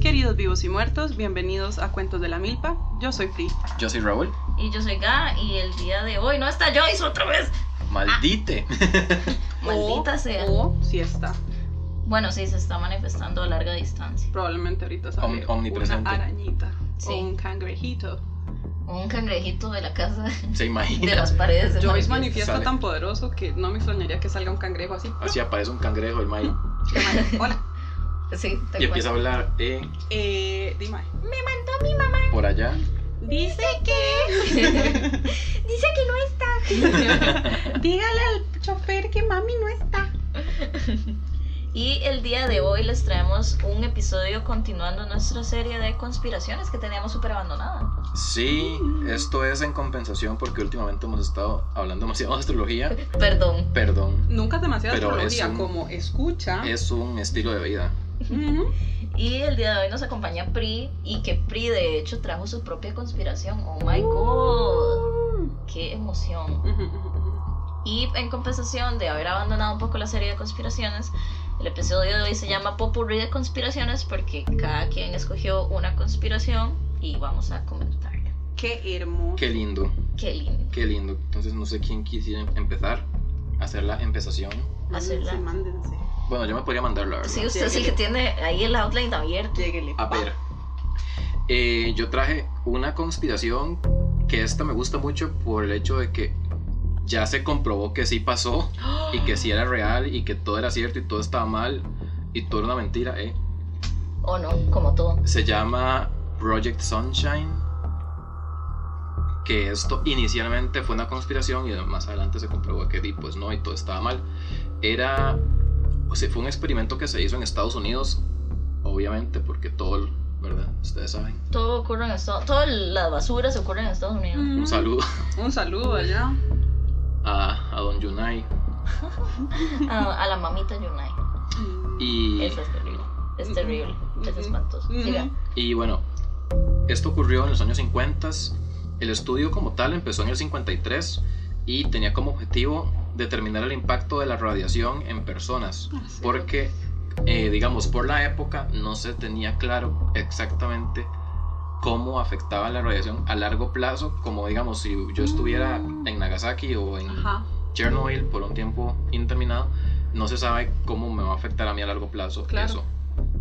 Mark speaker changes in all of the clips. Speaker 1: queridos vivos y muertos, bienvenidos a Cuentos de la Milpa. Yo soy Free.
Speaker 2: Yo soy Raúl.
Speaker 3: Y yo soy Ga y el día de hoy no está Joyce otra vez.
Speaker 2: Maldite.
Speaker 3: Ah. Maldita
Speaker 1: O-
Speaker 3: sea.
Speaker 1: O si está.
Speaker 3: Bueno, sí, se está manifestando a larga distancia.
Speaker 1: Probablemente ahorita sale
Speaker 2: Om- omnipresente.
Speaker 1: una arañita
Speaker 3: Sí.
Speaker 1: o un cangrejito.
Speaker 3: Un cangrejito de la casa,
Speaker 2: Se
Speaker 3: de
Speaker 2: imagina.
Speaker 3: las paredes. se
Speaker 1: Joyce
Speaker 3: manifiesta.
Speaker 1: manifiesta
Speaker 2: Sale.
Speaker 1: tan poderoso que no me extrañaría que salga un cangrejo así.
Speaker 2: Así aparece un cangrejo el maíz
Speaker 1: Que vaya, Hola.
Speaker 3: Sí, tal
Speaker 2: y empieza a
Speaker 3: cual.
Speaker 2: hablar eh,
Speaker 1: Eh, dime.
Speaker 2: por allá.
Speaker 1: Dice
Speaker 4: Dice que no está.
Speaker 1: Dígale al chofer que mami no está.
Speaker 3: Y el día de hoy les traemos un episodio continuando nuestra serie de conspiraciones que teníamos súper abandonada.
Speaker 2: Sí, esto es en compensación porque últimamente hemos estado hablando demasiado de astrología.
Speaker 3: Perdón.
Speaker 2: Perdón.
Speaker 1: Nunca es demasiada
Speaker 2: Pero es
Speaker 1: astrología,
Speaker 2: un-
Speaker 1: como escucha.
Speaker 2: Es un estilo de vida.
Speaker 1: Ujú.
Speaker 3: Y el día de hoy nos acompaña Pri y que Pri de hecho trajo su propia conspiración. Oh my god. Qué emoción.
Speaker 1: Ujú, ujú, ujú.
Speaker 3: Y en compensación de haber abandonado un poco la serie de conspiraciones, el episodio de hoy se llama Popurrí de conspiraciones porque cada quien escogió una conspiración y vamos a comentarla.
Speaker 1: Qué hermoso.
Speaker 2: Qué lindo,
Speaker 3: Qué lindo.
Speaker 2: qué lindo. Entonces no sé quién quisiera empezar a hacer la empezación.
Speaker 3: hacerla.
Speaker 1: Mándense, mándense.
Speaker 2: Bueno, yo me podría mandar la verdad.
Speaker 3: Sí, usted sí que tiene ahí el outline abierto.
Speaker 1: Lléguele.
Speaker 2: A
Speaker 1: pa.
Speaker 2: ver, eh, yo traje una conspiración que esta me gusta mucho por el hecho de que ya se comprobó que sí pasó y que sí era real y que todo era cierto y todo estaba mal y todo era una mentira. eh.
Speaker 3: O no, como todo.
Speaker 2: Se llama Project Sunshine, que esto inicialmente fue una conspiración y más adelante se comprobó que di, pues no y todo estaba mal. Era, o sea, fue un experimento que se hizo en Estados Unidos, obviamente, porque todo, ¿verdad? Ustedes saben.
Speaker 3: Todo ocurre en Estados Todas las basuras ocurren en Estados Unidos.
Speaker 1: Mm.
Speaker 2: Un saludo
Speaker 1: Un saludo allá.
Speaker 2: a, a Don Yunai.
Speaker 3: Ah, A, a la mamita Yunai.
Speaker 2: Y,
Speaker 3: Eso es terrible. Es
Speaker 1: Ujú.
Speaker 3: terrible. Es
Speaker 1: Ujú.
Speaker 3: espantoso.
Speaker 1: Ujú.
Speaker 3: Siga.
Speaker 2: y bueno, esto ocurrió en los años 50. El estudio como tal empezó en el 53 y tenía como objetivo determinar el impacto de la radiación en personas.
Speaker 1: Ah, sí.
Speaker 2: Porque, eh, digamos, por la época no se tenía claro exactamente cómo afectaba la radiación a largo plazo, como digamos si yo estuviera en Nagasaki o en
Speaker 1: Ajá,
Speaker 2: Chernobyl por un tiempo indeterminado, no se sabe cómo me va a afectar a mí a largo plazo
Speaker 1: Claro.
Speaker 2: eso,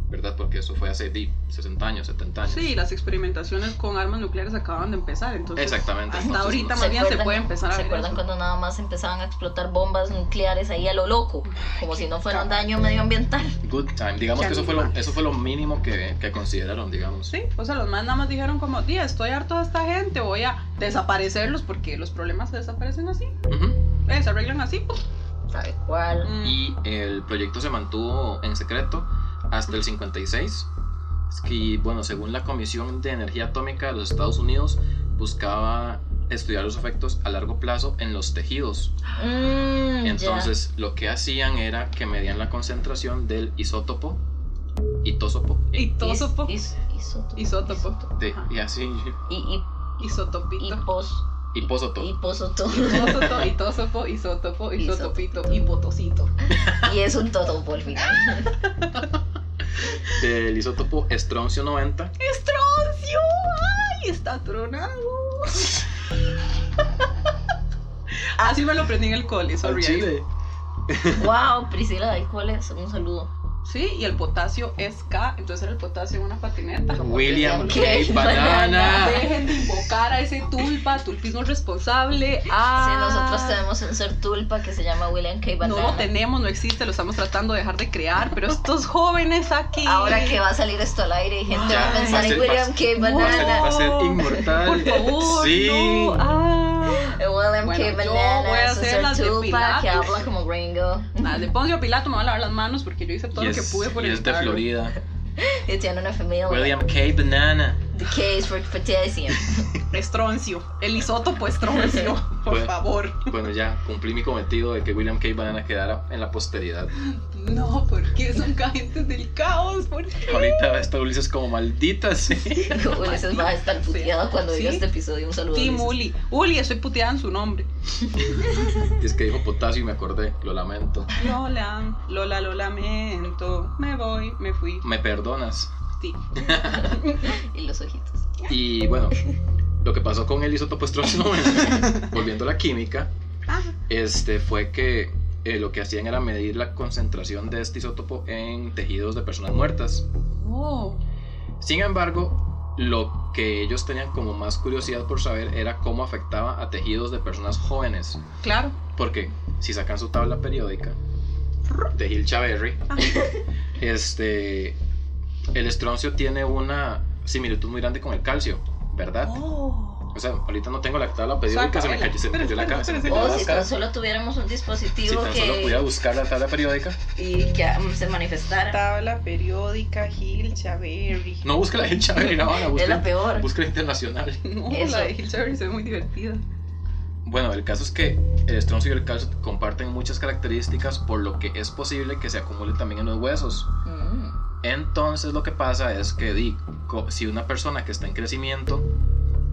Speaker 2: ¿verdad? Porque eso fue hace di, 60 años, 70 años.
Speaker 1: Sí, las experimentaciones con armas nucleares acababan de empezar, entonces
Speaker 2: Exactamente,
Speaker 1: hasta
Speaker 2: entonces,
Speaker 1: ahorita
Speaker 2: no
Speaker 1: más
Speaker 2: sé.
Speaker 1: bien se puede empezar a
Speaker 3: ¿Se
Speaker 1: ver
Speaker 3: acuerdan
Speaker 1: eso.
Speaker 3: cuando nada más empezaban a explotar bombas nucleares ahí a lo loco? Como si no fuera un daño medioambiental.
Speaker 2: Good time, digamos
Speaker 1: Ya
Speaker 2: que eso
Speaker 1: ni
Speaker 2: fue, lo,
Speaker 1: más.
Speaker 2: eso fue lo mínimo que, que consideraron, digamos.
Speaker 1: Sí, o sea, los más nada más dijeron como, tía, estoy harto de esta gente, voy a desaparecerlos porque los problemas se desaparecen así,
Speaker 2: Ujú.
Speaker 1: eh, se arreglan así. pum".
Speaker 3: Tal cual.
Speaker 1: Mm.
Speaker 2: Y el proyecto se mantuvo en secreto hasta el 56. Es que, bueno, según la Comisión de Energía Atómica de los Estados Unidos, buscaba estudiar los efectos a largo plazo en los tejidos
Speaker 3: Mm, ya.
Speaker 2: Entonces, lo que hacían era que medían la concentración del isótopo, itósopo,
Speaker 1: Y todo
Speaker 3: Is-
Speaker 1: sopo,
Speaker 3: is- isótopo.
Speaker 1: Isótopo.
Speaker 2: de-
Speaker 1: Ajá.
Speaker 2: y así,
Speaker 3: Y, y, y
Speaker 1: isotopito.
Speaker 3: pos- y
Speaker 2: hipósoto.
Speaker 3: posoto.
Speaker 1: Isótopo, itósopo, isótopo, isotopito, hipotocito.
Speaker 3: y es un todo por fin.
Speaker 2: Del isótopo estroncio 90,
Speaker 1: ¡Estroncio! ¡Ay! Está tronado. Así me lo aprendí en el cole,
Speaker 2: al
Speaker 1: sorry.
Speaker 2: chile.
Speaker 3: wow, Priscila de Alcoholes, un saludo.
Speaker 1: Sí, y el potasio es K, entonces era el potasio en una patineta.
Speaker 3: Como
Speaker 2: William K.
Speaker 3: William K.
Speaker 2: Banana.
Speaker 1: Dejen de invocar a ese tulpa, tulpismo responsable.
Speaker 3: Sí,
Speaker 1: Ah,
Speaker 3: nosotros tenemos un ser tulpa que se llama William K. Banana.
Speaker 1: No lo tenemos, no existe, lo estamos tratando de dejar de crear, pero estos jóvenes aquí.
Speaker 3: Ahora que va a salir esto al aire y gente va a
Speaker 2: Ya,
Speaker 3: pensar
Speaker 2: va a
Speaker 3: en
Speaker 2: ser
Speaker 3: William
Speaker 2: pas-
Speaker 3: K.
Speaker 2: Va a ser,
Speaker 3: Banana.
Speaker 2: va a ser
Speaker 1: No. Por
Speaker 2: inmortal.
Speaker 1: favor,
Speaker 2: Sí.
Speaker 1: no. Ah.
Speaker 3: William
Speaker 1: Bueno,
Speaker 3: K.
Speaker 1: yo
Speaker 3: Banana.
Speaker 1: voy a
Speaker 3: es un
Speaker 1: hacer
Speaker 3: ser
Speaker 1: las de
Speaker 3: tulpa que
Speaker 1: Pilates.
Speaker 3: habla como gringo.
Speaker 1: Nada, de Poncio a Pilato me voy a lavar las manos porque yo hice todo
Speaker 2: Y
Speaker 1: lo que
Speaker 2: es,
Speaker 1: pude por
Speaker 2: y es de
Speaker 1: evitarlo.
Speaker 2: Florida.
Speaker 3: Y tiene una familia.
Speaker 2: William K. Banana.
Speaker 3: The case for potassium.
Speaker 1: Estroncio, el isótopo estroncio, por
Speaker 2: Bueno.
Speaker 1: favor.
Speaker 2: Bueno, ya cumplí mi cometido de que William K. Banana quedara en la posteridad.
Speaker 1: No, porque son agentes del caos, por
Speaker 2: Ahorita va a estar Ulises como maldita, sí.
Speaker 3: Ulises va a estar puteado cuando diga
Speaker 1: Sí.
Speaker 3: este episodio. Un saludo.
Speaker 1: Team
Speaker 3: Ulises.
Speaker 1: Uli. Uli, estoy puteada en su nombre.
Speaker 2: Es que dijo potasio y me acordé, lo lamento.
Speaker 1: Lola, Lola, lo lamento. Me voy, me fui.
Speaker 2: Me perdonas.
Speaker 1: Christie.
Speaker 3: y los ojitos.
Speaker 2: Y bueno, lo que pasó con el isótopo estroncio, volviendo a la química,
Speaker 1: Ajá.
Speaker 2: este, fue que eh, lo que hacían era medir la concentración de este isótopo en tejidos de personas muertas.
Speaker 1: Oh.
Speaker 2: Sin embargo, lo que ellos tenían como más curiosidad por saber era cómo afectaba a tejidos de personas jóvenes.
Speaker 1: Claro.
Speaker 2: Porque si sacan su tabla periódica de Hill Chaberry, este, el estroncio tiene una similitud muy grande con el calcio, ¿verdad?
Speaker 1: Oh.
Speaker 2: O sea, ahorita no tengo la tabla periódica, se me
Speaker 1: Sácala.
Speaker 2: cayó, se me
Speaker 1: Pero
Speaker 2: cayó la
Speaker 1: espera,
Speaker 2: cabeza.
Speaker 1: espera,
Speaker 2: me cayó
Speaker 1: espera.
Speaker 3: O
Speaker 2: la
Speaker 3: si tan
Speaker 2: cabeza.
Speaker 3: solo tuviéramos un
Speaker 2: Si
Speaker 3: dispositivo
Speaker 2: tan solo pudiera
Speaker 3: que,
Speaker 2: buscar la tabla periódica.
Speaker 3: y que um, se manifestara.
Speaker 1: Tabla periódica, Gil, Chaberry.
Speaker 2: No busque la de Hill Chaberry, no, la
Speaker 3: Es
Speaker 2: busque,
Speaker 3: la peor.
Speaker 2: busque la internacional.
Speaker 1: No,
Speaker 3: Eso.
Speaker 1: la de Gil Chaberry se ve muy divertida.
Speaker 2: Bueno, el caso es que el estroncio y el calcio comparten muchas características, por lo que es posible que se acumule también en los huesos.
Speaker 3: Mm.
Speaker 2: Entonces lo que pasa es que di, co- si una persona que está en crecimiento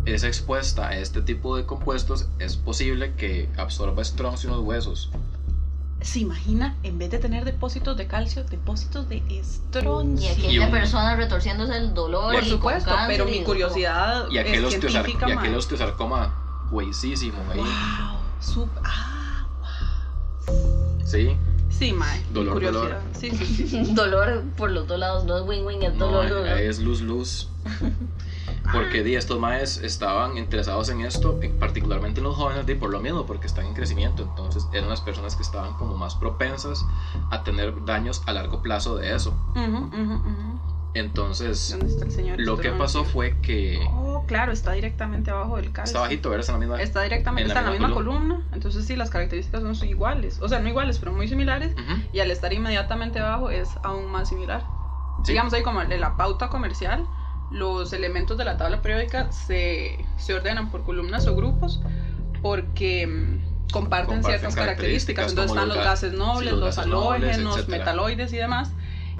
Speaker 2: es expuesta a este tipo de compuestos, es posible que absorba estroncio en los huesos.
Speaker 1: Se imagina, en vez de tener depósitos de calcio, depósitos de
Speaker 3: Y
Speaker 1: estroncio.
Speaker 3: aquella
Speaker 2: un-
Speaker 3: persona retorciéndose el dolor.
Speaker 1: Por
Speaker 3: y con
Speaker 1: supuesto,
Speaker 3: cáncer
Speaker 1: pero
Speaker 3: y
Speaker 1: mi
Speaker 3: todo.
Speaker 1: curiosidad
Speaker 2: Y aquel,
Speaker 1: es
Speaker 2: osteosar-
Speaker 1: científica,
Speaker 2: y aquel
Speaker 1: mae.
Speaker 2: osteosarcoma huesísimo ahí.
Speaker 1: Wow, sup- ah,
Speaker 2: Sí,
Speaker 1: Sí, mae.
Speaker 2: Dolor,
Speaker 1: curiosidad.
Speaker 2: dolor.
Speaker 1: Sí, sí, sí.
Speaker 3: Dolor por los dos lados, no es win-win, es
Speaker 2: no,
Speaker 3: dolor. dolor.
Speaker 2: es luz luz. Porque di, estos maes estaban interesados en esto, en- particularmente en los jóvenes, di, por lo mismo, porque están en crecimiento. Entonces eran las personas que estaban como más propensas a tener daños a largo plazo de eso.
Speaker 1: Ujú, ujú, ujú.
Speaker 2: Entonces,
Speaker 1: ¿Dónde está el señor?
Speaker 2: Lo que
Speaker 1: Estroncio?
Speaker 2: pasó fue que
Speaker 1: Oh, claro, está directamente abajo del calcio.
Speaker 2: está bajito, ¿verdad? Está en la misma.
Speaker 1: Está directamente,
Speaker 2: En la
Speaker 1: está en la
Speaker 2: misma
Speaker 1: misma columna. Entonces sí, las características son iguales. O sea, no iguales, pero muy similares.
Speaker 2: Ujú,
Speaker 1: Y al estar inmediatamente abajo es aún más similar.
Speaker 2: sí.
Speaker 1: Digamos ahí como en la pauta comercial, los elementos de la tabla periódica se, se ordenan por columnas o grupos porque mm, comparten,
Speaker 2: Comparten
Speaker 1: ciertas características.
Speaker 2: características,
Speaker 1: Entonces
Speaker 2: como
Speaker 1: están
Speaker 2: los
Speaker 1: los
Speaker 2: ga-
Speaker 1: gases nobles,
Speaker 2: sí, los
Speaker 1: los,
Speaker 2: gases nobles,
Speaker 1: halógenos,
Speaker 2: etcétera.
Speaker 1: metaloides y demás.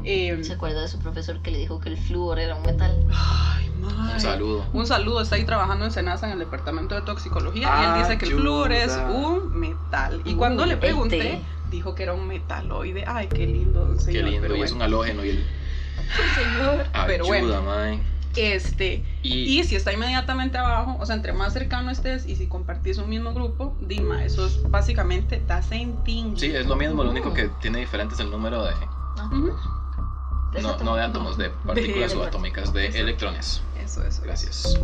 Speaker 1: Eh,
Speaker 3: ¿Se acuerda de su profesor que le dijo que el flúor era un metal?
Speaker 1: ay, mae.
Speaker 2: Un saludo.
Speaker 1: Un saludo, está ahí trabajando en Senasa en el departamento de toxicología y él dice que el
Speaker 2: Ayuda.
Speaker 1: flúor es un metal. Y cuando
Speaker 3: Uh,
Speaker 1: le
Speaker 3: el
Speaker 1: pregunté,
Speaker 3: té.
Speaker 1: dijo que era un metaloide. Ay, qué lindo, don
Speaker 2: Qué
Speaker 1: señor.
Speaker 2: lindo.
Speaker 1: pero
Speaker 2: y es
Speaker 1: bueno.
Speaker 2: un halógeno y el.
Speaker 3: Señor.
Speaker 1: Pero
Speaker 2: Ayuda, mae.
Speaker 1: Este,
Speaker 2: Y,
Speaker 1: y si está inmediatamente abajo, o sea, entre más cercano estés y si compartís un mismo grupo, Dima, eso es básicamente da senting.
Speaker 2: sí, es lo mismo, lo único
Speaker 3: Mm.
Speaker 2: que tiene diferente es el número de.
Speaker 1: Ujú,
Speaker 2: No, no de átomos, de partículas
Speaker 1: De-
Speaker 2: subatómicas, de
Speaker 1: Exacto.
Speaker 2: electrones.
Speaker 1: Eso, eso.
Speaker 2: Gracias.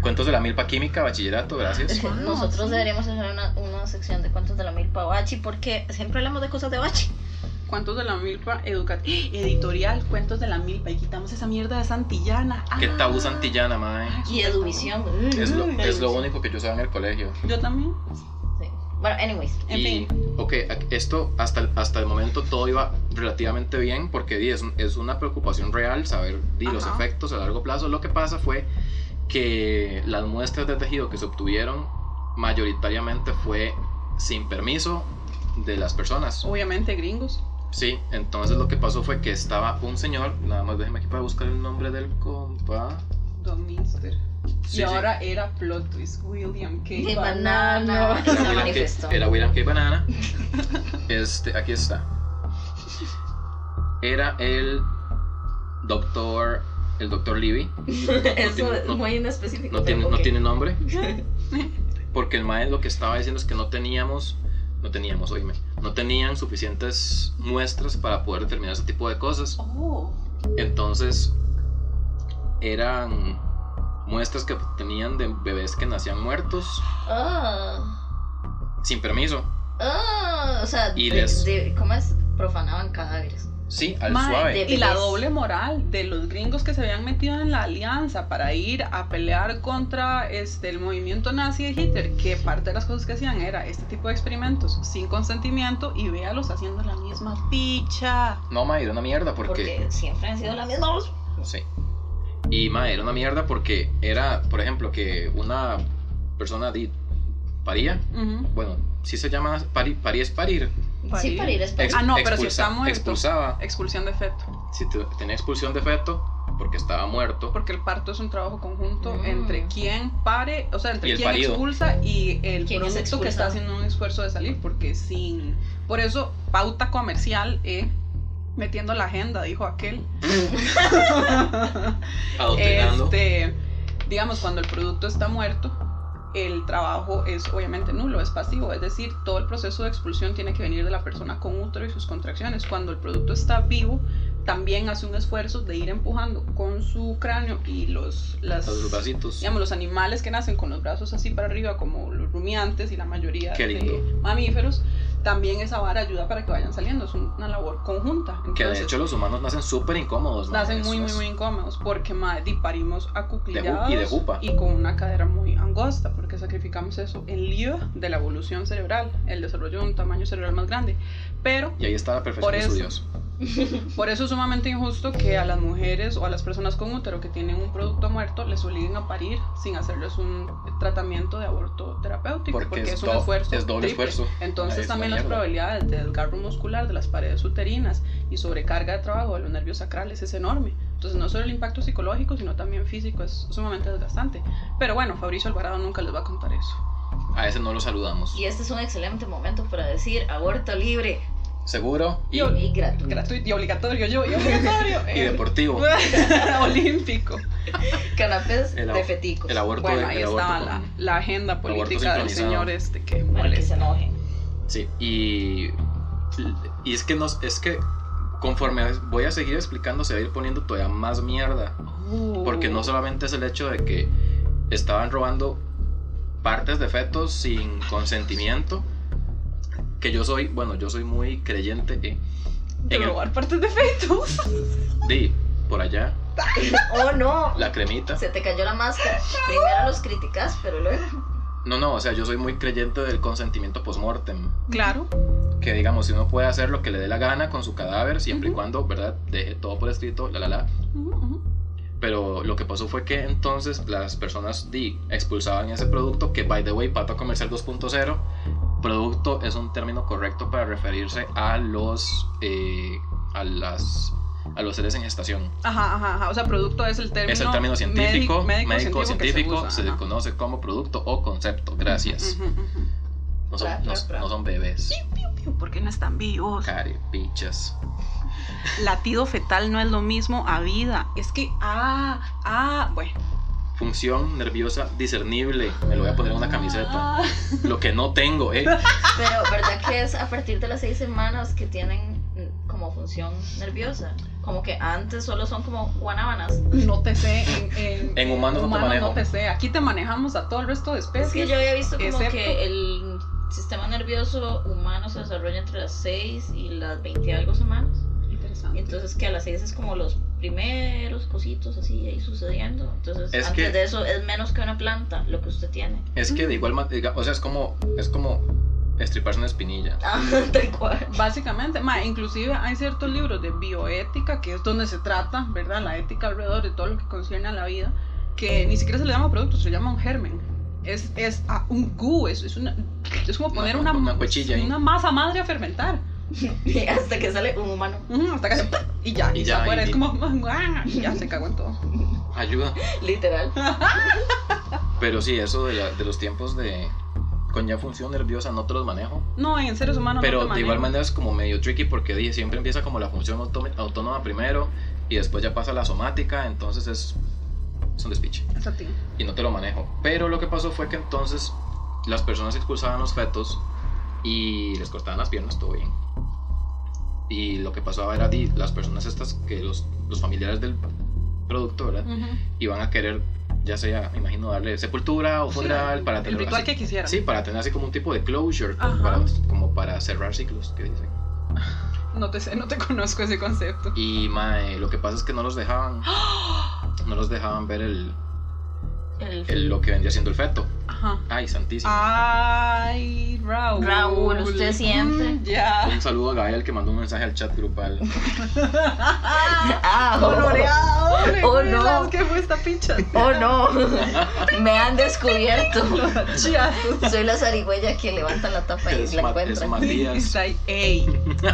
Speaker 2: Cuentos de la milpa química, bachillerato,
Speaker 3: Es
Speaker 2: gracias.
Speaker 3: que
Speaker 1: Wow,
Speaker 3: nosotros
Speaker 1: sí.
Speaker 3: deberíamos hacer una, una sección de cuentos de la milpa bachi porque siempre hablamos de cosas de bachi.
Speaker 1: Cuentos de la milpa educativa. Editorial, cuentos de la milpa. Y quitamos esa mierda de Santillana.
Speaker 2: Qué
Speaker 1: Ah.
Speaker 2: tabú santillana, mae.
Speaker 3: Y Eduvisión.
Speaker 2: Es lo,
Speaker 1: Ay,
Speaker 2: es lo
Speaker 1: sí.
Speaker 2: único que yo sabía en el colegio.
Speaker 1: Yo también.
Speaker 3: Sí. Bueno, anyways.
Speaker 1: En
Speaker 2: y, ok, ac- esto hasta el, hasta el momento todo iba relativamente bien porque di, es, un- es una preocupación real saber di, los
Speaker 1: Ajá.
Speaker 2: efectos a largo plazo. Lo que pasa fue que las muestras de tejido que se obtuvieron mayoritariamente fue sin permiso de las personas.
Speaker 1: Obviamente gringos.
Speaker 2: Sí, entonces lo que pasó fue que estaba un señor, nada más déjeme aquí para buscar el nombre del compa.
Speaker 1: Don Minster.
Speaker 2: Sí,
Speaker 1: y
Speaker 2: sí.
Speaker 1: ahora era plot twist William K.
Speaker 3: De
Speaker 1: Banana.
Speaker 3: banana.
Speaker 2: Era
Speaker 3: se
Speaker 2: William K-
Speaker 3: manifestó.
Speaker 2: Era William K. Banana. Este, aquí está. Era el doctor. El doctor Libby.
Speaker 3: Eso
Speaker 2: tiene-
Speaker 3: es
Speaker 2: no-
Speaker 3: muy inespecífico.
Speaker 2: No
Speaker 3: pero
Speaker 2: tiene, no
Speaker 3: ok.
Speaker 2: tiene nombre. Porque el maestro lo que estaba diciendo es que no teníamos. No teníamos, oíme. No tenían suficientes muestras para poder determinar ese tipo de cosas.
Speaker 1: Oh.
Speaker 2: Entonces. Eran muestras que tenían de bebés que nacían muertos
Speaker 3: Ah,
Speaker 2: sin permiso.
Speaker 3: ah, o sea,
Speaker 2: Y
Speaker 3: de-
Speaker 2: les-
Speaker 3: de- ¿cómo es? Profanaban cadáveres.
Speaker 2: Sí, al
Speaker 1: Mae,
Speaker 2: suave.
Speaker 3: de-
Speaker 1: Y la
Speaker 3: Bebés.
Speaker 1: doble moral de los gringos que se habían metido en la alianza para ir a pelear contra este, el movimiento nazi de Hitler, que parte de las cosas que hacían era este tipo de experimentos sin consentimiento y véalos haciendo la misma picha.
Speaker 2: No, mae, era una mierda porque
Speaker 3: Porque siempre han sido la misma voz.
Speaker 2: Sí. Y madre, era una mierda porque era, por ejemplo, que una persona di- paría.
Speaker 1: Ujú.
Speaker 2: Bueno, si se llama pari, parí es parir.
Speaker 3: Sí,
Speaker 1: Parir.
Speaker 3: para ir a
Speaker 2: Ex-
Speaker 1: Ah, no, pero si está muerto.
Speaker 2: Expulsaba.
Speaker 1: Expulsión de feto,
Speaker 2: Si te- tenía expulsión de feto porque estaba muerto.
Speaker 1: porque el parto es un trabajo conjunto
Speaker 3: Mm.
Speaker 1: entre quien pare, o sea,
Speaker 2: Y
Speaker 1: entre
Speaker 2: el
Speaker 1: quien
Speaker 2: parido.
Speaker 1: expulsa y el
Speaker 3: ¿Quién es
Speaker 1: producto que está
Speaker 3: expulsado?
Speaker 1: haciendo un esfuerzo de salir, porque sin. Por eso, pauta comercial, eh, metiendo la agenda, dijo aquel.
Speaker 2: Adoctrinando.
Speaker 1: este, digamos, cuando el producto está muerto, el trabajo es obviamente nulo, es pasivo, es decir, todo el proceso de expulsión tiene que venir de la persona con útero y sus contracciones. Cuando el producto está vivo, también hace un esfuerzo de ir empujando con su cráneo y los, las,
Speaker 2: Los bracitos.
Speaker 1: digamos, los animales que nacen con los brazos así para arriba, como los rumiantes y la mayoría
Speaker 2: Qué lindo.
Speaker 1: de mamíferos, también esa vara ayuda para que vayan saliendo, es una labor conjunta.
Speaker 2: Que de
Speaker 1: Entonces,
Speaker 2: hecho los humanos nacen súper incómodos, ¿no?
Speaker 1: nacen
Speaker 2: Eso
Speaker 1: muy, muy,
Speaker 2: es-
Speaker 1: muy incómodos porque madre, di, parimos acuclillados
Speaker 2: De ju- y de jupa.
Speaker 1: y con una cadera muy angosta porque sacrificamos eso en lío de la evolución cerebral, el desarrollo de un tamaño cerebral más grande. Pero
Speaker 2: Y ahí está la perfección
Speaker 1: Por
Speaker 2: de
Speaker 1: eso.
Speaker 2: su Dios.
Speaker 1: por eso es sumamente injusto que a las mujeres o a las personas con útero que tienen un producto muerto les obliguen a parir sin hacerles un tratamiento de aborto terapéutico
Speaker 2: Porque
Speaker 1: porque,
Speaker 2: es
Speaker 1: es, un
Speaker 2: do-
Speaker 1: esfuerzo.
Speaker 2: es doble
Speaker 1: triple.
Speaker 2: esfuerzo.
Speaker 1: Entonces
Speaker 2: Es la
Speaker 1: también las
Speaker 2: mierda.
Speaker 1: probabilidades de desgarro muscular de las paredes uterinas y sobrecarga de trabajo de los nervios sacrales es enorme. Entonces no solo el impacto psicológico, sino también físico es sumamente desgastante. Pero bueno, Fabricio Alvarado nunca les va a contar eso.
Speaker 2: A ese no lo saludamos.
Speaker 3: Y este es un excelente momento para decir aborto libre
Speaker 2: Seguro y,
Speaker 3: y, gratuito.
Speaker 1: Gratuito y obligatorio yo, y obligatorio.
Speaker 2: Mm. y
Speaker 1: eh,
Speaker 2: deportivo.
Speaker 1: Olímpico.
Speaker 3: Canapés
Speaker 2: El
Speaker 3: de
Speaker 2: ab-
Speaker 3: feticos.
Speaker 2: El aborto
Speaker 1: Bueno,
Speaker 2: de-
Speaker 1: ahí
Speaker 2: el aborto
Speaker 1: estaba
Speaker 2: con-
Speaker 1: la, la agenda
Speaker 2: aborto
Speaker 1: política del
Speaker 2: sincronizado.
Speaker 1: señor este que
Speaker 3: Para que
Speaker 1: molesta.
Speaker 3: se enojen.
Speaker 2: Sí, y, y es que nos, es que conforme voy a seguir explicando se va a ir poniendo todavía más mierda. Porque
Speaker 1: Uh.
Speaker 2: no solamente es el hecho de que estaban robando partes de fetos sin consentimiento. Que yo soy, bueno, yo soy muy creyente eh, en,
Speaker 1: De
Speaker 2: en el-
Speaker 1: robar partes de fetos.
Speaker 2: de por allá,
Speaker 3: Oh no.
Speaker 2: la cremita.
Speaker 3: Se te cayó la máscara. Primero los criticas, pero luego.
Speaker 2: No, no, o sea, yo soy muy creyente del consentimiento post-mortem.
Speaker 1: Claro.
Speaker 2: que digamos, si uno puede hacer lo que le dé la gana con su cadáver, siempre y
Speaker 1: Ujú.
Speaker 2: cuando, ¿verdad? Deje todo por escrito, la la la.
Speaker 1: Ujú, ujú.
Speaker 2: Pero lo que pasó fue que entonces las personas di, expulsaban ese producto, que by the way, Pato Comercial 2.0, producto es un término correcto para referirse a los, eh, a las, a los seres en gestación.
Speaker 1: Ajá, ajá, ajá. O sea, producto es el término.
Speaker 2: es el término científico,
Speaker 1: médico- médico
Speaker 2: médico-científico,
Speaker 1: que
Speaker 2: se,
Speaker 1: usa, ajá.
Speaker 2: conoce como producto o concepto. Gracias.
Speaker 1: Ujú, ujú.
Speaker 2: No son,
Speaker 3: Pra, pra,
Speaker 2: no son-
Speaker 3: pra.
Speaker 2: no son bebés.
Speaker 1: Piu, ¿Por qué no están vivos?
Speaker 2: Ah. Caripichas.
Speaker 1: Latido fetal no es lo mismo a vida. Es que, ah, ah, bueno.
Speaker 2: Función nerviosa discernible. Me lo voy a poner en una camiseta.
Speaker 1: Ah,
Speaker 2: Lo que no tengo, eh.
Speaker 3: Pero, ¿verdad que es a partir de las seis semanas que tienen mm, como función nerviosa? Como que antes solo son como guanábanas.
Speaker 1: no te sé. En, en,
Speaker 2: En humanos no te
Speaker 1: humanos
Speaker 2: manejo.
Speaker 1: no te sé. Aquí te manejamos a todo el resto de especies.
Speaker 3: Es que yo había visto como
Speaker 1: Excepto-
Speaker 3: que el sistema nervioso humano se desarrolla entre las 6 y las 20 y algo semanas.
Speaker 1: Interesante.
Speaker 3: Entonces que a las 6 es como los primeros cositos así ahí sucediendo. Entonces
Speaker 2: Es
Speaker 3: antes
Speaker 2: que-
Speaker 3: de eso es menos que una planta lo que usted tiene.
Speaker 2: Es que de igual manera, o sea, es como, es como estriparse una espinilla.
Speaker 3: Ah, tal cual.
Speaker 1: Básicamente, ma, inclusive hay ciertos libros de bioética, que es donde se trata, ¿verdad? La ética alrededor de todo lo que concierne a la vida, que ni siquiera se le llama producto, se le llama un germen. Es, es ah, un goo, es, es, una- es como poner
Speaker 2: Una-
Speaker 1: una,
Speaker 2: una cuchilla ahí.
Speaker 1: una masa madre a fermentar.
Speaker 3: Y hasta que sale un humano.
Speaker 1: Ujú, hasta que se- y ya,
Speaker 2: Y
Speaker 1: y,
Speaker 2: ya,
Speaker 1: ya, afuera
Speaker 2: y-
Speaker 1: es como y ya se cagó en todo.
Speaker 2: Ayuda.
Speaker 3: Literal.
Speaker 2: Pero sí, eso de, la- de los tiempos de con ya función nerviosa no te los manejo.
Speaker 1: No, en seres humanos
Speaker 2: Mm, Pero
Speaker 1: no te
Speaker 2: de igual
Speaker 1: manejan.
Speaker 2: manera es como medio tricky porque dije, siempre empieza como la función autom- autónoma primero y después ya pasa la somática, entonces es, es un despiche.
Speaker 1: Hasta ti.
Speaker 2: y no te lo manejo. Pero lo que pasó fue que entonces las personas expulsaban los fetos y les cortaban las piernas, todo bien. Y lo que pasaba era di, las personas estas que los, los familiares del producto, ¿verdad?
Speaker 1: Ujú.
Speaker 2: Iban a querer, ya sea, me imagino, darle sepultura o
Speaker 1: Sí,
Speaker 2: funeral para
Speaker 1: El
Speaker 2: tener
Speaker 1: ritual
Speaker 2: así-
Speaker 1: que quisieran.
Speaker 2: Sí, para tener así como un tipo de closure,
Speaker 1: Ajá.
Speaker 2: para, como para cerrar ciclos, que dicen.
Speaker 1: No te sé, no te conozco ese concepto.
Speaker 2: Y mae, lo que pasa es que no los dejaban, no los dejaban ver el,
Speaker 3: El,
Speaker 2: el- lo que vendría siendo el feto.
Speaker 1: Ajá.
Speaker 2: Ay, santísimo.
Speaker 1: Ay, Raúl.
Speaker 3: Raúl, usted siempre.
Speaker 1: Mm, ya.
Speaker 2: Un saludo a Gael que mandó un mensaje al chat grupal.
Speaker 3: Ah,
Speaker 1: Coloreado.
Speaker 3: Oh, no.
Speaker 1: recuerdas que fue esta pincha?
Speaker 3: Oh no. Me han descubierto.
Speaker 1: Chiazos.
Speaker 3: Soy la zarigüeya que levanta la
Speaker 1: Pues,
Speaker 3: tapa y
Speaker 2: Es
Speaker 3: la
Speaker 2: Ma- es
Speaker 3: encuentra.
Speaker 2: Matías.
Speaker 1: Está ahí, ey,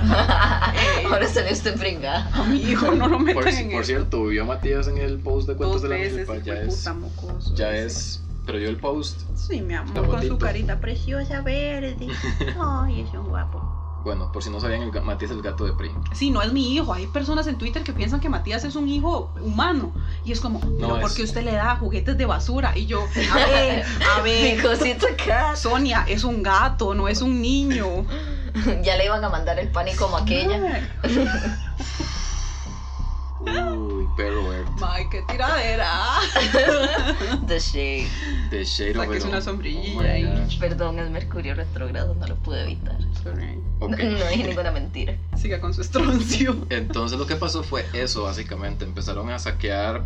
Speaker 3: Ahora salió este pringada.
Speaker 1: a mi hijo no lo metan
Speaker 2: Por,
Speaker 1: en
Speaker 2: por
Speaker 1: eso.
Speaker 2: cierto, vio a Matías en el post de cuentos
Speaker 1: Dos
Speaker 2: de la
Speaker 1: veces,
Speaker 2: Milpa, Ya
Speaker 1: hijo de
Speaker 2: es.
Speaker 1: puta mocoso.
Speaker 2: Ya
Speaker 1: ese.
Speaker 2: es. Pero yo el post.
Speaker 1: Sí, mi
Speaker 2: Está
Speaker 1: amor, con
Speaker 2: bonito.
Speaker 1: su carita preciosa verde. Ay, es un guapo.
Speaker 2: Bueno, por si no sabían, el ga- Matías es el gato de Pri.
Speaker 1: Sí, no es mi hijo. Hay personas en Twitter que piensan que Matías es un hijo humano. Y es como, no,
Speaker 2: es-
Speaker 1: porque usted le da juguetes de basura. Y yo, a ver, a
Speaker 3: Mi
Speaker 1: ver.
Speaker 3: cosita acá.
Speaker 1: Sonia, es un gato, no es un niño.
Speaker 3: Ya le iban a mandar el pan y como aquella.
Speaker 2: Uy, perro verde.
Speaker 1: Ay, qué tiradera.
Speaker 3: The shade.
Speaker 2: The Shade of
Speaker 1: Saques
Speaker 2: It All.
Speaker 1: una sombrilla
Speaker 2: my
Speaker 1: ahí.
Speaker 2: gosh.
Speaker 3: Perdón, es Mercurio retrogrado, no lo pude evitar.
Speaker 1: Sorry.
Speaker 2: Ok.
Speaker 3: No dije ninguna mentira.
Speaker 1: Siga con su estroncio.
Speaker 2: Entonces lo que pasó fue eso, básicamente. Empezaron a saquear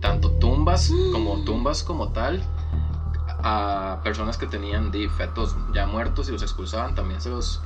Speaker 2: tanto tumbas como tumbas como tal a personas que tenían de fetos ya muertos y los expulsaban. También se los...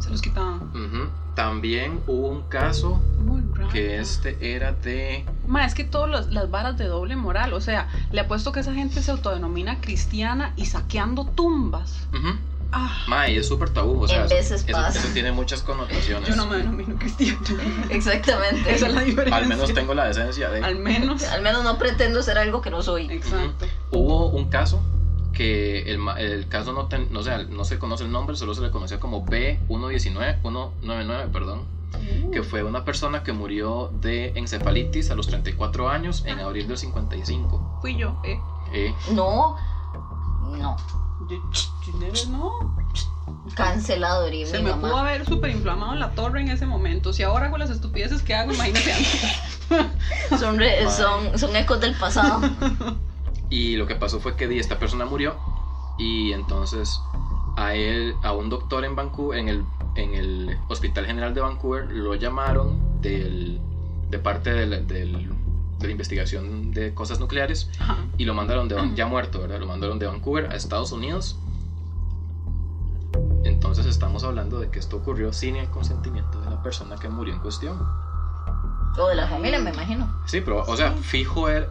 Speaker 1: Se los quitaban.
Speaker 2: Ujú. También hubo un caso
Speaker 1: Muy raro.
Speaker 2: que este era de...
Speaker 1: Ma, es que todas las varas de doble moral. O sea, le apuesto que esa gente se autodenomina cristiana y saqueando tumbas.
Speaker 2: Ujú.
Speaker 1: Ah,
Speaker 2: Ma, y es súper tabú, o sea,
Speaker 3: En veces
Speaker 2: eso,
Speaker 3: pasa.
Speaker 2: eso tiene muchas connotaciones.
Speaker 1: yo no me denomino cristiana.
Speaker 3: Exactamente.
Speaker 1: Esa es la diferencia.
Speaker 2: Al menos tengo la decencia de...
Speaker 1: Al menos.
Speaker 3: Al menos no pretendo ser algo que no soy.
Speaker 1: Exacto.
Speaker 2: Hubo un caso que el, ma- el caso no, ten- no, sé, no se conoce el nombre, solo se le conocía como B119, 199, perdón, que fue una persona que murió de encefalitis a los 34 años en abril del 55.
Speaker 1: Fui yo, ¿eh?
Speaker 2: Eh,
Speaker 3: No. No.
Speaker 1: Yo, yo never know.
Speaker 3: Cancelado, Ori,
Speaker 1: Se
Speaker 3: mi
Speaker 1: me pudo
Speaker 3: mamá.
Speaker 1: haber súper inflamado la torre en ese momento. Si ahora con las estupideces que hago, imagínate antes.
Speaker 3: Son, re-
Speaker 2: Madre.
Speaker 3: son, son ecos del pasado.
Speaker 2: y lo que pasó fue que di, esta persona murió y entonces a él, a un doctor en Vancouver, en el, en el Hospital General de Vancouver, lo llamaron del, de parte del- del- de la investigación de cosas nucleares
Speaker 1: Ajá.
Speaker 2: y lo mandaron de Van- ya muerto, ¿verdad? Lo mandaron de Vancouver a Estados Unidos. Entonces estamos hablando de que esto ocurrió sin el consentimiento de la persona que murió en cuestión.
Speaker 3: O de la familia, me imagino.
Speaker 2: Sí, pero o sea,
Speaker 1: Sí.
Speaker 2: fijo era-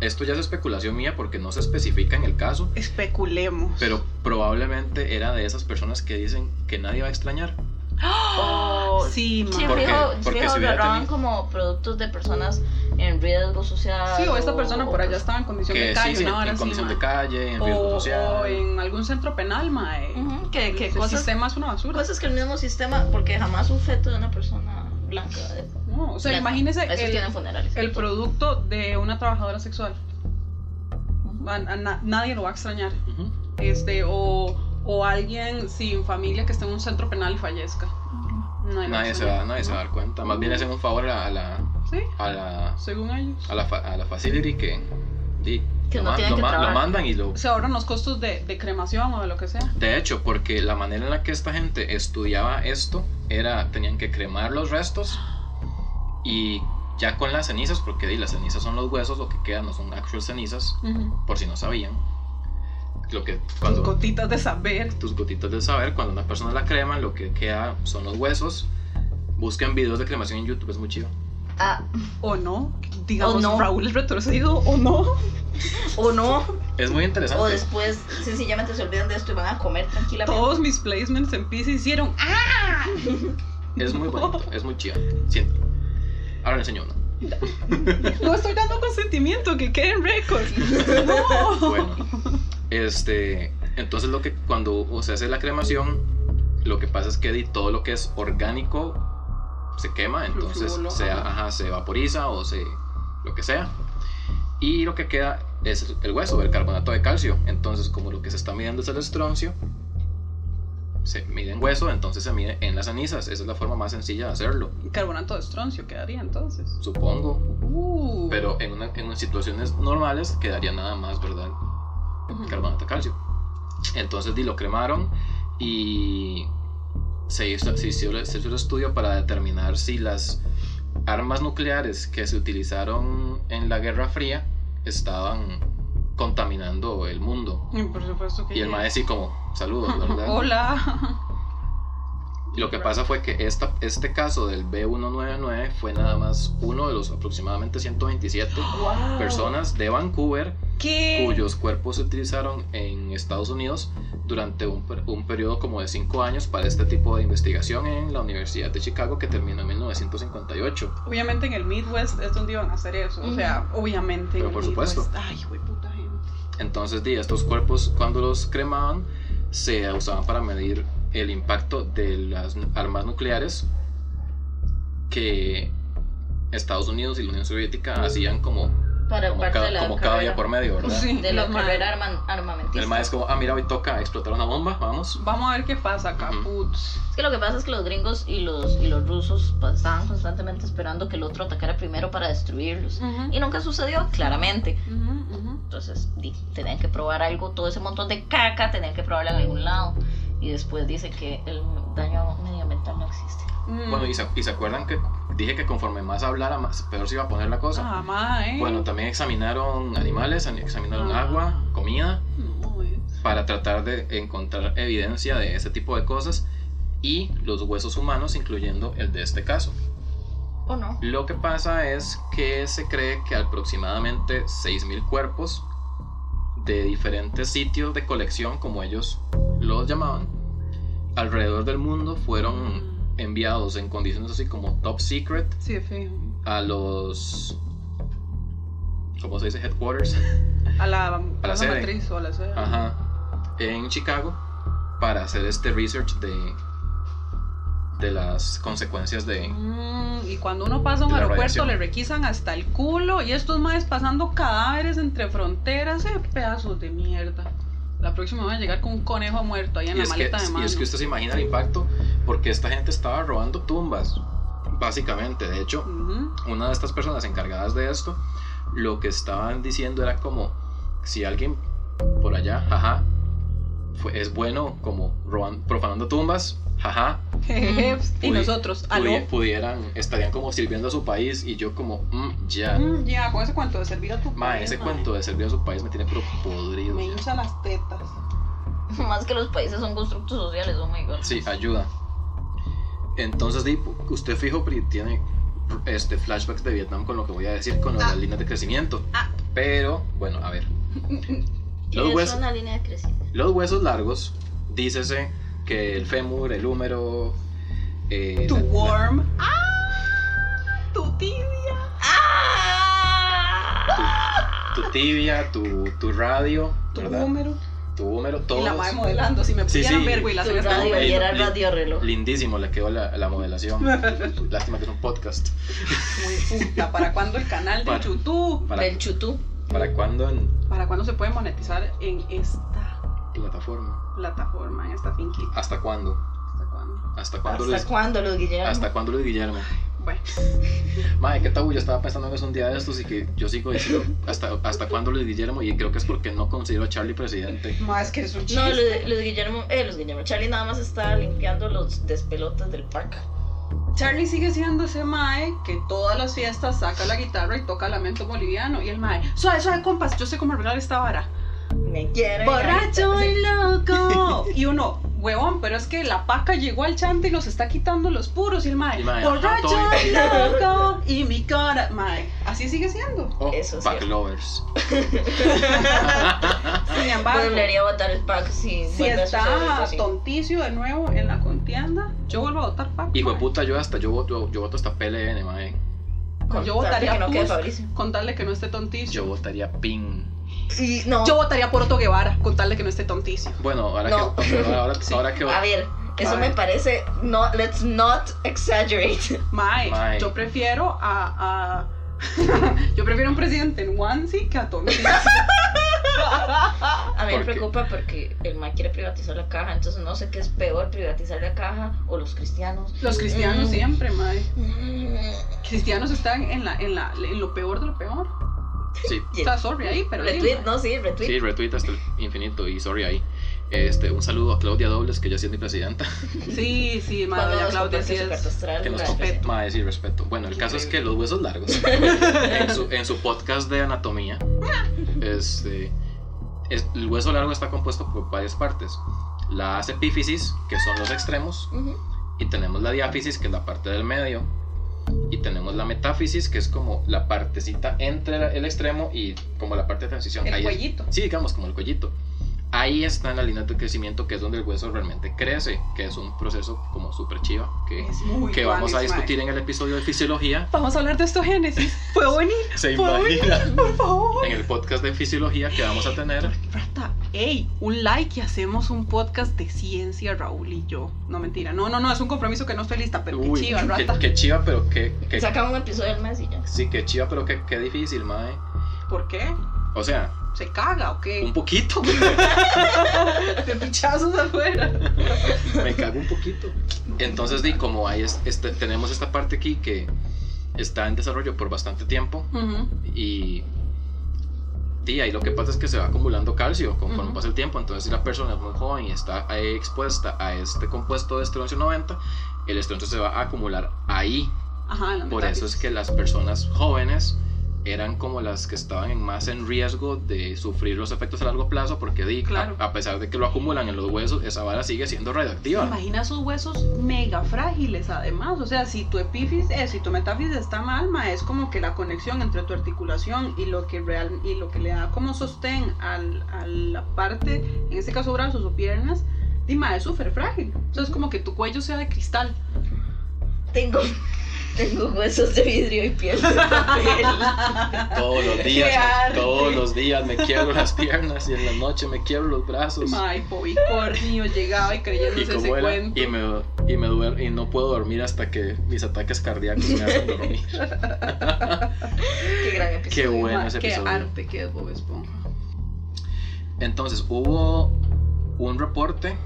Speaker 2: esto ya es especulación mía porque no se especifica en el caso,
Speaker 1: Especulemos.
Speaker 2: pero probablemente era de esas personas que dicen que nadie va a extrañar.
Speaker 3: O-
Speaker 1: Sí,
Speaker 3: sí,
Speaker 1: ma.
Speaker 3: fijo,
Speaker 2: ¿Por qué? Porque
Speaker 3: fijo
Speaker 2: si hubiera
Speaker 3: agarraban
Speaker 2: tenido-
Speaker 3: como productos de personas en riesgo social.
Speaker 1: Sí, o esta persona por allá estaba en condición de
Speaker 2: Que
Speaker 1: calle,
Speaker 2: sí, sí,
Speaker 1: una hora
Speaker 2: en
Speaker 1: así,
Speaker 2: condición
Speaker 1: ma.
Speaker 2: de calle, en riesgo
Speaker 1: o, o
Speaker 2: social.
Speaker 1: en algún centro penal, eh, mae.
Speaker 3: Ujú, que, que
Speaker 1: El
Speaker 3: cosas,
Speaker 1: sistema es una basura.
Speaker 3: cosas que el mismo sistema, porque jamás un feto de una persona blanca. de-
Speaker 1: No, o sea,
Speaker 3: blanca.
Speaker 1: imagínese
Speaker 3: Esos
Speaker 1: el,
Speaker 3: tienen funerales.
Speaker 1: el producto de una trabajadora sexual.
Speaker 3: Ujú.
Speaker 1: A- a na- nadie lo va a extrañar.
Speaker 2: Ujú.
Speaker 1: Este, o, o alguien sin familia que esté en un centro penal y fallezca. Nadie, lo va a
Speaker 2: Nadie, se
Speaker 1: extrañar.
Speaker 2: va, nadie se va a dar cuenta. Más bien le hacen un favor a la,
Speaker 1: Sí,
Speaker 2: a la,
Speaker 1: según ellos.
Speaker 2: a la, fa- a la facility que, di,
Speaker 3: Que
Speaker 2: lo,
Speaker 3: no
Speaker 2: ma-
Speaker 3: tienen
Speaker 2: lo
Speaker 3: que
Speaker 2: ma- lo
Speaker 3: trabajar.
Speaker 2: mandan y lo...
Speaker 1: Se ahorran los costos de, de cremación o de lo que sea.
Speaker 2: De hecho, porque la manera en la que esta gente estudiaba esto era, tenían que cremar los restos y ya con las cenizas, porque di, las cenizas son los huesos, lo que quedan no son actual cenizas,
Speaker 1: Ujú.
Speaker 2: por si no sabían. Lo que
Speaker 1: Tus
Speaker 2: cuando
Speaker 1: gotitas de saber.
Speaker 2: tus gotitas de saber, cuando una persona la crema, lo que queda son los huesos. Busquen videos de cremación en YouTube, es muy chido.
Speaker 3: Ah,
Speaker 1: O no. Digamos,
Speaker 3: O no.
Speaker 1: Raúl es retorcido o no.
Speaker 3: o no.
Speaker 2: Es muy interesante.
Speaker 3: O después sencillamente se olvidan de esto y van a comer tranquilamente.
Speaker 1: Todos mis placements en PC hicieron. ¡Ah!
Speaker 2: Es muy bonito, es muy chido. Siento. Ahora le enseño uno.
Speaker 1: No estoy dando consentimiento, que queden récords.
Speaker 2: Bueno, este, entonces lo que cuando se hace la cremación, lo que pasa es que di, todo lo que es orgánico se quema, entonces
Speaker 1: Flúor,
Speaker 2: se,
Speaker 1: ajá.
Speaker 2: ajá, se vaporiza o se lo que sea. Y lo que queda es el hueso, el carbonato de calcio. Entonces, como lo que se está midiendo es el estroncio, se mide en hueso, entonces se mide en las cenizas. Esa es la forma más sencilla de hacerlo,
Speaker 1: Carbonato de estroncio quedaría entonces.
Speaker 2: supongo.
Speaker 1: Uh.
Speaker 2: Pero en, una- en unas situaciones normales quedaría nada más, ¿verdad?
Speaker 1: Ujú.
Speaker 2: Carbonato de calcio. Entonces di, lo cremaron y se hizo, se, hizo, se hizo el estudio para determinar si las armas nucleares que se utilizaron en la Guerra Fría estaban contaminando el mundo.
Speaker 1: Y por supuesto que.
Speaker 2: Y el
Speaker 1: ya.
Speaker 2: maestro como, saludos, ¿verdad?
Speaker 1: Hola.
Speaker 2: Y lo que pasa fue que esta, este caso del B199 fue nada más uno de los aproximadamente 127
Speaker 3: Wow.
Speaker 2: personas de Vancouver
Speaker 1: ¿Qué?
Speaker 2: cuyos cuerpos se utilizaron en Estados Unidos durante un, per- un periodo como de 5 años para este tipo de investigación en la Universidad de Chicago que terminó en 1958.
Speaker 1: Obviamente en el Midwest es donde iban a hacer eso. O sea, obviamente.
Speaker 2: Pero
Speaker 1: en el
Speaker 2: por supuesto.
Speaker 1: Midwest. Ay, güey, puta gente.
Speaker 2: Entonces, di, estos cuerpos cuando los cremaban se usaban para medir el impacto de las nu- armas nucleares que Estados Unidos y la Unión Soviética hacían como,
Speaker 3: Para
Speaker 2: como,
Speaker 3: parte
Speaker 2: ca-
Speaker 3: de la
Speaker 2: como cada día
Speaker 3: carrera-
Speaker 2: por medio, ¿verdad?
Speaker 1: Sí,
Speaker 3: de la
Speaker 1: los ma-
Speaker 3: carrera arma- armamentista.
Speaker 2: El maestro es como, ah, mira, hoy toca explotar una bomba, vamos.
Speaker 1: Vamos a ver qué pasa, caputz.
Speaker 3: Es que lo que pasa es que los gringos y los, y los rusos pues, estaban constantemente esperando que el otro atacara primero para destruirlos. Y nunca sucedió, claramente.
Speaker 1: Ujú, ujú.
Speaker 3: Entonces di- tenían que probar algo, todo ese montón de caca tenían que probarla en algún lado. Y después dice que el daño medioambiental no existe.
Speaker 1: Mm.
Speaker 2: Bueno, y se, y se acuerdan que dije que conforme más hablara, más peor se iba a poner la cosa.
Speaker 1: Ah, ma, eh.
Speaker 2: Bueno, también examinaron animales, examinaron
Speaker 1: Ah.
Speaker 2: agua, comida,
Speaker 1: No, eh.
Speaker 2: para tratar de encontrar evidencia de ese tipo de cosas y los huesos humanos, incluyendo el de este caso.
Speaker 3: ¿O no?
Speaker 2: Lo que pasa es que se cree que aproximadamente 6.000 cuerpos de diferentes sitios de colección, como ellos los llamaban, alrededor del mundo fueron enviados en condiciones así como top secret
Speaker 1: Sí, fijo.
Speaker 2: a los... ¿Cómo se dice? Headquarters.
Speaker 1: A la,
Speaker 2: A la
Speaker 1: plaza
Speaker 2: sede.
Speaker 1: matriz o a la sede.
Speaker 2: Ajá. En Chicago para hacer este research de, de las consecuencias de...
Speaker 1: Mm, y cuando uno pasa a un
Speaker 2: La
Speaker 1: aeropuerto
Speaker 2: radiación.
Speaker 1: le requisan hasta el culo y estos más pasando cadáveres entre fronteras, eh, pedazos de mierda. La próxima va a llegar con un conejo muerto ahí en
Speaker 2: Y
Speaker 1: la
Speaker 2: es, que,
Speaker 1: maleta de
Speaker 2: y
Speaker 1: mano.
Speaker 2: es que usted se imagina el impacto porque esta gente estaba robando tumbas, básicamente. De hecho,
Speaker 1: Ujú.
Speaker 2: una de estas personas encargadas de esto, lo que estaban diciendo era como, si alguien por allá, jaja, fue- es bueno como roban- profanando tumbas, jaja,
Speaker 1: Jejeps. y
Speaker 2: Pudi-
Speaker 1: nosotros, aló.
Speaker 2: pudi- pudieran, estarían como sirviendo a su país y yo como, "Mm, ya.
Speaker 1: Mm, ya, con ese cuento de servir a tu
Speaker 2: Ma,
Speaker 1: país,
Speaker 2: ese
Speaker 1: ma.
Speaker 2: cuento de servir a su país me tiene pero podrido.
Speaker 1: Me
Speaker 2: ya.
Speaker 1: hincha las tetas.
Speaker 3: Más que los países son constructos sociales, oh my god.
Speaker 2: Sí, ayuda. Entonces, di, usted fijo pri- tiene este flashbacks de Vietnam con lo que voy a decir, con lo de
Speaker 1: Ah.
Speaker 2: las líneas de crecimiento.
Speaker 1: Ah.
Speaker 2: Pero, bueno, a ver. Los
Speaker 3: es
Speaker 2: huesos,
Speaker 3: una línea de crecimiento.
Speaker 2: los huesos largos, dícese que el fémur, el húmero, eh,
Speaker 1: Tu
Speaker 2: la- la-
Speaker 1: worm. ¡Ah! Tu tibia.
Speaker 3: ¡Ah!
Speaker 2: tu, tu tibia, tu, tu radio,
Speaker 1: Tu
Speaker 2: ¿verdad?
Speaker 1: húmero.
Speaker 2: Tu húmero, todo.
Speaker 1: Y la madre modelando. Si me
Speaker 2: Sí,
Speaker 1: pudieran
Speaker 2: sí.
Speaker 1: ver, güey, la
Speaker 3: Tu
Speaker 1: serie está
Speaker 3: radio
Speaker 2: bien.
Speaker 3: y era el
Speaker 2: Lin-
Speaker 3: radio reloj.
Speaker 2: Lindísimo le quedó la, la modelación. Lástima que es un podcast.
Speaker 1: muy puta. ¿Para cuándo el canal de
Speaker 2: Para-
Speaker 1: YouTube?
Speaker 2: ¿Para,
Speaker 3: Del chutú.
Speaker 2: para cuándo en
Speaker 1: ¿Para cuándo se puede monetizar en esta
Speaker 2: plataforma?
Speaker 1: plataforma, en esta finquita?
Speaker 2: ¿Hasta cuándo?
Speaker 1: ¿Hasta cuándo?
Speaker 2: ¿Hasta cuándo
Speaker 3: ¿Hasta
Speaker 2: Luis?
Speaker 3: cuándo, Luis Guillermo?
Speaker 2: ¿Hasta cuándo Luis Guillermo?
Speaker 1: Bueno,
Speaker 2: Madre, qué tabú, yo estaba pensando en eso un día de estos y que yo sigo diciendo hasta, hasta cuándo Luis Guillermo y creo que es porque no considero a Charlie presidente.
Speaker 1: más que es un chiste.
Speaker 3: No, Luis, Luis Guillermo, eh, Luis Guillermo, Charlie nada más está limpiando los despelotes del parque.
Speaker 1: Charlie sigue siendo ese mae que todas las fiestas saca la guitarra y toca lamento boliviano. Y el mae, suave, suave, compas, yo sé cómo arreglar esta vara.
Speaker 3: Me quiere.
Speaker 1: ¡Borracho y loco! Y uno, huevón, pero es que la paca llegó al chante y los está quitando los puros. Y el mae,
Speaker 2: El mae,
Speaker 1: ¡borracho
Speaker 2: ajá,
Speaker 1: y loco! Y mi cara, mae, así sigue siendo.
Speaker 2: Oh,
Speaker 3: Eso es
Speaker 2: Back
Speaker 3: cierto.
Speaker 2: Lovers.
Speaker 1: Sin embargo,
Speaker 3: Volvería a votar el pack si
Speaker 1: si
Speaker 3: vuelve a suceder
Speaker 1: está
Speaker 3: eso, sí.
Speaker 1: tonticio de nuevo en la contienda, yo vuelvo a votar paca.
Speaker 2: Hijo de
Speaker 1: mae.
Speaker 2: puta, yo hasta, yo, yo, yo voto hasta PLN, madre.
Speaker 1: Yo
Speaker 3: Con tal de
Speaker 1: votaría
Speaker 3: que no quede
Speaker 1: Tusk.
Speaker 3: Fabricio.
Speaker 1: Con tal de que no esté tonticio.
Speaker 2: Yo votaría PIN.
Speaker 3: Y no.
Speaker 1: Yo votaría por Otto Guevara, con tal de que no esté tonticio.
Speaker 2: Bueno, ahora
Speaker 3: No.
Speaker 2: que, ahora, ahora-
Speaker 1: Sí.
Speaker 2: ahora que
Speaker 3: a ver, eso
Speaker 1: A
Speaker 3: me
Speaker 1: ver.
Speaker 3: parece. No, let's not exaggerate.
Speaker 1: Mae,
Speaker 2: Mae.
Speaker 1: yo prefiero a. a- yo prefiero un presidente en onesie que a tonticio.
Speaker 3: A mí me
Speaker 2: ¿Por qué?
Speaker 3: preocupa porque el man quiere privatizar la caja, entonces no sé qué es peor, privatizar la caja o los cristianos.
Speaker 1: Los cristianos
Speaker 3: Mm.
Speaker 1: siempre, mae.
Speaker 3: Mm,
Speaker 1: Cristianos están en, la, en, la, en lo peor de lo peor.
Speaker 2: sí.
Speaker 1: O sea, sorry ahí, pero. ahí,
Speaker 3: retweet,
Speaker 1: mae.
Speaker 3: no, sí, retweet.
Speaker 2: Sí, retweet hasta el infinito y sorry ahí. Este, un saludo a Claudia Dobles, que ya sí es mi presidenta.
Speaker 1: Sí, sí, mae.
Speaker 3: Cuando
Speaker 1: doña
Speaker 3: nos
Speaker 1: Claudia,
Speaker 3: comparte
Speaker 1: sí
Speaker 3: su
Speaker 1: es-
Speaker 3: carta astral,
Speaker 2: Que nos
Speaker 3: la
Speaker 1: tope.
Speaker 3: presenta.
Speaker 2: Madre, sí, respeto. Bueno, el caso es que los huesos largos, en su, en su podcast de anatomía, este, es- el hueso largo está compuesto por varias partes. Las epífisis, que son los extremos,
Speaker 3: Ujú.
Speaker 2: y tenemos la diáfisis, que es la parte del medio, y tenemos la metáfisis, que es como la partecita entre la- el extremo y como la parte de transición.
Speaker 1: El
Speaker 2: Ahí es-
Speaker 1: cuellito.
Speaker 2: sí, digamos, como el cuellito. Ahí están las líneas de crecimiento, que es donde el hueso realmente crece, que es un proceso como súper chiva, que,
Speaker 1: Es muy
Speaker 2: que vamos a
Speaker 1: guanis, mae.
Speaker 2: discutir en el episodio de fisiología.
Speaker 1: Vamos a hablar de estos génesis. ¿Puedo venir?
Speaker 2: Se
Speaker 1: ¿Puedo
Speaker 2: imagina
Speaker 1: venir? Por favor.
Speaker 2: en el podcast de fisiología que vamos a tener.
Speaker 1: Rata cosa, hey, un like y hacemos un podcast de ciencia, Raúl y yo. No, mentira, no, no, no, es un compromiso que no estoy lista, pero
Speaker 2: Uy,
Speaker 1: qué chiva,
Speaker 2: qué,
Speaker 1: rata.
Speaker 2: qué chiva, pero qué, qué-
Speaker 3: Sacan un episodio al mes y ya.
Speaker 2: sí, qué chiva, pero qué, qué difícil, mae.
Speaker 1: ¿Por qué?
Speaker 2: O sea,
Speaker 1: ¿Se caga o qué?
Speaker 2: un poquito,
Speaker 1: De pichazos afuera.
Speaker 2: me cago un poquito. Entonces, di, como hay es- este- tenemos esta parte aquí que está en desarrollo por bastante tiempo
Speaker 1: Ujú.
Speaker 2: y di, ahí lo que pasa es que se va acumulando calcio conforme
Speaker 1: Ujú.
Speaker 2: pasa el tiempo. Entonces, si la persona es muy joven y está ahí expuesta a este compuesto de estroncio 90, el estroncio se va a acumular ahí.
Speaker 1: Ajá, en la
Speaker 2: Por eso es que las personas jóvenes eran como las que estaban en más en riesgo de sufrir los efectos a largo plazo porque di, a-
Speaker 1: Claro.
Speaker 2: a, pesar de que lo acumulan en los huesos, esa vara sigue siendo radioactiva.
Speaker 1: Imagina esos huesos mega frágiles además, o sea, si tu epífisis, eh, si tu metáfisis está mal, ma, es como que la conexión entre tu articulación y lo que real y lo que le da como sostén al- a la parte, en este caso brazos o piernas, Dima, es súper frágil. O sea, es como que tu cuello sea de cristal.
Speaker 3: Tengo, tengo huesos de vidrio y piel de papel.
Speaker 2: Todos los días,
Speaker 3: Qué arte.
Speaker 2: todos los días me quiebro las piernas y en la noche me quiebro los brazos.
Speaker 1: Ay, pobicornio, llegaba y
Speaker 2: Y,
Speaker 1: creyéndose ese
Speaker 2: como era,
Speaker 1: cuento.
Speaker 2: y, me, y, me duer- y no puedo dormir hasta que mis ataques cardíacos me hacen dormir.
Speaker 3: Qué gran
Speaker 2: Qué
Speaker 3: episodio.
Speaker 2: bueno
Speaker 1: Ma,
Speaker 2: ese
Speaker 1: qué
Speaker 2: episodio.
Speaker 1: arte que es Bob Esponja.
Speaker 2: Entonces, hubo un reporte,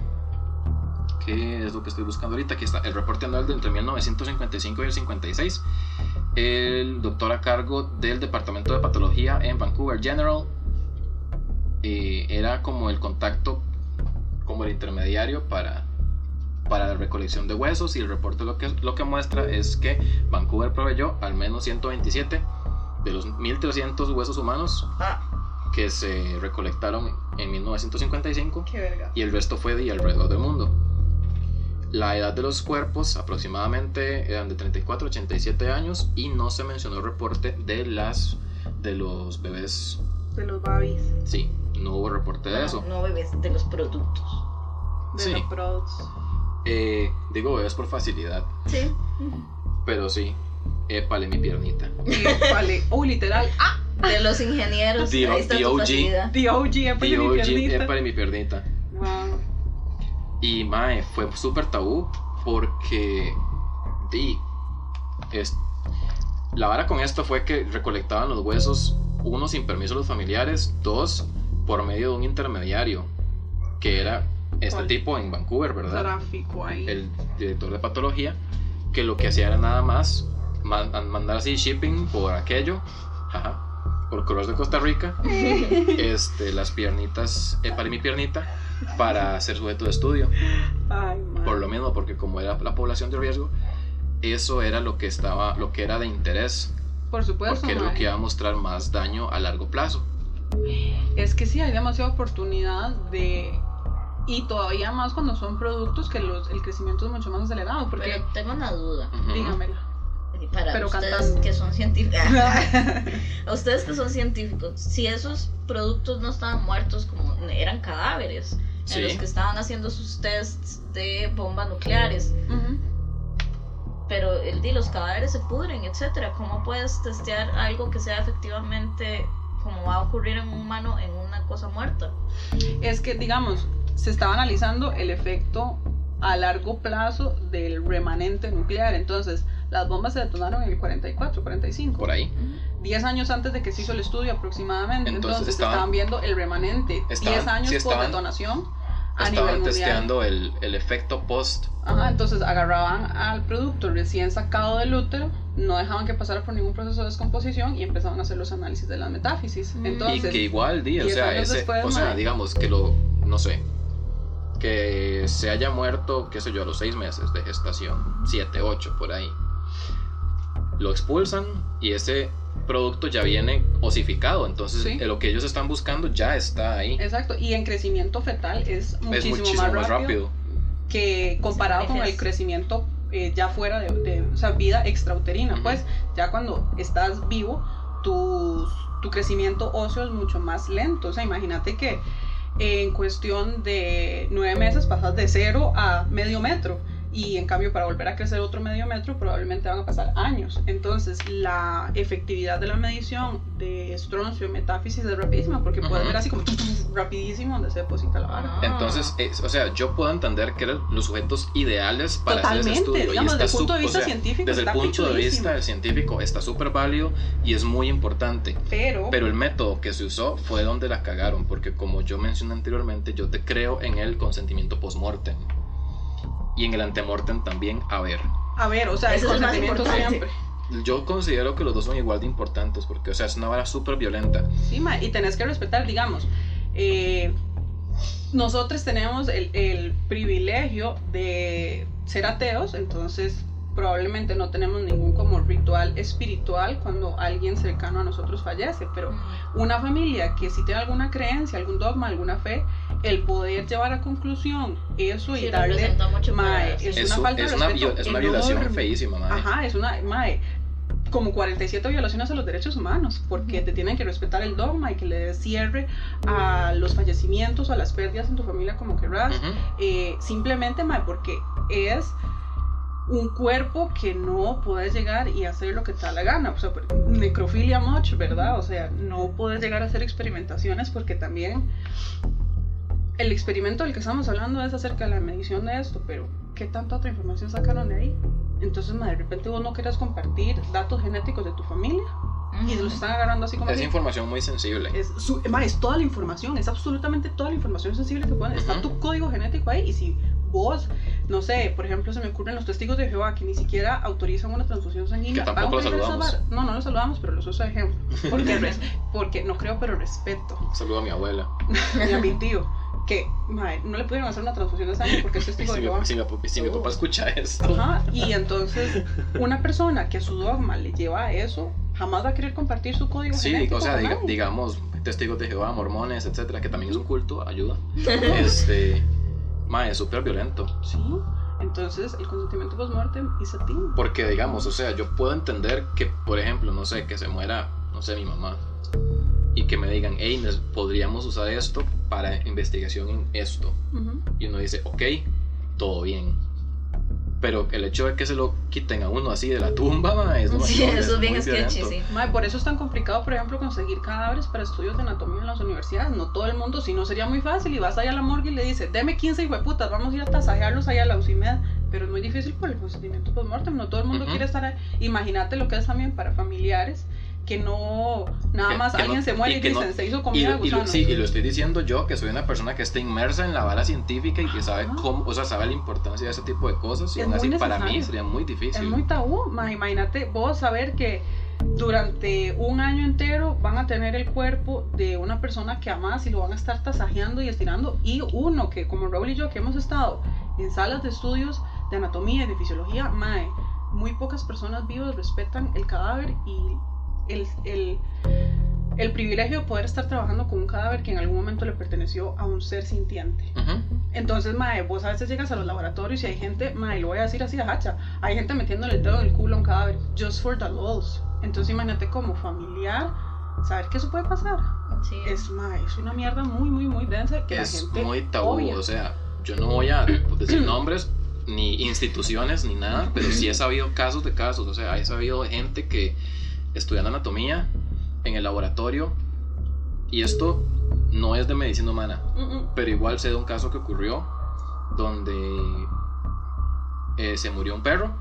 Speaker 2: que es lo que estoy buscando ahorita, aquí está, el reporte anual de entre 1955 y el 56. El doctor a cargo del Departamento de Patología en Vancouver General eh, era como el contacto, como el intermediario para, para la recolección de huesos y el reporte lo que, lo que muestra es que Vancouver proveyó al menos 127 de los 1.300 huesos humanos
Speaker 3: Ah,
Speaker 2: que se recolectaron en 1955
Speaker 1: Qué verga.
Speaker 2: y el resto fue de alrededor del mundo. La edad de los cuerpos aproximadamente eran de 34 a 87 años y no se mencionó el reporte de las de los bebés.
Speaker 1: De los babis,
Speaker 2: Sí, no hubo reporte
Speaker 1: Ah,
Speaker 2: de eso.
Speaker 3: No bebés, de los productos.
Speaker 1: de
Speaker 2: Sí.
Speaker 1: los prods.
Speaker 2: Eh, digo bebés por facilidad,
Speaker 3: Sí.
Speaker 2: pero sí, épale mi piernita.
Speaker 1: Y, vale, oh, literal, ah,
Speaker 3: De los ingenieros.
Speaker 2: The-
Speaker 3: Ahí está
Speaker 2: the
Speaker 3: tu
Speaker 2: OG.
Speaker 3: facilidad.
Speaker 1: the OG, apoyo mi
Speaker 2: DOG,
Speaker 1: piernita.
Speaker 2: épale mi piernita.
Speaker 1: Wow.
Speaker 2: Y mae, fue súper tabú porque di, es, la vara con esto fue que recolectaban los huesos, uno sin permiso de los familiares, dos por medio de un intermediario, que era este
Speaker 1: ¿Cuál?
Speaker 2: tipo en Vancouver, ¿verdad?
Speaker 1: tráfico ahí.
Speaker 2: El director de patología, que lo que hacía era nada más man- mandar así shipping por aquello, jaja, por correos de Costa Rica, este, las piernitas, eh, para mi piernita, para ser sujeto de estudio
Speaker 1: Ay, madre.
Speaker 2: por lo mismo porque como era la población de riesgo eso era lo que estaba lo que era de interés
Speaker 1: Por supuesto.
Speaker 2: porque era lo
Speaker 1: madre.
Speaker 2: que iba a mostrar más daño a largo plazo
Speaker 1: Es que sí, hay demasiada oportunidad de. Y todavía más cuando son productos que los, el crecimiento es mucho más acelerado. Porque,
Speaker 3: Pero tengo una duda.
Speaker 2: Ujú.
Speaker 1: dígamela.
Speaker 3: Y Para
Speaker 1: Pero
Speaker 3: ustedes
Speaker 1: cantando.
Speaker 3: que son científicos. a ustedes que son científicos, si esos productos no estaban muertos como eran cadáveres,
Speaker 2: Sí.
Speaker 3: en los que estaban haciendo sus tests de bombas nucleares,
Speaker 1: Ujú.
Speaker 3: pero el di los cadáveres se pudren, etcétera, ¿cómo puedes testear algo que sea efectivamente como va a ocurrir en un humano en una cosa muerta?
Speaker 1: Es que, digamos, se estaba analizando el efecto a largo plazo del remanente nuclear. Entonces, las bombas se detonaron en el 44, 45.
Speaker 2: por ahí
Speaker 1: 10 años antes de que se hizo el estudio aproximadamente.
Speaker 2: Entonces,
Speaker 1: Entonces,
Speaker 2: estaban-
Speaker 1: estaban, viendo el remanente.
Speaker 2: estaban-
Speaker 1: 10 años
Speaker 2: sí,
Speaker 1: por
Speaker 2: estaban-
Speaker 1: detonación a nivel
Speaker 2: estaban
Speaker 1: mundial.
Speaker 2: testeando el, el efecto post
Speaker 1: Ajá, entonces agarraban al producto recién sacado del útero, no dejaban que pasara por ningún proceso de descomposición y empezaban a hacer los análisis de las metáfisis.
Speaker 3: Mm.
Speaker 2: y
Speaker 1: Entonces,
Speaker 2: que igual di, o
Speaker 1: diez
Speaker 2: sea,
Speaker 1: años
Speaker 2: ese-
Speaker 1: después,
Speaker 2: o sea,
Speaker 1: madre.
Speaker 2: digamos que lo no sé que se haya muerto qué sé yo a los seis meses de gestación siete ocho por ahí lo expulsan y ese producto ya viene osificado entonces
Speaker 1: Sí.
Speaker 2: eh, lo que ellos están buscando ya está ahí
Speaker 1: exacto, y en crecimiento fetal es muchísimo,
Speaker 2: es muchísimo
Speaker 1: más, rápido que comparado con el
Speaker 3: envejece.
Speaker 1: crecimiento eh, ya fuera de, de- o sea, vida extrauterina.
Speaker 2: Ujú.
Speaker 1: Pues ya cuando estás vivo, tus- tu crecimiento óseo es mucho más lento. O sea, imagínate que en cuestión de nueve meses pasas de cero a medio metro. y en cambio para volver a crecer otro medio metro probablemente van a pasar años. Entonces la efectividad de la medición de estroncio metáfisis es rapidísima porque puedes
Speaker 2: Ujú.
Speaker 1: ver así como tum, tum, rapidísimo donde se deposita la vara.
Speaker 3: Ah.
Speaker 2: Entonces, es- o sea, yo puedo entender que eran los sujetos ideales para hacer
Speaker 1: Totalmente,
Speaker 2: ese estudio.
Speaker 1: digamos,
Speaker 2: está
Speaker 1: desde el punto de
Speaker 2: sup- o
Speaker 1: vista
Speaker 2: sea,
Speaker 1: científico
Speaker 2: Desde el
Speaker 1: está
Speaker 2: punto de
Speaker 1: pichudísimo.
Speaker 2: vista del científico está súper válido y es muy importante.
Speaker 1: Pero,
Speaker 2: Pero el método que se usó fue donde la cagaron, porque como yo mencioné anteriormente, yo te creo en el consentimiento post-mortem. Y en el antemortem también, a ver.
Speaker 1: a ver, o sea, el
Speaker 3: Eso es lo más
Speaker 1: consentimiento
Speaker 3: importante.
Speaker 1: siempre.
Speaker 2: Yo considero que los dos son igual de importantes, porque, o sea, es una vara súper violenta.
Speaker 1: Sí, ma, y tenés que respetar, digamos, eh, nosotros tenemos el, el privilegio de ser ateos, entonces probablemente no tenemos ningún como ritual espiritual cuando alguien cercano a nosotros fallece, pero una familia que si tiene alguna creencia, algún dogma, alguna fe, el poder llevar a conclusión eso y
Speaker 3: Sí,
Speaker 1: darle...
Speaker 3: representa mucho
Speaker 1: mae,
Speaker 3: para-
Speaker 1: es-
Speaker 3: sí.
Speaker 2: Es,
Speaker 1: una
Speaker 2: un-
Speaker 1: falta de
Speaker 2: es una,
Speaker 1: respeto
Speaker 2: vio- es una violación
Speaker 1: enorme.
Speaker 2: feísima, madre.
Speaker 1: Ajá, es una... Mae, como 47 violaciones a los derechos humanos, porque te tienen que respetar el dogma y que le des cierre a los fallecimientos, a las pérdidas en tu familia como querrás.
Speaker 2: Ujú.
Speaker 1: Eh, simplemente, mae, porque es un cuerpo que no puedes llegar y hacer lo que te da la gana. O sea, por- necrofilia much, ¿verdad? O sea, no puedes llegar a hacer experimentaciones porque también el experimento del que estamos hablando es acerca de la medición de esto, pero ¿qué tanta otra información sacaron de ahí? Entonces, mae, de repente vos no querés compartir datos genéticos de tu familia y los están agarrando así como
Speaker 2: Es
Speaker 1: así.
Speaker 2: información muy sensible.
Speaker 1: Es, su- ma, es toda la información, es absolutamente toda la información sensible que pueden. Está
Speaker 2: Ujú.
Speaker 1: tu código genético ahí. Y si vos, no sé, por ejemplo, se me ocurren los testigos de Jehová que ni siquiera autorizan una transfusión sanguínea.
Speaker 2: Que tampoco
Speaker 1: ¿van a
Speaker 2: los
Speaker 1: autorizar esa
Speaker 2: saludamos.
Speaker 1: vara? No, no los saludamos, pero los uso de ejemplo. Porque, res- porque no creo, pero respeto.
Speaker 2: Saludo a mi abuela.
Speaker 1: Y a mi tío, que mae, no le pudieron hacer una transfusión de sangre porque es
Speaker 2: Y
Speaker 1: testigo
Speaker 2: Si,
Speaker 1: de
Speaker 2: mi,
Speaker 1: Jehová.
Speaker 2: si mi- si mi
Speaker 1: Uh.
Speaker 2: papá escucha esto.
Speaker 1: Ajá, y entonces una persona que a su dogma le lleva a eso, jamás va a querer compartir su código
Speaker 2: Sí,
Speaker 1: genético.
Speaker 2: o sea,
Speaker 1: con
Speaker 2: diga-
Speaker 1: nadie.
Speaker 2: digamos, testigos de Jehová, mormones, etcétera, que también es un culto, ayuda. Este. Mae, es súper violento.
Speaker 1: Sí. Entonces, el consentimiento post-mortem es a ti.
Speaker 2: Porque, digamos, o sea, yo puedo entender que, por ejemplo, no sé, que se muera, no sé, mi mamá. Y que me digan, hey, nos- podríamos usar esto para investigación en esto. Y uno dice, ok, todo bien. Pero el hecho de que se lo quiten a uno así de la tumba, mae, es
Speaker 3: Sí,
Speaker 2: demasiado-
Speaker 3: eso es bien
Speaker 2: muy
Speaker 3: sketchy,
Speaker 2: violento.
Speaker 3: sí.
Speaker 1: Mae, por eso es tan complicado, por ejemplo, conseguir cadáveres para estudios de anatomía en las universidades. No todo el mundo, si no sería muy fácil. Y vas allá a la morgue y le dices, deme 15 hijueputas, vamos a ir a tasajearlos allá a la UCIMED. Pero es muy difícil por el consentimiento post-mortem. No todo el mundo
Speaker 2: Ujú.
Speaker 1: quiere estar ahí. Imagínate lo que es también para familiares que no, nada
Speaker 2: Que-
Speaker 1: más
Speaker 2: que no-
Speaker 1: alguien se muere
Speaker 2: y
Speaker 1: y,
Speaker 2: que no-
Speaker 1: dicen, se hizo
Speaker 2: Y,
Speaker 1: comida de
Speaker 2: lo- y lo-
Speaker 1: gusano.
Speaker 2: sí, y lo estoy diciendo yo, que soy una persona que está inmersa en la vara científica y que sabe
Speaker 1: Ajá.
Speaker 2: cómo, o sea, sabe la importancia de ese tipo de cosas. Y
Speaker 1: Es
Speaker 2: aún así,
Speaker 1: muy
Speaker 2: para mí
Speaker 1: necesario.
Speaker 2: sería muy difícil.
Speaker 1: Es muy tabú. ma, imagínate vos saber que durante un año entero van a tener el cuerpo de una persona que amás y lo van a estar tasajeando y estirando. Y uno que, como Raúl y yo, que hemos estado en salas de estudios de anatomía y de fisiología, mae, muy pocas personas vivas respetan el cadáver y el, el, el privilegio de poder estar trabajando con un cadáver que en algún momento le perteneció a un ser sintiente.
Speaker 2: Ujú.
Speaker 1: Entonces, mae, vos a veces llegas a los laboratorios y hay gente, mae, lo voy a decir así a hacha, hay gente metiéndole el dedo en el culo a un cadáver, just for the lulz. Entonces, imagínate como familiar, saber que eso puede pasar.
Speaker 3: Sí.
Speaker 1: Es, mae, es una mierda muy, muy, muy densa que la
Speaker 2: Es
Speaker 1: gente
Speaker 2: muy tabú.
Speaker 1: obvia.
Speaker 2: O sea, yo no voy a decir nombres, ni instituciones, ni nada, pero sí he sabido casos de casos. O sea, he sabido gente que estudiando anatomía en el laboratorio, y esto no es de medicina humana,
Speaker 1: Mm, mm.
Speaker 2: pero igual sé de un caso que ocurrió donde eh, se murió un perro.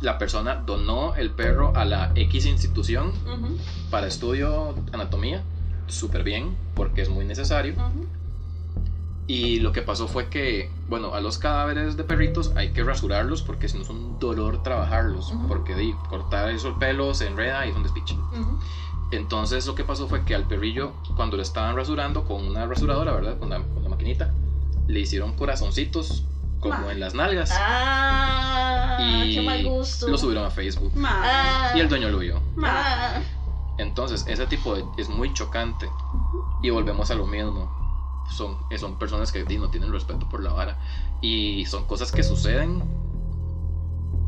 Speaker 2: La persona donó el perro a la X institución
Speaker 1: mm, Ujú,
Speaker 2: para estudio anatomía, súper bien, porque es muy necesario.
Speaker 1: ujú.
Speaker 2: Y lo que pasó fue que, bueno, a los cadáveres de perritos hay que rasurarlos porque si no es un dolor trabajarlos,
Speaker 1: Ujú.
Speaker 2: porque di, cortar eso el pelo se enreda y es un despiche.
Speaker 1: Ujú.
Speaker 2: Entonces lo que pasó fue que al perrillo, cuando lo estaban rasurando con una rasuradora, ¿verdad? Con la, con la maquinita, le hicieron corazoncitos como
Speaker 1: Ma.
Speaker 2: en las nalgas.
Speaker 3: Ah,
Speaker 2: y
Speaker 3: qué mal gusto.
Speaker 2: lo subieron a Facebook.
Speaker 1: Mae,
Speaker 3: Ah,
Speaker 2: Y el dueño lo vio.
Speaker 1: mae.
Speaker 3: ah.
Speaker 2: Entonces ese tipo de- es muy chocante. Y volvemos a lo mismo. Son, eh, son personas que di, no tienen respeto por la vara. Y son cosas que suceden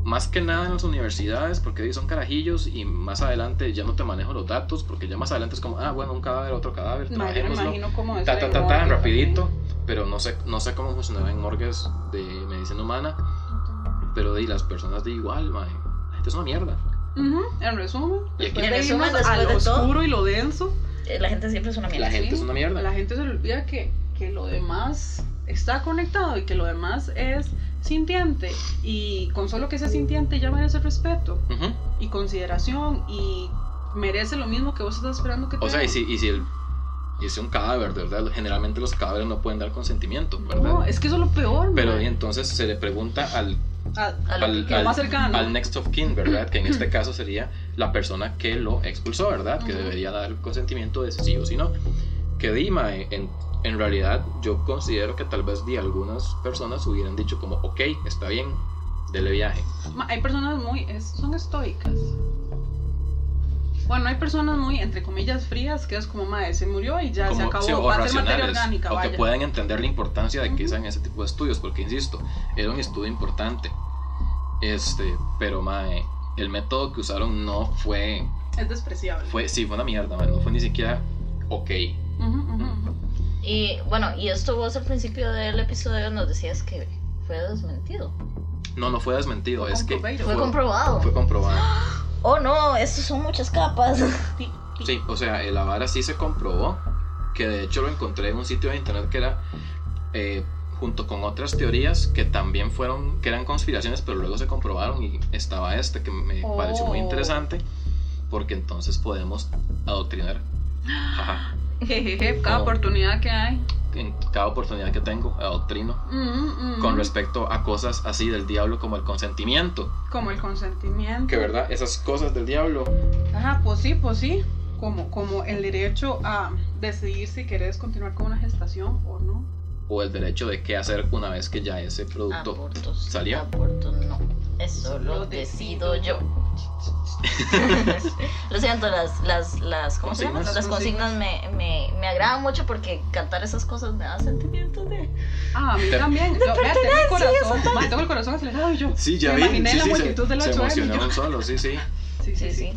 Speaker 2: más que nada en las universidades porque di, son carajillos y más adelante ya no te manejo los datos porque ya más adelante es como, ah, bueno, un cadáver, otro cadáver,
Speaker 1: Mae, yo me
Speaker 2: trabajémoslo
Speaker 1: imagino cómo es
Speaker 2: ta
Speaker 1: la
Speaker 2: ta ta ta
Speaker 1: neurótica
Speaker 2: rapidito pero no sé, no sé cómo funcionaba en orgas de medicina humana, pero de las personas de igual, mae. La gente es una mierda.
Speaker 1: Ujú, En resumen,
Speaker 2: Y aquí-
Speaker 1: después
Speaker 3: En
Speaker 1: de
Speaker 3: resumen,
Speaker 1: irnos a
Speaker 3: después
Speaker 1: lo
Speaker 3: de todo-
Speaker 1: oscuro y lo denso,
Speaker 3: Eh, La gente siempre es una mierda.
Speaker 2: La gente
Speaker 1: sí,
Speaker 2: es una mierda.
Speaker 1: la gente se le olvida que, que lo demás está conectado y que lo demás es sintiente. Y con solo que sea sintiente ya merece respeto
Speaker 2: Ujú.
Speaker 1: y consideración y merece lo mismo que vos estás esperando que te
Speaker 2: O sea, y
Speaker 1: den.
Speaker 2: si, y si el, y si un cadáver, de ¿verdad? Generalmente los cadáveres no pueden dar consentimiento, ¿verdad?
Speaker 1: No, es que eso es lo peor.
Speaker 2: Pero
Speaker 1: mae.
Speaker 2: y entonces se le pregunta al,
Speaker 1: Ah,
Speaker 3: A lo
Speaker 2: Al-
Speaker 3: que-
Speaker 1: lo más cercano.
Speaker 2: al next of kin, ¿verdad? Que en este caso sería la persona que lo expulsó, ¿verdad? Que
Speaker 1: Ujú.
Speaker 2: debería dar consentimiento de si sí o si no. Que Dima, en, en realidad yo considero que tal vez de algunas personas hubieran dicho como, ok, está bien, dele viaje.
Speaker 1: Ma- Hay personas muy. es- son estoicas. Bueno, hay personas muy, entre comillas, frías que es como, madre, se murió y ya se
Speaker 2: como
Speaker 1: acabó.
Speaker 2: sí, o
Speaker 1: va a ser materia
Speaker 2: racionales,
Speaker 1: orgánica,
Speaker 2: o que
Speaker 1: vaya.
Speaker 2: puedan entender la importancia de que
Speaker 1: Ujú.
Speaker 2: sean ese tipo de estudios, porque insisto, era un estudio importante. Este, pero mae, el método que usaron no fue,
Speaker 1: Es despreciable.
Speaker 2: fue sí, fue una mierda, mae, no fue ni siquiera ok.
Speaker 1: Ujú, ujú, ujú.
Speaker 3: Y bueno, y esto vos al principio del episodio nos decías que fue desmentido.
Speaker 2: No, no fue desmentido,
Speaker 1: Fue
Speaker 2: es que
Speaker 1: comprobado.
Speaker 3: Fue
Speaker 2: fue-
Speaker 3: comprobado.
Speaker 2: fue comprobado.
Speaker 3: Oh no, estos son muchas capas.
Speaker 1: Ti- ti-
Speaker 2: Sí, o sea, eh, la vara sí se comprobó, que de hecho lo encontré en un sitio de internet que era eh, junto con otras teorías que también fueron, que eran conspiraciones, pero luego se comprobaron y estaba esta que me
Speaker 1: Oh.
Speaker 2: pareció muy interesante, porque entonces podemos adoctrinar. Ajá.
Speaker 1: Jejeje, cada
Speaker 2: Como-
Speaker 1: oportunidad que hay.
Speaker 2: En cada oportunidad que tengo, adoctrino.
Speaker 1: Mm, Ujú, ujú.
Speaker 2: Con respecto a cosas así del diablo como el consentimiento.
Speaker 1: Como el consentimiento.
Speaker 2: Que verdad, esas cosas del diablo.
Speaker 1: Ajá, pues sí, pues sí. Como, como el derecho a decidir si querés continuar con una gestación o no.
Speaker 2: O el derecho de qué hacer una vez que ya ese producto
Speaker 3: Abortos.
Speaker 2: salió.
Speaker 3: Abortos no. Eso lo decido yo. Lo siento, las, las, las, ¿cómo se llama?
Speaker 2: Consignas.
Speaker 3: Las consignas me, me, me agradan mucho porque cantar esas cosas me da sentimientos de...
Speaker 1: Ah, a mí
Speaker 2: Te-
Speaker 1: también. Yo, vea, tengo el corazón. ma, tengo el corazón acelerado y yo.
Speaker 2: Sí, ya
Speaker 1: Me
Speaker 2: vi.
Speaker 1: imaginé
Speaker 2: sí,
Speaker 1: la
Speaker 2: sí,
Speaker 1: multitud
Speaker 2: se,
Speaker 1: del
Speaker 2: se
Speaker 1: 8M,
Speaker 2: emocionaron
Speaker 1: yo.
Speaker 2: solos, sí, sí.
Speaker 1: Sí, sí, sí.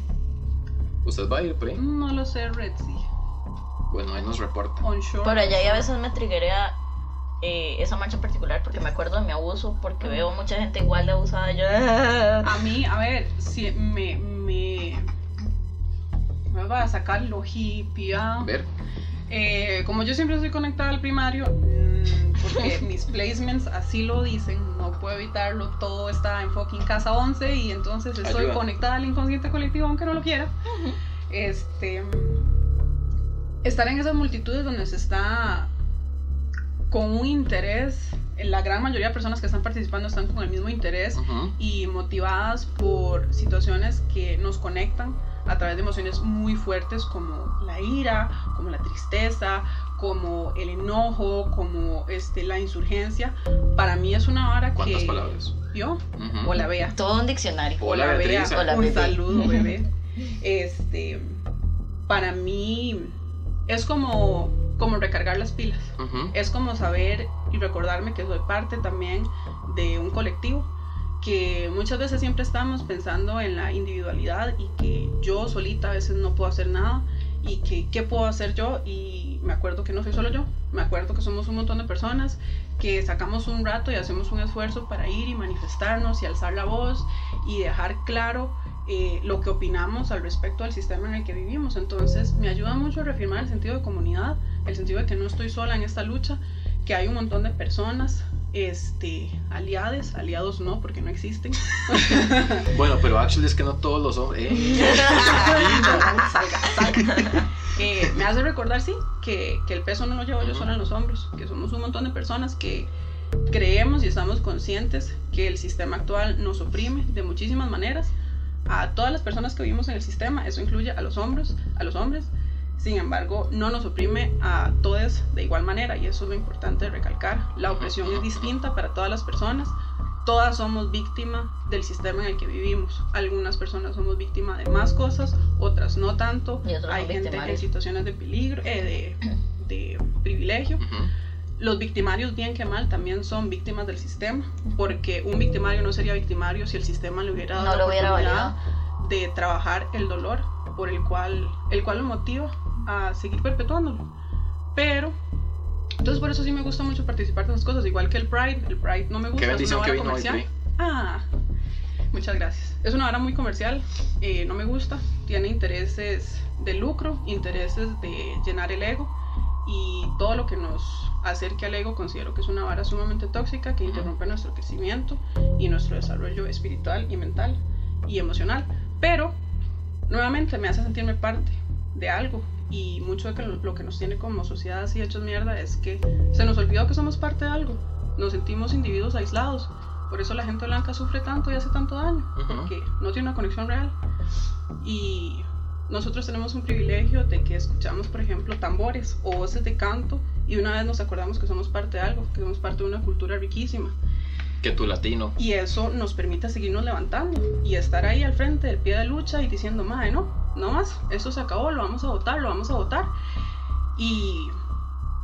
Speaker 2: Usted va a ir, Pri.
Speaker 1: No lo sé, Redzi.
Speaker 2: Bueno, ahí nos reporta.
Speaker 1: Onshore.
Speaker 3: Por allá y a veces me triguea eh, esa marcha en particular porque me acuerdo de mi abuso, porque veo mucha gente igual de abusada. Yo, "Ah".
Speaker 1: A mí, a ver, si me. me me va a sacar lo hippie. ah.
Speaker 2: Ver.
Speaker 1: Eh, como yo siempre estoy conectada al primario, mm, porque mis placements así lo dicen, no puedo evitarlo, todo está en fucking casa 11 y entonces estoy
Speaker 2: Ayuda.
Speaker 1: conectada al inconsciente colectivo aunque no lo quiera. Este mm, estar en esas multitudes donde se está con un interés, la gran mayoría de personas que están participando están con el mismo interés
Speaker 2: Ujú.
Speaker 1: y motivadas por situaciones que nos conectan a través de emociones muy fuertes como la ira, como la tristeza, como el enojo, como este, la insurgencia. Para mí es una vara
Speaker 2: ¿Cuántas
Speaker 1: que
Speaker 2: palabras?
Speaker 1: yo
Speaker 2: Ujú.
Speaker 1: o la vea.
Speaker 3: Todo un diccionario.
Speaker 1: Oh.
Speaker 2: Hola, Beatriz.
Speaker 1: Bea.
Speaker 3: Hola,
Speaker 1: un
Speaker 3: bebé.
Speaker 1: saludo, bebé. Este, para mí es como, como recargar las pilas
Speaker 2: Ujú.
Speaker 1: es como saber y recordarme que soy parte también de un colectivo, que muchas veces siempre estamos pensando en la individualidad y que yo solita a veces no puedo hacer nada y que qué puedo hacer yo y me acuerdo que no soy solo yo, me acuerdo que somos un montón de personas que sacamos un rato y hacemos un esfuerzo para ir y manifestarnos y alzar la voz y dejar claro eh, lo que opinamos al respecto del sistema en el que vivimos. Entonces me ayuda mucho a reafirmar el sentido de comunidad, el sentido de que no estoy sola en esta lucha, que hay un montón de personas, este, aliades, aliados no, porque no existen. Eh.
Speaker 2: Bueno, pero actually es que no todos los hombres. eh.
Speaker 1: Salga, salga. Eh, me hace recordar, sí, que, que el peso no lo llevo yo
Speaker 2: Ujú.
Speaker 1: sola en los hombros, que somos un montón de personas que creemos y estamos conscientes que el sistema actual nos oprime de muchísimas maneras. A todas las personas que vivimos en el sistema, eso incluye a los hombros, a los hombres. Sin embargo, no nos oprime a todos de igual manera y eso es lo importante de recalcar. La opresión es distinta para todas las personas. Todas somos víctimas del sistema en el que vivimos. Algunas personas somos víctimas de más cosas, otras no tanto.
Speaker 3: Y otros
Speaker 1: Hay
Speaker 3: son
Speaker 1: gente en
Speaker 3: victimarios.
Speaker 1: situaciones de peligro, eh, de, de privilegio.
Speaker 2: Ujú.
Speaker 1: Los victimarios, bien que mal, también son víctimas del sistema, porque un victimario no sería victimario si el sistema le hubiera dado
Speaker 3: No
Speaker 1: la
Speaker 3: lo hubiera
Speaker 1: oportunidad
Speaker 3: validado.
Speaker 1: de trabajar el dolor por el cual, el cual lo motiva a seguir perpetuándolo. Pero Entonces por eso sí me gusta mucho participar de esas cosas, igual que el Pride. El Pride no me gusta.
Speaker 2: Qué bendición
Speaker 1: es
Speaker 2: que
Speaker 1: una vara
Speaker 2: vino hoy,
Speaker 1: comercial.
Speaker 2: Pri.
Speaker 1: Ah, muchas gracias. Es una vara muy comercial, eh, no me gusta. Tiene intereses de lucro, intereses de llenar el ego y todo lo que nos acerque al ego considero que es una vara sumamente tóxica que
Speaker 3: Ujú.
Speaker 1: interrumpe nuestro crecimiento y nuestro desarrollo espiritual y mental y emocional. Pero, nuevamente, me hace sentirme parte de algo. Y mucho de que lo, lo que nos tiene como sociedad así hechos mierda es que se nos olvidó que somos parte de algo. Nos sentimos individuos aislados. Por eso la gente blanca sufre tanto y hace tanto daño.
Speaker 2: Ujú.
Speaker 1: Porque no tiene una conexión real. Y nosotros tenemos un privilegio de que escuchamos, por ejemplo, tambores o voces de canto. Y una vez nos acordamos que somos parte de algo, que somos parte de una cultura riquísima.
Speaker 2: Que tu latino.
Speaker 1: Y eso nos permite seguirnos levantando y estar ahí al frente del pie de lucha y diciendo, madre, no, no más, esto se acabó, lo vamos a votar, lo vamos a votar. Y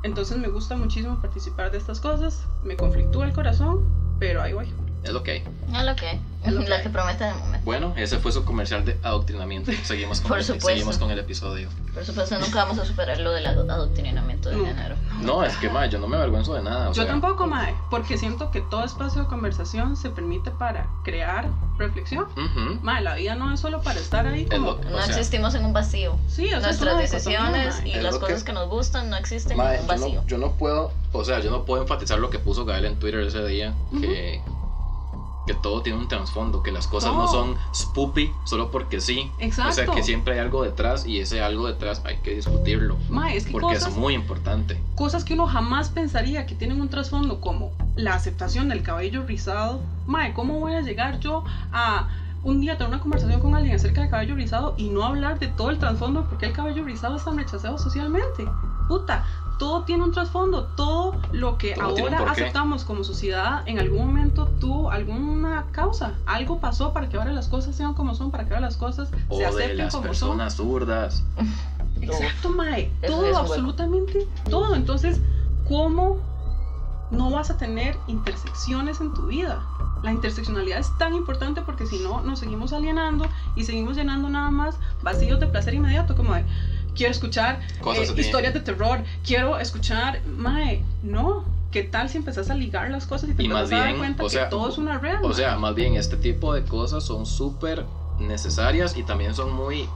Speaker 1: entonces me gusta muchísimo participar de estas cosas, me conflictúa el corazón, pero ahí voy.
Speaker 2: Es lo que hay.
Speaker 3: Es lo que hay.
Speaker 1: Es lo que
Speaker 3: Lo
Speaker 1: hay.
Speaker 3: que promete de momento.
Speaker 2: Bueno, ese fue su comercial de adoctrinamiento. Seguimos con,
Speaker 3: Por
Speaker 2: el,
Speaker 3: supuesto.
Speaker 2: seguimos con el episodio.
Speaker 3: Por supuesto, nunca vamos a superar lo del ado- adoctrinamiento de
Speaker 1: No.
Speaker 3: género.
Speaker 2: No, es que, ma, yo no me avergüenzo de nada. o
Speaker 1: Yo
Speaker 2: sea,
Speaker 1: tampoco, madre, porque siento que todo espacio de conversación se permite para crear reflexión.
Speaker 2: ujú,
Speaker 1: Madre, la vida no es solo para estar ahí
Speaker 2: Es
Speaker 1: como...
Speaker 2: lo-
Speaker 3: No
Speaker 2: O sea,
Speaker 3: existimos en un vacío.
Speaker 1: Sí, o sea, es
Speaker 3: Nuestras
Speaker 1: una dicotomía,
Speaker 3: decisiones y
Speaker 1: mae.
Speaker 2: Es
Speaker 3: las
Speaker 2: lo que-
Speaker 3: cosas que nos gustan no existen
Speaker 2: ma,
Speaker 3: en un
Speaker 2: yo, no,
Speaker 3: vacío.
Speaker 2: yo no puedo, o sea, yo no puedo enfatizar lo que puso Gael en Twitter ese día, que, que todo tiene un trasfondo, que las cosas no,
Speaker 1: No.
Speaker 2: son spoopy solo porque sí. O sea,
Speaker 1: Exacto.
Speaker 2: que siempre hay algo detrás y ese algo detrás hay que discutirlo,
Speaker 1: Mae, es que
Speaker 2: porque
Speaker 1: cosas
Speaker 2: es muy importante.
Speaker 1: cosas que uno jamás pensaría que tienen un trasfondo como la aceptación del cabello rizado. Mae, ¿cómo voy a llegar yo a un día tener una conversación con alguien acerca del cabello rizado y no hablar de todo el trasfondo porque el cabello rizado es tan rechazado socialmente? Puta, todo tiene un trasfondo, todo lo que
Speaker 2: Todo tiene un
Speaker 1: ahora
Speaker 2: porqué.
Speaker 1: aceptamos como sociedad en algún momento tuvo alguna causa, algo pasó para que ahora las cosas sean como son, para que ahora las cosas
Speaker 2: O
Speaker 1: se
Speaker 2: de
Speaker 1: acepten
Speaker 2: las
Speaker 1: como son.
Speaker 2: personas zurdas.
Speaker 1: Exacto, Mae.
Speaker 3: Eso
Speaker 1: Todo,
Speaker 3: es un hueco.
Speaker 1: absolutamente todo. Entonces, ¿cómo no vas a tener intersecciones en tu vida? La interseccionalidad es tan importante porque si no, nos seguimos alienando y seguimos llenando nada más vacíos de placer inmediato, como de, quiero escuchar
Speaker 2: Cosas
Speaker 1: eh,
Speaker 2: así.
Speaker 1: historias de terror, quiero escuchar, Mae, no. ¿Qué tal si empezás a ligar las cosas y te
Speaker 2: Y más
Speaker 1: empezás a dar
Speaker 2: bien,
Speaker 1: cuenta
Speaker 2: o
Speaker 1: que
Speaker 2: sea,
Speaker 1: todo es una red?
Speaker 2: O
Speaker 1: mae?
Speaker 2: sea, más bien este tipo de cosas son súper necesarias y también son muy,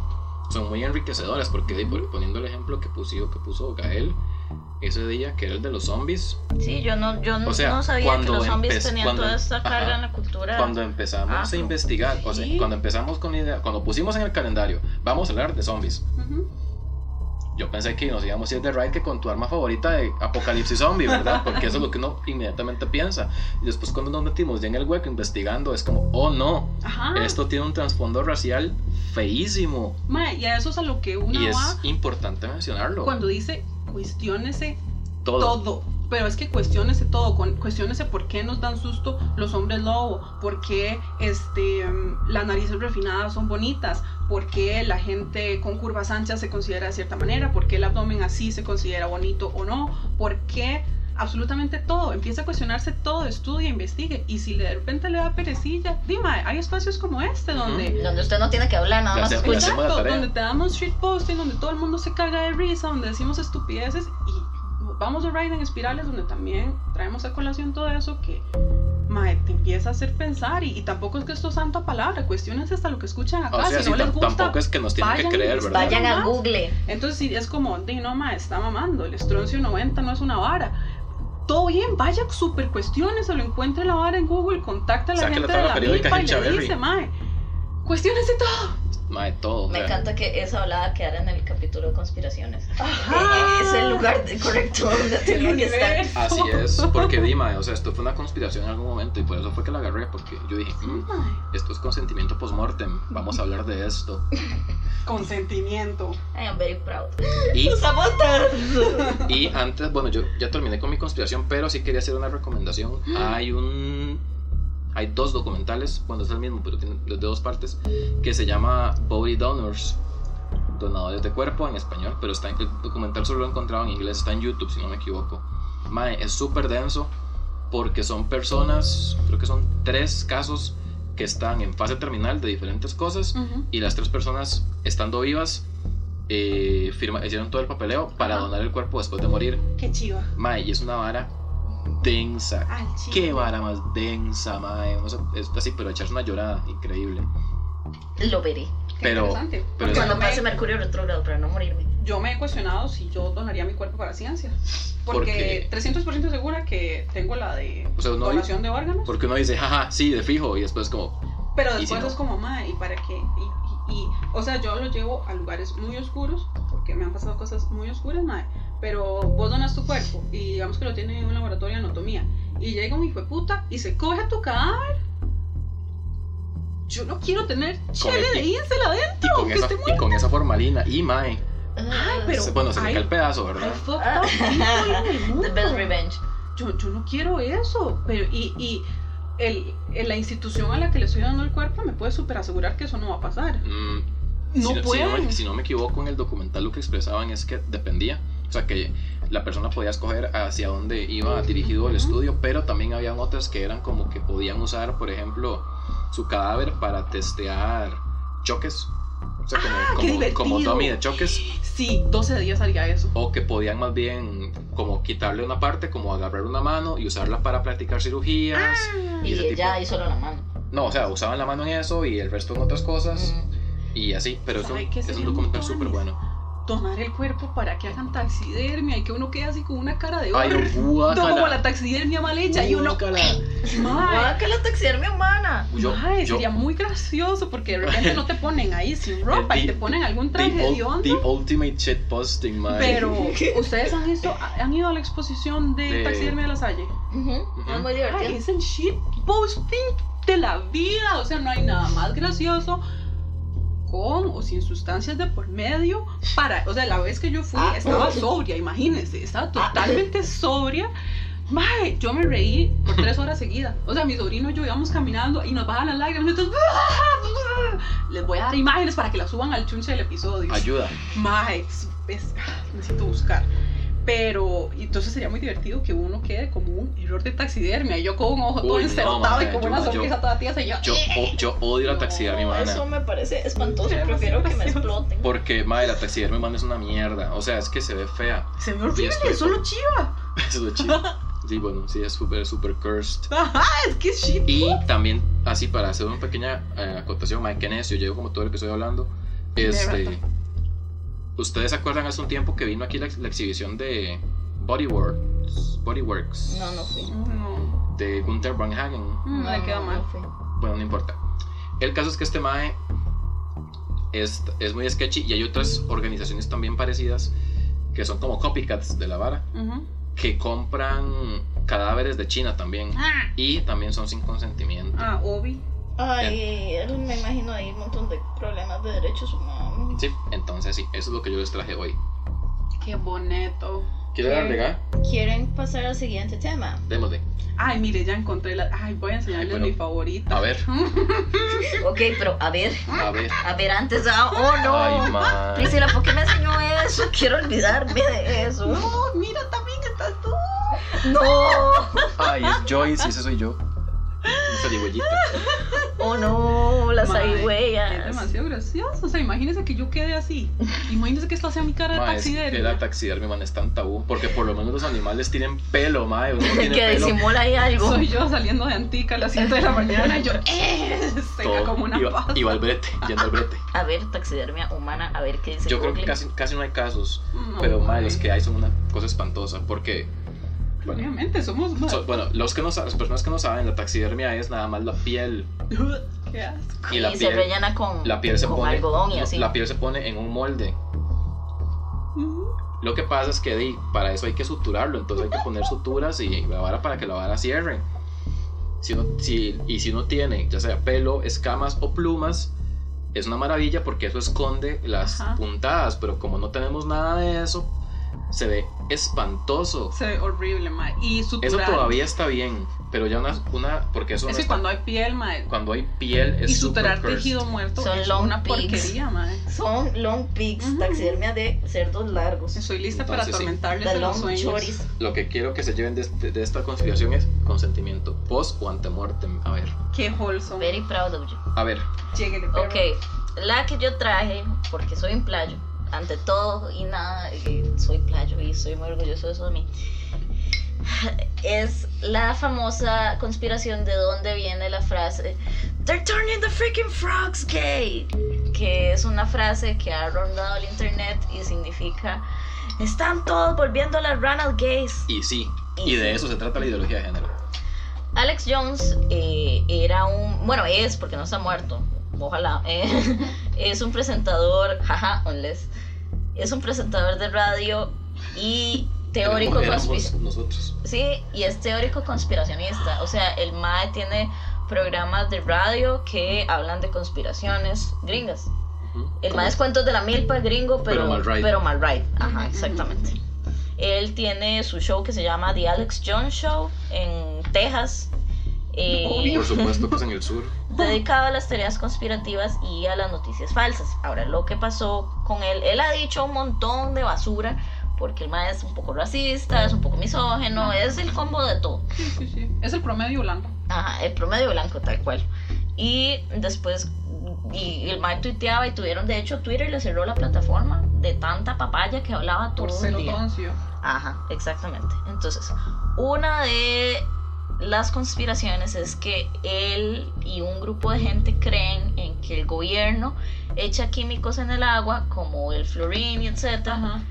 Speaker 2: son muy enriquecedoras porque di, por- poniendo el ejemplo que puso, que puso Gael ese día, que era el de los zombies,
Speaker 3: Sí, yo no, yo no-
Speaker 2: O sea,
Speaker 3: no sabía que
Speaker 2: cuando
Speaker 3: los zombies
Speaker 2: empe-
Speaker 3: tenían
Speaker 2: cuando-
Speaker 3: toda esta carga
Speaker 2: ajá.
Speaker 3: en la cultura.
Speaker 2: cuando empezamos
Speaker 1: Ah,
Speaker 3: Afro.
Speaker 2: a investigar, o sea,
Speaker 1: Sí.
Speaker 2: cuando empezamos con la idea, cuando pusimos en el calendario, vamos a hablar de zombies.
Speaker 1: Ujú.
Speaker 2: Yo pensé que nos íbamos a ir de raid que con tu arma favorita de apocalipsis zombie, ¿verdad? Porque eso es lo que uno inmediatamente piensa. Y después cuando nos metimos ya en el hueco investigando, es como, oh no,
Speaker 1: Ajá.
Speaker 2: esto tiene un trasfondo racial feísimo.
Speaker 1: Mae, y a eso es a lo que uno
Speaker 2: Y es
Speaker 1: va
Speaker 2: importante mencionarlo.
Speaker 1: ah. cuando dice cuestiónese
Speaker 2: todo.
Speaker 1: todo. Pero es que cuestionese todo, con- cuestiónese por qué nos dan susto los hombres lobo, por qué este, mm, las narices refinadas son bonitas, por qué la gente con curvas anchas se considera de cierta manera, por qué el abdomen así se considera bonito o no, por qué absolutamente todo. Empieza a cuestionarse todo, estudia, investigue. Y si de repente le da perecilla, dime, hay espacios como este
Speaker 2: Ujú.
Speaker 1: donde
Speaker 3: Donde usted no tiene que hablar, nada
Speaker 2: Ya
Speaker 3: más
Speaker 2: sé, ya
Speaker 3: escucha.
Speaker 2: sé. hacemos la
Speaker 1: Exacto,
Speaker 2: tarea.
Speaker 1: donde te damos street posting, donde todo el mundo se caga de risa, donde decimos estupideces y vamos a ride en espirales, donde también traemos a colación todo eso que mae, te empieza a hacer pensar y, y tampoco es que esto es santa palabra, cuestiones hasta lo que escuchan acá,
Speaker 2: o sea,
Speaker 1: Ah, si no
Speaker 2: sí,
Speaker 1: les
Speaker 2: tam-
Speaker 1: gusta.
Speaker 2: tampoco es que nos tienen que
Speaker 1: vayan y
Speaker 2: creer, ¿verdad?
Speaker 3: Vayan a
Speaker 1: Ajá.
Speaker 3: Google.
Speaker 1: Entonces sí, es como, di no mae, está mamando, el estroncio 90 no es una vara. Todo bien, vaya super cuestiones, se lo encuentre la vara en Google, contacta a la
Speaker 2: Saque la
Speaker 1: gente de
Speaker 2: tabla
Speaker 1: la
Speaker 2: periódica
Speaker 1: milpa y le
Speaker 2: Hinchaberry.
Speaker 1: dice, mae, cuestiones todo.
Speaker 2: Mae, todo. o
Speaker 3: Me
Speaker 2: sea,
Speaker 3: encanta que esa hablada quedara en el capítulo de conspiraciones. Eh,
Speaker 1: Ajá.
Speaker 3: Es el lugar de- correcto donde tenía que estar.
Speaker 1: universo.
Speaker 2: Así es, porque Dima, o sea, esto fue una conspiración en algún momento y por eso fue que la agarré, porque yo dije, "Mm,
Speaker 1: Ay,
Speaker 2: esto es consentimiento postmortem, vamos a hablar de esto.
Speaker 1: Consentimiento.
Speaker 3: I am very proud.
Speaker 2: Y,
Speaker 3: ¡Sabotas!
Speaker 2: y antes, bueno, yo ya terminé con mi conspiración, pero sí quería hacer una recomendación. Hay un. Hay dos documentales, bueno, es el mismo, pero tiene de dos partes, que se llama Body Donors, Donadores de Cuerpo en español, pero está en, el documental solo lo he encontrado en inglés, está en YouTube, si no me equivoco. Mae, es súper denso porque son personas, creo que son tres casos que están en fase terminal de diferentes cosas y las tres personas estando vivas eh, firma- hicieron todo el papeleo para
Speaker 1: Ajá.
Speaker 2: donar el cuerpo después de morir.
Speaker 1: Qué chiva.
Speaker 2: Mae, y es una vara densa.
Speaker 1: Al chivo.
Speaker 2: Qué vara más densa, mae. Uno se- es así, pero echarse una llorada, increíble.
Speaker 3: Lo veré.
Speaker 1: Qué
Speaker 2: pero-
Speaker 1: interesante.
Speaker 2: pero-
Speaker 1: Porque
Speaker 3: Cuando
Speaker 1: yo me-
Speaker 3: pase Mercurio retrógrado para no morirme.
Speaker 1: yo me he cuestionado si yo donaría mi cuerpo para ciencia. Porque
Speaker 2: Porque-
Speaker 1: 300% segura que tengo la de
Speaker 2: O sea, uno dice,
Speaker 1: donación de órganos.
Speaker 2: porque uno dice, jaja, sí, de fijo, y después como,
Speaker 1: Pero
Speaker 2: y si
Speaker 1: después
Speaker 2: no.
Speaker 1: es como, madre, ¿y para qué? Y, y- y- o sea, yo lo llevo a lugares muy oscuros, porque me han pasado cosas muy oscuras, madre. Pero vos donas tu cuerpo y digamos que lo tiene en un laboratorio de anatomía. Y llega un hijo de puta y se coge a tu cadáver. Yo no quiero tener chile
Speaker 2: el-
Speaker 1: de Insel
Speaker 2: y
Speaker 1: adentro,
Speaker 2: con,
Speaker 1: que
Speaker 2: esa,
Speaker 1: esté muy.
Speaker 2: y con esa formalina, y mae.
Speaker 1: Ay, pero-
Speaker 2: Se- bueno, se me
Speaker 1: ay.
Speaker 2: cae el pedazo,
Speaker 1: I
Speaker 2: ¿verdad?
Speaker 1: fucked
Speaker 3: Ah.
Speaker 1: up people in el
Speaker 3: The best
Speaker 1: mundo.
Speaker 3: revenge.
Speaker 1: yo, yo no quiero eso. Pero, y y el, el- la institución a la que le estoy dando el cuerpo me puede super asegurar que eso no va a pasar.
Speaker 2: Mm,
Speaker 1: No
Speaker 2: si, no- si no
Speaker 1: pueden.
Speaker 2: me, si no me equivoco, en el documental lo que expresaban es que dependía. O sea, que la persona podía escoger hacia dónde iba dirigido el
Speaker 1: Ujú.
Speaker 2: estudio, pero también habían otras que eran como que podían usar, por ejemplo, su cadáver para testear choques. O sea, como,
Speaker 1: Ah, qué
Speaker 2: como, como
Speaker 1: divertido.
Speaker 2: dummy de choques.
Speaker 1: Sí, 12 días haría eso.
Speaker 2: O que podían más bien como quitarle una parte, como agarrar una mano y usarla para practicar cirugías.
Speaker 1: Ah.
Speaker 3: Y
Speaker 2: ese tipo.
Speaker 3: ella hizo solo la mano.
Speaker 2: No, o sea, usaban la mano en eso y el resto en otras cosas.
Speaker 3: Mm.
Speaker 2: Y así, pero es un,
Speaker 1: ¿Sabe qué
Speaker 2: es un
Speaker 1: sería un
Speaker 2: documental
Speaker 1: dummy?
Speaker 2: súper bueno.
Speaker 1: Tomar el cuerpo para que hagan taxidermia y que uno quede así con una cara de
Speaker 2: Ay,
Speaker 1: horror.
Speaker 2: no,
Speaker 1: No,
Speaker 2: guácala.
Speaker 1: como la taxidermia mal hecha y uno.
Speaker 2: Guácala.
Speaker 1: Mae,
Speaker 3: Ah, que la taxidermia humana.
Speaker 2: Yo,
Speaker 1: mae,
Speaker 2: yo,
Speaker 1: sería muy gracioso porque de repente no te ponen ahí sin ropa y te
Speaker 2: The-
Speaker 1: ponen algún
Speaker 2: the,
Speaker 1: traje
Speaker 2: ul-
Speaker 1: de onda.
Speaker 2: the ultimate shit posting, man.
Speaker 1: Pero, ¿ustedes han, visto- han ido a la exposición de
Speaker 2: De-
Speaker 1: taxidermia de la Salle?
Speaker 3: Ujú, Es Ah, muy divertido.
Speaker 1: Ay, es el shitposting de la vida. O sea, no hay nada más gracioso con o sin sustancias de por medio para, o sea, la vez que yo fui
Speaker 3: Ah.
Speaker 1: estaba sobria, imagínense, estaba totalmente sobria. Mae, yo me reí por tres horas seguidas. O sea, mi sobrino y yo íbamos caminando y nos bajan las lágrimas. Entonces, les voy a dar imágenes para que las suban al chunche del episodio.
Speaker 2: Ayuda.
Speaker 1: Mae, es- es- ah, necesito buscar. Pero y entonces sería muy divertido que uno quede como un error de taxidermia. y Yo con un ojo todo
Speaker 2: Uy, no,
Speaker 1: encerotado y
Speaker 2: mae,
Speaker 1: con
Speaker 2: yo-
Speaker 1: una
Speaker 2: yo-
Speaker 1: sonrisa toda tía, y yo.
Speaker 2: Yo, o- yo odio la taxidermia, man.
Speaker 3: Eso me parece espantoso.
Speaker 1: Demasiado
Speaker 3: Prefiero que me
Speaker 1: gracioso.
Speaker 3: exploten.
Speaker 2: Porque, madre, la taxidermia, man, es una mierda. O sea, es que se ve fea.
Speaker 1: Se ve
Speaker 2: Y
Speaker 1: horrible,
Speaker 2: estoy-
Speaker 1: solo chiva.
Speaker 2: Eso es lo chido. Sí, bueno, sí, es súper, súper cursed.
Speaker 1: Ajá, es que es shit.
Speaker 2: Y también, así para hacer una pequeña eh, acotación, Mike Kenneth, yo llevo como todo el episodio hablando.
Speaker 1: De
Speaker 2: Este,
Speaker 1: rato.
Speaker 2: ¿Ustedes se acuerdan hace un tiempo que vino aquí la, la exhibición de Bodyworks? Bodyworks
Speaker 3: No, no fui.
Speaker 1: No,
Speaker 2: De Gunther Van Hagen.
Speaker 1: no, le Mm, queda
Speaker 3: no,
Speaker 1: mal.
Speaker 3: no fui.
Speaker 2: Bueno, no importa. El caso es que este MAE es, es muy sketchy y hay otras organizaciones también parecidas que son como copycats de la vara
Speaker 1: Ujú.
Speaker 2: que compran cadáveres de China también
Speaker 1: Ah,
Speaker 2: y también son sin consentimiento.
Speaker 1: ah, Obi.
Speaker 3: Ay, él me imagino ahí un montón de problemas de derechos humanos.
Speaker 2: Sí, entonces sí, eso es lo que yo les traje hoy.
Speaker 1: Qué bonito.
Speaker 2: ¿Quieren
Speaker 3: ¿Quieren?
Speaker 2: agregar?
Speaker 3: ¿Quieren pasar al siguiente tema?
Speaker 2: Démosle.
Speaker 1: Ay, mire, ya encontré la. Ay, voy a enseñarles
Speaker 2: Ay, pero-
Speaker 1: mi favorita.
Speaker 2: A ver,
Speaker 3: Ok, pero a ver,
Speaker 2: a ver.
Speaker 3: a ver antes. ah, oh
Speaker 2: Ay,
Speaker 3: no.
Speaker 2: man.
Speaker 3: Priscila, ¿por qué me enseñó eso? Quiero olvidarme de eso.
Speaker 1: No, Oh, mira, también estás tú.
Speaker 3: No.
Speaker 2: Ay, es Joyce, ese soy yo. Esa cigüeñita.
Speaker 3: Oh no, las
Speaker 1: Mae,
Speaker 2: Ah,
Speaker 1: Es
Speaker 3: aigüeyas.
Speaker 1: demasiado gracioso. O sea, imagínense que yo quede así. Imagínense que esta sea mi cara de
Speaker 2: Ma, es que
Speaker 1: taxidermia.
Speaker 2: la taxidermia, man, es tan tabú. Porque por lo menos los animales tienen pelo, mae. Uno no tiene
Speaker 3: Que
Speaker 2: pelo.
Speaker 3: disimula ahí algo.
Speaker 1: Soy yo saliendo de Antica a las 7 de la mañana y yo, ¡eh! Seca
Speaker 2: Todo.
Speaker 1: como una
Speaker 2: Iba-
Speaker 1: pasa.
Speaker 2: iba al brete, yendo al brete.
Speaker 3: A ver, taxidermia humana, a ver qué dice
Speaker 2: Yo creo que
Speaker 3: Google.
Speaker 2: casi, casi no hay casos.
Speaker 1: No,
Speaker 2: pero, mae,
Speaker 1: mae.
Speaker 2: los que hay son una cosa espantosa. Porque, bueno,
Speaker 1: Obviamente, somos más.
Speaker 2: so- bueno los que no, sa- las personas que no saben, la taxidermia es nada más la piel.
Speaker 1: Qué asco.
Speaker 2: Y la
Speaker 3: Y se
Speaker 2: piel.
Speaker 3: rellena con,
Speaker 2: la piel se
Speaker 3: con
Speaker 2: pone
Speaker 3: algodón y
Speaker 2: no,
Speaker 3: así.
Speaker 2: la piel se pone en un molde lo que pasa es que di, para eso hay que suturarlo entonces hay que poner suturas y la vara para que la vara cierre si uno- si- y si uno tiene ya sea pelo escamas o plumas es una maravilla porque eso esconde las
Speaker 1: Ajá.
Speaker 2: puntadas pero como no tenemos nada de eso se ve espantoso
Speaker 1: Se ve horrible, mae. Y suturar.
Speaker 2: eso todavía está bien pero ya una, una porque eso no
Speaker 1: Es que
Speaker 2: está-
Speaker 1: cuando hay piel, mae.
Speaker 2: cuando hay piel es
Speaker 1: Y
Speaker 2: super
Speaker 1: suturar
Speaker 2: cursed.
Speaker 1: tejido muerto
Speaker 3: Son
Speaker 1: es
Speaker 3: long
Speaker 1: una
Speaker 3: pigs.
Speaker 1: porquería, mae.
Speaker 3: Son long pigs,
Speaker 1: Ujú.
Speaker 3: taxidermia de cerdos largos.
Speaker 1: Estoy lista para
Speaker 2: Entonces, sí.
Speaker 1: atormentarles
Speaker 3: De
Speaker 1: en los
Speaker 3: long
Speaker 1: sueños.
Speaker 3: choris.
Speaker 2: Lo que quiero que se lleven de, este- de esta conspiración es consentimiento, post o antemortem. A ver,
Speaker 1: Qué wholesome.
Speaker 3: Very proud of you.
Speaker 2: a ver,
Speaker 1: Lléguele, perro.
Speaker 3: Ok, la que yo traje, porque soy un playo, ante todo y nada, eh, soy playo y soy muy orgulloso de eso de mí. Es la famosa conspiración de donde viene la frase They're turning the freaking frogs gay. Que es una frase que ha rondado el internet y significa Están todos volviendo a las ranas gays.
Speaker 2: Y sí,
Speaker 3: Y
Speaker 2: y, de
Speaker 3: sí.
Speaker 2: eso se trata la ideología de género.
Speaker 3: Alex Jones eh, era un, bueno, es porque no está muerto, ojalá, eh, es un presentador, jaja, unless, es un presentador de radio y teórico
Speaker 2: Éramos
Speaker 3: conspiracionista.
Speaker 2: Nosotros.
Speaker 3: Sí, y es teórico conspiracionista, o sea, el MAE tiene programas de radio que hablan de conspiraciones gringas.
Speaker 2: Ujú.
Speaker 3: El
Speaker 2: Como-
Speaker 3: mae es cuentos de la milpa gringo, pero,
Speaker 2: Pero mal ride.
Speaker 3: pero mal ride. Ajá,
Speaker 1: Ujú,
Speaker 3: exactamente. Él tiene su show que se llama The Alex Jones Show en Texas. eh,
Speaker 1: Obvio.
Speaker 2: Por supuesto que es en el sur.
Speaker 3: dedicado a las teorías conspirativas y a las noticias falsas. Ahora, lo que pasó con él, él ha dicho un montón de basura porque el mae es un poco racista, es un poco misógeno, es el combo de todo.
Speaker 1: Sí, sí, sí. Es el promedio blanco.
Speaker 3: Ajá, el promedio blanco, tal cual. Y después, y el mae tuiteaba y tuvieron, de hecho, Twitter le cerró la plataforma de tanta papaya que hablaba todo
Speaker 1: Por
Speaker 3: el día.
Speaker 1: celotoncio.
Speaker 3: Ajá, exactamente. Entonces, una de las conspiraciones es que él y un grupo de gente creen en que el gobierno echa químicos en el agua, como el fluorine y etcétera,
Speaker 1: Ajá.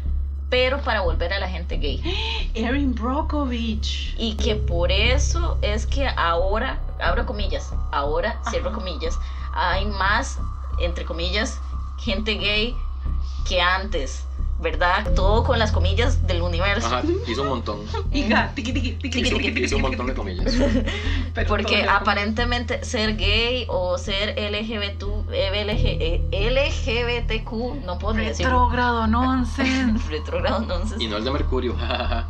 Speaker 3: pero para volver a la gente gay.
Speaker 1: Erin Brockovich.
Speaker 3: Y que por eso es que ahora, abro comillas, ahora cierro
Speaker 1: Ajá.
Speaker 3: comillas, hay más, entre comillas, gente gay que antes, ¿verdad? Todo con las comillas del universo.
Speaker 2: Ajá, hizo un montón.
Speaker 1: Hija, tiqui, tiqui, tiqui,
Speaker 2: Hizo,
Speaker 1: tiqui, tiqui,
Speaker 2: hizo un montón de comillas.
Speaker 1: Pero todo
Speaker 3: Porque
Speaker 1: bien.
Speaker 3: aparentemente ser gay o ser LGBT, LG, LGBTQ, no puedo ni decirlo.
Speaker 1: Retrógrado nonsense.
Speaker 3: Retrogrado, entonces.
Speaker 2: Y no el de Mercurio. jajaja.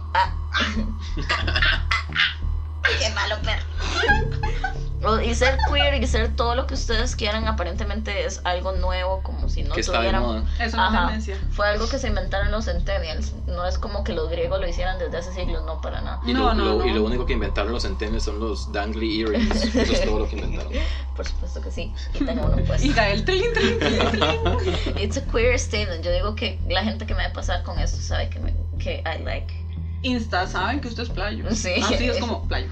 Speaker 3: Qué malo perro. O- Y ser queer y ser todo lo que ustedes quieran aparentemente es algo nuevo, como si no
Speaker 2: que está de
Speaker 3: tuviéramos.
Speaker 2: moda.
Speaker 1: Eso no es
Speaker 3: Ajá.
Speaker 1: demencia.
Speaker 3: Fue algo que se inventaron los centennials. No es como que los griegos lo hicieran desde hace siglos, no para nada.
Speaker 2: Y,
Speaker 1: No,
Speaker 2: lo,
Speaker 1: no,
Speaker 2: lo-
Speaker 1: no.
Speaker 2: y lo único que inventaron los centennials son los dangly earrings. Eso es todo lo que inventaron.
Speaker 3: Por supuesto que sí. Y tengo uno pues.
Speaker 1: Hija, el trin, trin, trin, trin.
Speaker 3: It's a queer statement. Yo digo que la gente que me va a pasar con esto sabe que, me, que I like.
Speaker 1: Insta, saben que usted es playo.
Speaker 3: Sí.
Speaker 1: Así es como playo.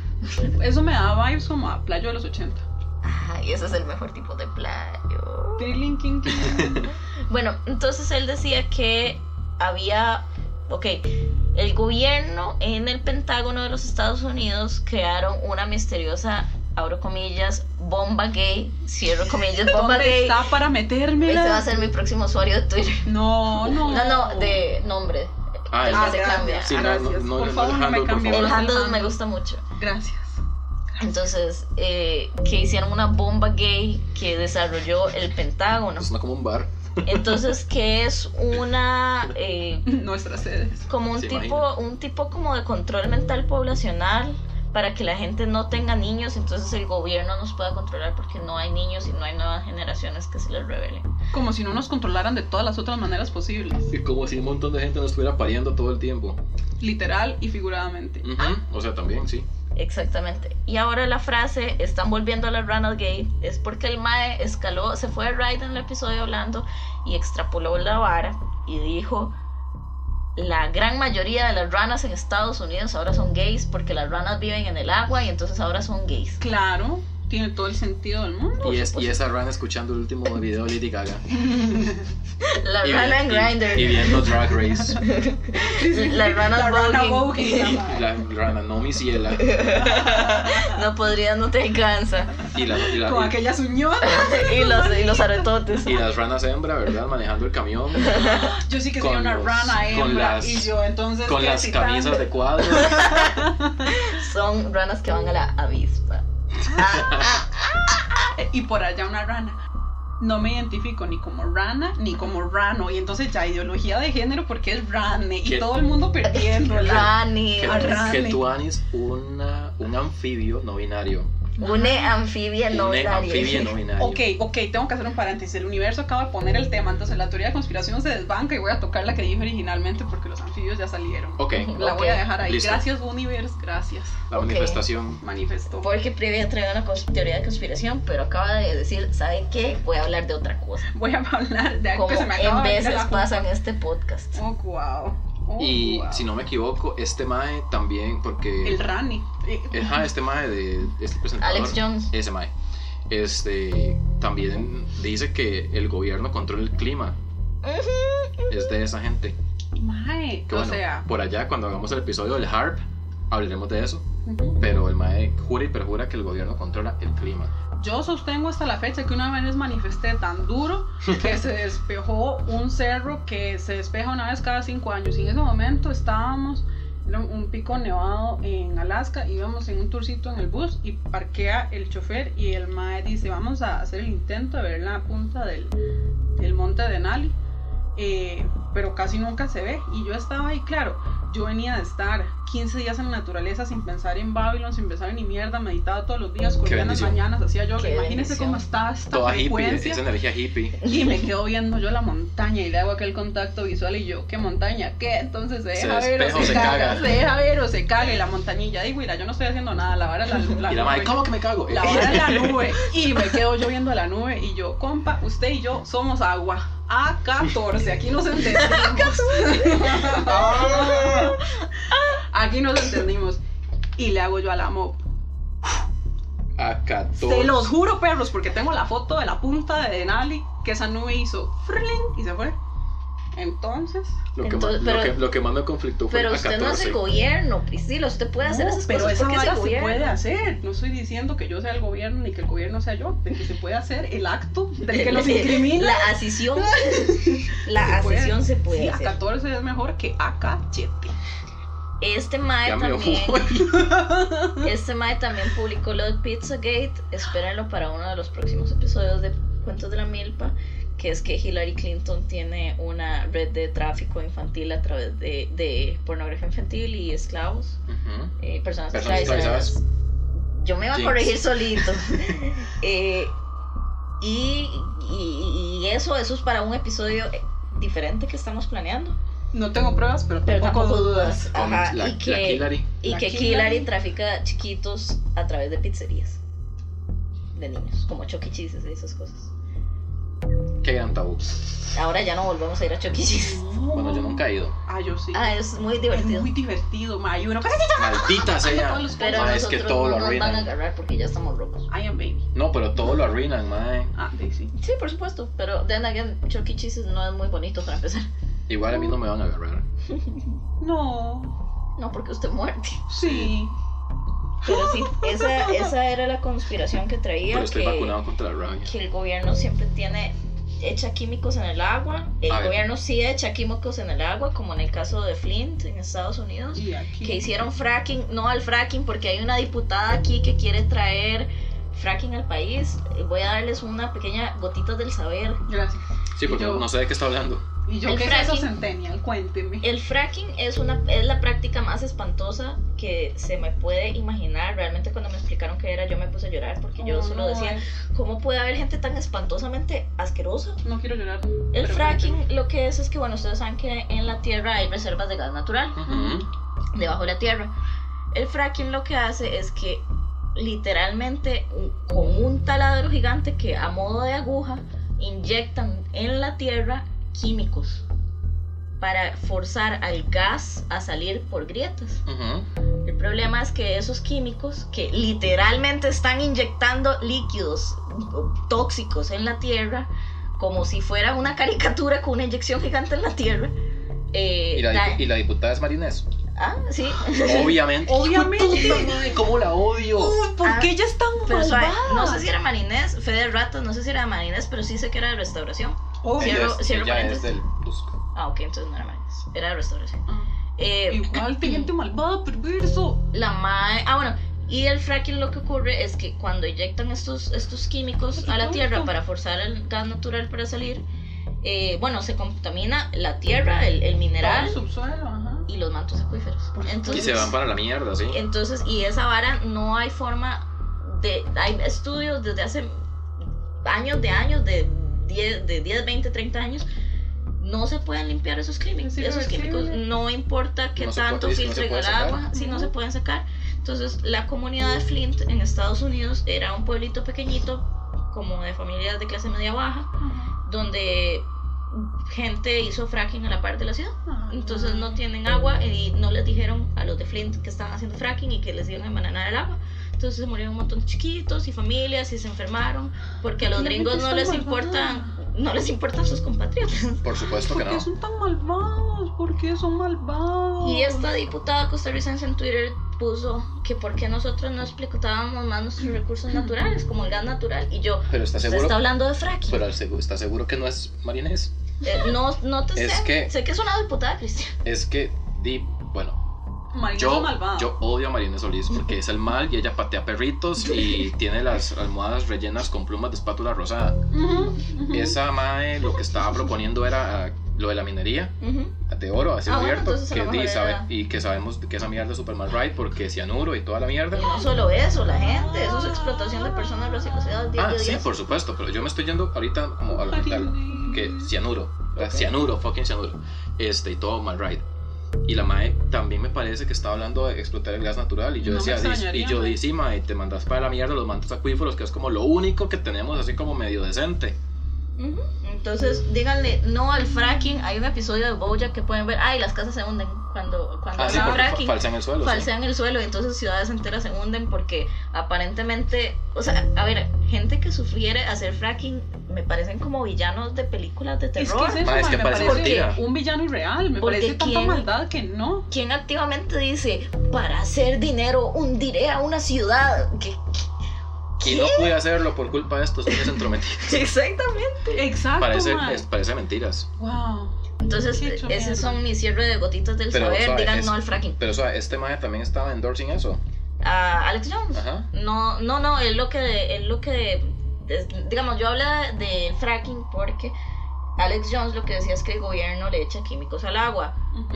Speaker 1: Eso me da vibes como a playo de los 80.
Speaker 3: Ay, ese es el mejor tipo de playo.
Speaker 1: Tirilin, kin, kin.
Speaker 3: Bueno, entonces él decía que había, ok, el gobierno en el Pentágono de los Estados Unidos crearon una misteriosa, abro comillas, bomba gay, cierro comillas, bomba
Speaker 1: ¿Dónde
Speaker 3: gay.
Speaker 1: está para
Speaker 3: Ese va a
Speaker 1: metérmela?
Speaker 3: ser mi próximo usuario de Twitter.
Speaker 1: No, no.
Speaker 3: No, no, de nombre.
Speaker 2: Ah,
Speaker 3: El
Speaker 2: es-
Speaker 1: Ah,
Speaker 3: se
Speaker 1: gracias,
Speaker 3: cambia.
Speaker 2: Sí, no,
Speaker 1: gracias.
Speaker 2: no, no,
Speaker 1: Por
Speaker 2: no,
Speaker 1: favor, no me
Speaker 2: Alejandro, por
Speaker 1: cambie.
Speaker 2: favor.
Speaker 3: El
Speaker 2: Hola,
Speaker 3: handle me gusta mucho.
Speaker 1: Gracias.
Speaker 3: Entonces, eh, que hicieron una bomba gay que desarrolló el Pentágono.
Speaker 2: es una como un bar.
Speaker 3: Entonces, que es una... eh,
Speaker 1: Nuestras sedes.
Speaker 3: como un
Speaker 2: Se
Speaker 3: tipo
Speaker 2: imagina.
Speaker 3: un tipo como de control mental poblacional para que la gente no tenga niños entonces el gobierno nos pueda controlar porque no hay niños y no hay nuevas generaciones que se les rebelen
Speaker 1: Como si no nos controlaran de todas las otras maneras posibles.
Speaker 2: Y como si un montón de gente no estuviera pariendo todo el tiempo.
Speaker 1: Literal y
Speaker 2: Mm.
Speaker 1: figuradamente.
Speaker 2: Ujú, O sea, también, sí.
Speaker 3: exactamente y ahora la frase están volviendo a las ranas gay es porque el mae escaló se fue de ride en el episodio hablando y extrapoló la vara y dijo la gran mayoría de las ranas en Estados Unidos ahora son gays porque las ranas viven en el agua y entonces ahora son gays
Speaker 1: Claro, tiene todo el sentido del mundo.
Speaker 3: Por
Speaker 2: Y, es, y
Speaker 3: supuesto.
Speaker 2: esa rana escuchando el último video de Lady Gaga.
Speaker 3: la
Speaker 2: Y-
Speaker 3: rana en
Speaker 2: y-
Speaker 3: Grindr
Speaker 2: Y viendo Drag Race.
Speaker 3: La rana
Speaker 1: La rana
Speaker 3: Bogging.
Speaker 1: Bogging, la madre.
Speaker 2: La rana no mi ciela.
Speaker 3: No podría, no te alcanza.
Speaker 2: Y, la- y la-
Speaker 1: Con
Speaker 2: y-
Speaker 1: aquellas uñonas.
Speaker 3: Y los, y los aretotes.
Speaker 2: y las ranas hembra, ¿verdad? Manejando el camión.
Speaker 1: Yo sí que
Speaker 2: Con
Speaker 1: soy una
Speaker 2: los-
Speaker 1: rana
Speaker 2: con
Speaker 1: hembra
Speaker 2: las-
Speaker 1: y yo entonces
Speaker 2: Con
Speaker 1: ¿qué
Speaker 2: las
Speaker 1: titán?
Speaker 2: camisas de cuadro.
Speaker 3: Son ranas que van a la avispa.
Speaker 1: y por allá una rana. No me identifico ni como rana ni como rano y entonces ya ideología de género porque es rane y
Speaker 2: ¿Qué?
Speaker 1: todo el mundo perdiendo la
Speaker 3: Rani.
Speaker 2: Que,
Speaker 1: Arrane.
Speaker 2: que Tuani es una, un anfibio no binario.
Speaker 3: Une anfibia no
Speaker 2: Un
Speaker 3: binaria.
Speaker 2: anfibio no binario.
Speaker 1: Ok, ok, tengo que hacer un paréntesis. El universo acaba de poner el tema, entonces la teoría de conspiración se desbanca y voy a tocar la que dije originalmente porque los anfibios ya salieron.
Speaker 2: Ok,
Speaker 3: Ujú.
Speaker 1: La
Speaker 3: Ok,
Speaker 1: voy a dejar ahí.
Speaker 2: listo.
Speaker 1: Gracias, Universe, gracias.
Speaker 2: la
Speaker 3: Ok.
Speaker 2: manifestación.
Speaker 1: Manifestó.
Speaker 3: Porque Previa trae una cons- teoría de conspiración, pero acaba de decir, ¿saben qué? Voy a hablar de otra cosa.
Speaker 1: Voy a hablar de algo
Speaker 3: Como
Speaker 1: que se me acaba
Speaker 3: en
Speaker 1: de venir a
Speaker 3: veces
Speaker 1: la
Speaker 3: pasa en este podcast.
Speaker 1: Oh, wow.
Speaker 2: Y si no me equivoco, este mae también, porque.
Speaker 1: El Rani. Eh,
Speaker 2: Ajá, este mae de este presentador.
Speaker 3: Alex Jones.
Speaker 2: Ese mae. Este. También dice que el gobierno controla el clima. Es de esa gente.
Speaker 1: Mae.
Speaker 2: Que
Speaker 1: o
Speaker 2: bueno,
Speaker 1: sea.
Speaker 2: por allá, cuando hagamos el episodio del HARP, hablaremos de eso.
Speaker 1: ujú.
Speaker 2: Pero el mae jura y perjura que el gobierno controla el clima.
Speaker 1: Yo sostengo hasta la fecha que una vez manifesté tan duro que se despejó un cerro que se despeja una vez cada cinco años. Y en ese momento estábamos en un pico nevado en Alaska, íbamos en un tourcito en el bus y parquea el chofer y el mae dice, vamos a hacer el intento de ver la punta del, del monte de Nali. eh, pero casi nunca se ve y yo estaba ahí, claro, yo venía de estar 15 días en la naturaleza sin pensar en Babylon, sin pensar en ni mierda, meditaba todos los días, corría en las
Speaker 2: bendición.
Speaker 1: mañanas, hacía yoga,
Speaker 3: Qué
Speaker 1: imagínense
Speaker 3: bendición.
Speaker 1: cómo estaba esta
Speaker 2: Toda hippie,
Speaker 1: frecuencia.
Speaker 2: esa energía hippie.
Speaker 1: Y me quedo viendo yo la montaña y le hago aquel contacto visual y yo, ¿qué montaña? ¿Qué? Entonces se
Speaker 2: Se
Speaker 1: deja ver
Speaker 2: despeja
Speaker 1: o se, caga, Se deja ver o se caga y la montañilla digo, mira, yo no estoy haciendo nada, la vara es la, la
Speaker 2: y la mae,
Speaker 1: nube".
Speaker 2: ¿cómo que me cago?
Speaker 1: La vara es la nube y me quedo yo viendo la nube y yo, compa, usted y yo somos agua. A14, aquí nos entendimos. aquí nos entendimos. Y le hago yo a la mop.
Speaker 2: A 14.
Speaker 1: Se los juro, perros, porque tengo la foto de la punta de Denali que esa nube hizo frling y se fue. Entonces,
Speaker 2: Lo que,
Speaker 3: Entonces,
Speaker 2: más, lo
Speaker 3: pero-
Speaker 2: que- lo que más me conflictó fue
Speaker 3: Pero
Speaker 2: a
Speaker 3: usted
Speaker 2: 14.
Speaker 3: no hace gobierno, Priscila. Usted puede hacer
Speaker 1: no,
Speaker 3: esas
Speaker 1: pero
Speaker 3: cosas
Speaker 1: esa
Speaker 3: porque es el
Speaker 1: vara se
Speaker 3: gobierno.
Speaker 1: puede hacer. No estoy diciendo que yo sea el gobierno ni que el gobierno sea yo, de que se puede hacer el acto del que los incrimina.
Speaker 3: La asisión, la
Speaker 1: Se puede.
Speaker 3: asisión se puede
Speaker 1: Sí, a
Speaker 3: hacer.
Speaker 1: 14 es mejor que a cachete.
Speaker 3: Este mae
Speaker 2: Ya me
Speaker 3: también,
Speaker 2: voy.
Speaker 3: este mae también publicó lo de Pizzagate. Espérenlo para uno de los próximos episodios de Cuentos de la Milpa, que es que Hillary Clinton tiene una red de tráfico infantil a través de, de pornografía infantil y esclavos,
Speaker 2: Ujú.
Speaker 3: eh, personas,
Speaker 2: Personas
Speaker 3: esclavizadas.
Speaker 2: esclavizadas.
Speaker 3: Yo me iba a
Speaker 2: Jinx.
Speaker 3: corregir solito. Eh, y, y- y eso, eso es para un episodio eh, diferente que estamos planeando.
Speaker 1: No tengo pruebas, pero
Speaker 3: Pero
Speaker 1: tampoco,
Speaker 3: tampoco
Speaker 1: dudas.
Speaker 3: dudas.
Speaker 2: Con
Speaker 3: Ajá,
Speaker 2: la,
Speaker 3: y
Speaker 2: la
Speaker 3: que,
Speaker 2: Hillary.
Speaker 3: y
Speaker 1: La
Speaker 3: que
Speaker 1: Hillary.
Speaker 3: Hillary trafica chiquitos a través de pizzerías de niños, como Chucky Cheese's y esas cosas.
Speaker 2: Qué gran tabú.
Speaker 3: Ahora ya no volvemos a ir a Chucky Cheese.
Speaker 2: Bueno, yo nunca he ido.
Speaker 1: Ah, yo sí.
Speaker 3: Ah, es muy
Speaker 1: es
Speaker 3: divertido.
Speaker 1: muy divertido, ma. Y uno,
Speaker 2: Maldita sea.
Speaker 1: todos los
Speaker 3: Pero
Speaker 2: Ma, Ah, es
Speaker 3: nosotros
Speaker 2: que todo
Speaker 3: no
Speaker 2: lo
Speaker 3: nos van a
Speaker 2: arruinan.
Speaker 3: agarrar porque ya estamos locos.
Speaker 1: I am baby.
Speaker 2: No, pero todo lo arruinan, mae.
Speaker 1: Ah, sí, sí.
Speaker 3: Sí, por supuesto, pero then again, Chucky Cheese's E. no es muy bonito para empezar.
Speaker 2: Igual a mí no me van a agarrar.
Speaker 1: No.
Speaker 3: No, porque usted muerde.
Speaker 1: Sí.
Speaker 3: Pero sí, esa, esa era la conspiración que traía.
Speaker 2: Pero estoy
Speaker 3: que,
Speaker 2: vacunado contra la rabia.
Speaker 3: que el gobierno siempre tiene echa químicos en el agua. El
Speaker 2: A ver.
Speaker 3: gobierno sí echa químicos en el agua, como en el caso de Flint en Estados Unidos,
Speaker 1: Y aquí.
Speaker 3: que hicieron fracking, no al fracking, porque hay una diputada aquí que quiere traer fracking al país. Voy a darles una pequeña gotita del saber.
Speaker 1: Gracias.
Speaker 2: Sí, porque
Speaker 1: Y yo-
Speaker 2: no sé de qué está hablando.
Speaker 1: ¿Y yo
Speaker 3: El
Speaker 1: qué es eso,
Speaker 3: fracking.
Speaker 1: Centennial? Cuénteme.
Speaker 3: El fracking es, una, es la práctica más espantosa que se me puede imaginar. Realmente cuando me explicaron qué era yo me puse a llorar porque yo
Speaker 1: Oh,
Speaker 3: solo
Speaker 1: no,
Speaker 3: decía, ¿cómo puede haber gente tan espantosamente asquerosa?
Speaker 1: No quiero llorar.
Speaker 3: El
Speaker 1: pero
Speaker 3: fracking
Speaker 1: cuénteme.
Speaker 3: lo que es es que, bueno, ustedes saben que en la tierra hay reservas de gas natural,
Speaker 2: Ujú.
Speaker 3: debajo de la tierra. El fracking lo que hace es que literalmente un- con un taladro gigante que a modo de aguja inyectan en la tierra químicos para forzar al gas a salir por grietas.
Speaker 2: Ujú.
Speaker 3: El problema es que esos químicos que literalmente están inyectando líquidos tóxicos en la tierra, como si fuera una caricatura con una inyección gigante en la tierra. eh,
Speaker 2: ¿Y, la,
Speaker 3: da-
Speaker 2: dipu- y la diputada es Marinés.
Speaker 3: ah, sí.
Speaker 2: Obviamente.
Speaker 1: Obviamente.
Speaker 2: Hijo de puta madre, ¿Cómo la odio?
Speaker 1: Uy, ¿Por
Speaker 3: Ah,
Speaker 1: qué ella es tan
Speaker 3: Pero suave,
Speaker 1: malvada?
Speaker 3: no sé si era Marinés, fe de ratas, no sé si era Marinés, pero sí sé que era de restauración.
Speaker 1: Obvio.
Speaker 2: Ella
Speaker 3: Cierro-
Speaker 2: es,
Speaker 3: cierro
Speaker 2: ella es
Speaker 3: paréntesis.
Speaker 2: del Busco.
Speaker 3: Ah, ok, entonces no era Marinés, era de restauración.
Speaker 1: Ah,
Speaker 3: Eh,
Speaker 1: Igual, de gente malvada, perverso.
Speaker 3: la mae. Ah, bueno. Y el fracking lo que ocurre es que cuando inyectan estos, estos químicos a la tierra para forzar el gas natural para salir, eh, bueno, se contamina la tierra, el, el
Speaker 1: Todo el
Speaker 3: mineral
Speaker 1: subsuelo, ajá.
Speaker 3: y los mantos acuíferos.
Speaker 1: Por supuesto.
Speaker 2: Y
Speaker 3: Entonces,
Speaker 2: se van para la mierda, sí.
Speaker 3: entonces, y esa vara no hay forma de, hay estudios desde hace años de años, de 10, de 10 20, 30 años, no se pueden limpiar esos químicos.
Speaker 1: Sí,
Speaker 3: esos químicos
Speaker 1: irreversible.
Speaker 3: no importa qué
Speaker 2: No se
Speaker 3: tanto
Speaker 2: puede- es que no se
Speaker 3: filtre el
Speaker 2: puede
Speaker 3: agua,
Speaker 2: sacar.
Speaker 3: si no
Speaker 1: Ujú.
Speaker 3: se pueden sacar. Entonces, la comunidad de Flint en Estados Unidos era un pueblito pequeñito, como de familias de clase media baja, donde gente hizo fracking a la par de la ciudad. Entonces no tienen agua y no les dijeron a los de Flint que estaban haciendo fracking y que les iban a emanar el agua. Entonces se murieron un montón de chiquitos y familias y se enfermaron porque a los
Speaker 1: La gente
Speaker 3: gringos no
Speaker 1: está
Speaker 3: les
Speaker 1: malvada.
Speaker 3: importan, no les importan sus compatriotas.
Speaker 2: Por supuesto que
Speaker 1: ¿Por
Speaker 2: no.
Speaker 1: qué son tan malvados? ¿Por qué son malvados?
Speaker 3: Y esta diputada costarricense en Twitter puso que por qué nosotros no explotábamos más nuestros recursos naturales como el gas natural y yo
Speaker 2: Pero está
Speaker 3: se
Speaker 2: seguro.
Speaker 3: está hablando de fracking.
Speaker 2: Pero segu- está seguro que no es marinés.
Speaker 3: Eh, no no te
Speaker 2: Es
Speaker 3: sé,
Speaker 2: que-
Speaker 3: sé que es una diputada cristiana.
Speaker 2: Es que di, bueno,
Speaker 1: Marina es
Speaker 2: yo,
Speaker 1: malvada.
Speaker 2: yo odio a Marina Solís porque es el mal y ella patea perritos y tiene las almohadas rellenas con plumas de espátula rosada.
Speaker 1: Ujú, ujú.
Speaker 2: Esa mae lo que estaba proponiendo era ah, lo de la minería
Speaker 3: Ujú.
Speaker 2: de oro a cielo
Speaker 3: Ah, bueno,
Speaker 2: abierto,
Speaker 3: entonces a
Speaker 2: que
Speaker 3: lo
Speaker 2: di,
Speaker 3: mejor
Speaker 2: sabe-
Speaker 3: era-
Speaker 2: y que sabemos que esa mierda es super mal right porque cianuro y toda la mierda.
Speaker 3: Y no solo eso, la gente, eso es explotación de personas racializadas día
Speaker 2: Ah,
Speaker 3: a
Speaker 2: sí,
Speaker 3: día.
Speaker 2: por supuesto, pero yo me estoy yendo ahorita como a lo mental. que cianuro, ¿verdad?
Speaker 3: Ok.
Speaker 2: cianuro, fucking cianuro, este y todo mal right. Y la mae también me parece que estaba hablando de explotar el gas natural y yo
Speaker 1: No me
Speaker 2: decía, "Dis- y
Speaker 1: extrañaría,
Speaker 2: yo
Speaker 1: mae.
Speaker 2: dije, sí, mae, te mandas para la mierda los mantos acuíferos que es como lo único que tenemos así como medio decente.
Speaker 3: Ujú. Entonces, díganle no al fracking. Hay un episodio de Bojack que pueden ver. Ay, las casas se hunden cuando, cuando
Speaker 2: Ah, sí,
Speaker 3: hablan
Speaker 2: porque fa-
Speaker 3: fracking.
Speaker 2: falsean el suelo. sí.
Speaker 3: falsean el suelo y entonces ciudades enteras se hunden porque aparentemente, o sea, a ver, gente que sufriere hacer fracking me parecen como villanos de películas de
Speaker 1: Es
Speaker 3: terror.
Speaker 1: que es eso,
Speaker 2: Ma, es
Speaker 1: ma,
Speaker 2: que
Speaker 1: me
Speaker 2: parece
Speaker 1: parece
Speaker 2: mentira.
Speaker 1: un villano irreal. Me
Speaker 3: Porque
Speaker 1: parece tanta
Speaker 3: ¿quién?
Speaker 1: maldad que no.
Speaker 3: Quien activamente dice, para hacer dinero hundiré a una ciudad. que
Speaker 2: Y no pude hacerlo por culpa de estos niños entrometidos.
Speaker 3: Exactamente.
Speaker 1: Exacto.
Speaker 3: Ah,
Speaker 2: Parece,
Speaker 1: ma.
Speaker 2: es- parece mentiras.
Speaker 1: Wow.
Speaker 3: Entonces,
Speaker 1: Qué hecho
Speaker 3: ese
Speaker 1: mierda.
Speaker 3: son mis cierre de gotitas del
Speaker 2: Pero,
Speaker 3: saber.
Speaker 2: suave,
Speaker 3: Digan
Speaker 2: es-
Speaker 3: no al fracking.
Speaker 2: Pero o sea, este mae también estaba endorsing eso.
Speaker 3: A Alex Jones.
Speaker 2: Ajá.
Speaker 3: No, no, no, es lo que, es lo que, es- digamos, yo hablo de- del fracking porque Alex Jones lo que decía es que el gobierno le echa químicos al agua.
Speaker 1: Ujú.
Speaker 2: Ujú.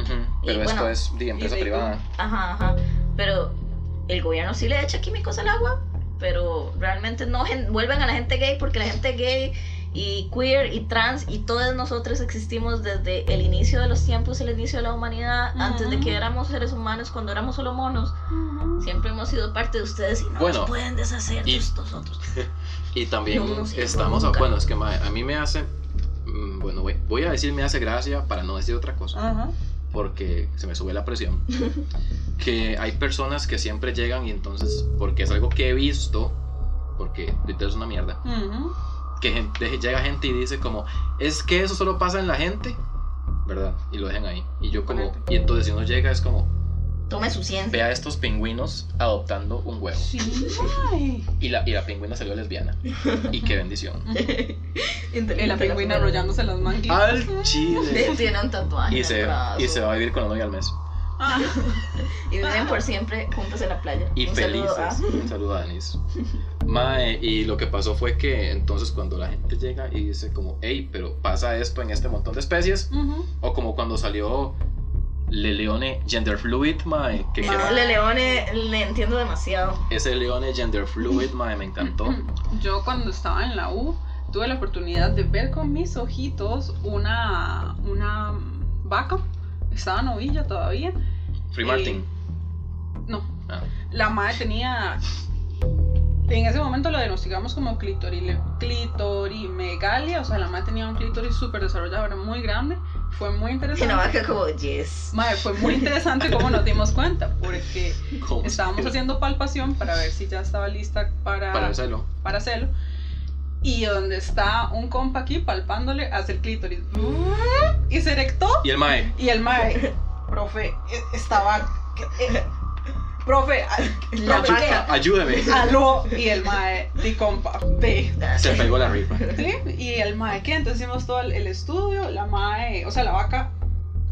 Speaker 2: Pero esto
Speaker 3: bueno,
Speaker 2: es de empresa
Speaker 1: y de-
Speaker 2: privada.
Speaker 3: Ajá, ajá. Pero el gobierno sí le echa químicos al agua, pero realmente no gen- vuelven a la gente gay porque la gente gay y queer y trans y todos nosotros existimos desde el inicio de los tiempos, el inicio de la humanidad, antes de que
Speaker 1: Ujú.
Speaker 3: éramos seres humanos, cuando éramos solo monos.
Speaker 1: Ujú.
Speaker 3: Siempre hemos sido parte de ustedes y no
Speaker 2: Bueno,
Speaker 3: nos pueden deshacer
Speaker 2: y-
Speaker 3: de estos otros.
Speaker 2: Y también
Speaker 3: No, no sirvo
Speaker 2: estamos, a,
Speaker 3: nunca.
Speaker 2: bueno, es que mae, a mí me hace, mm, bueno, voy, voy a decir me hace gracia para no decir otra cosa,
Speaker 3: Ah.
Speaker 1: Ajá.
Speaker 2: porque se me sube la presión, que hay personas que siempre llegan y entonces, porque es algo que he visto, porque Twitter es una mierda,
Speaker 1: Ujú.
Speaker 2: que gente- llega gente y dice como, es que eso solo pasa en la gente, ¿verdad? Y lo dejan ahí. Y yo como,
Speaker 1: Ponete.
Speaker 2: y entonces si uno llega es como,
Speaker 3: Tome su ciencia.
Speaker 2: ve a estos pingüinos adoptando un huevo.
Speaker 1: Sí, mae.
Speaker 2: Y la, y la pingüina salió lesbiana. Y qué bendición.
Speaker 1: Y la pingüina
Speaker 3: rollada
Speaker 1: arrollándose las manguitas.
Speaker 2: Al chile.
Speaker 3: Tiene un tatuaje.
Speaker 2: Y se, y se va a vivir con la novia al mes.
Speaker 1: Ah.
Speaker 3: Y viven por siempre juntos en la playa.
Speaker 2: Y
Speaker 3: Un
Speaker 2: felices.
Speaker 3: saludo ah. a-
Speaker 2: Un saludo a Denise. Mae, y lo que pasó fue que entonces cuando la gente llega y dice como, hey, pero pasa esto en este montón de especies,
Speaker 1: Ujú.
Speaker 2: o como cuando salió Le Leone Gender Fluid, mae, que que-
Speaker 1: Mae.
Speaker 3: Le Leone le entiendo demasiado.
Speaker 2: ese Leone Gender Fluid, mae, me encantó.
Speaker 1: Yo cuando estaba en la U tuve la oportunidad de ver con mis ojitos una, una vaca. Estaba novilla todavía.
Speaker 2: Free
Speaker 1: Eh,
Speaker 2: Martin.
Speaker 1: No.
Speaker 2: Ah.
Speaker 1: La madre tenía. En ese momento lo diagnosticamos como clitorile- clitorimegalia. O sea, la madre tenía un clítoris súper desarrollado, era muy grande. Fue muy
Speaker 3: Y la
Speaker 1: interesante.
Speaker 3: vaca como, yes.
Speaker 1: Madre, fue muy interesante cómo nos dimos cuenta, porque
Speaker 2: ¿Cómo se
Speaker 1: estábamos
Speaker 2: llama?
Speaker 1: haciendo palpación para ver si ya estaba lista
Speaker 2: Para hacerlo.
Speaker 1: para hacerlo. Y donde está un compa aquí palpándole hacia el clítoris. Y se erectó.
Speaker 2: Y el mae,
Speaker 1: Y el mae, profe, eh, estaba. eh, profe, a-
Speaker 3: La
Speaker 1: profe,
Speaker 3: vaca.
Speaker 2: ayúdeme.
Speaker 1: ¿qué? aló. Y el mae, di compa, de.
Speaker 2: Se pegó la ripa.
Speaker 1: ¿Sí? Y el mae, ¿qué? Entonces hicimos todo el, el estudio. La mae, o sea, la vaca,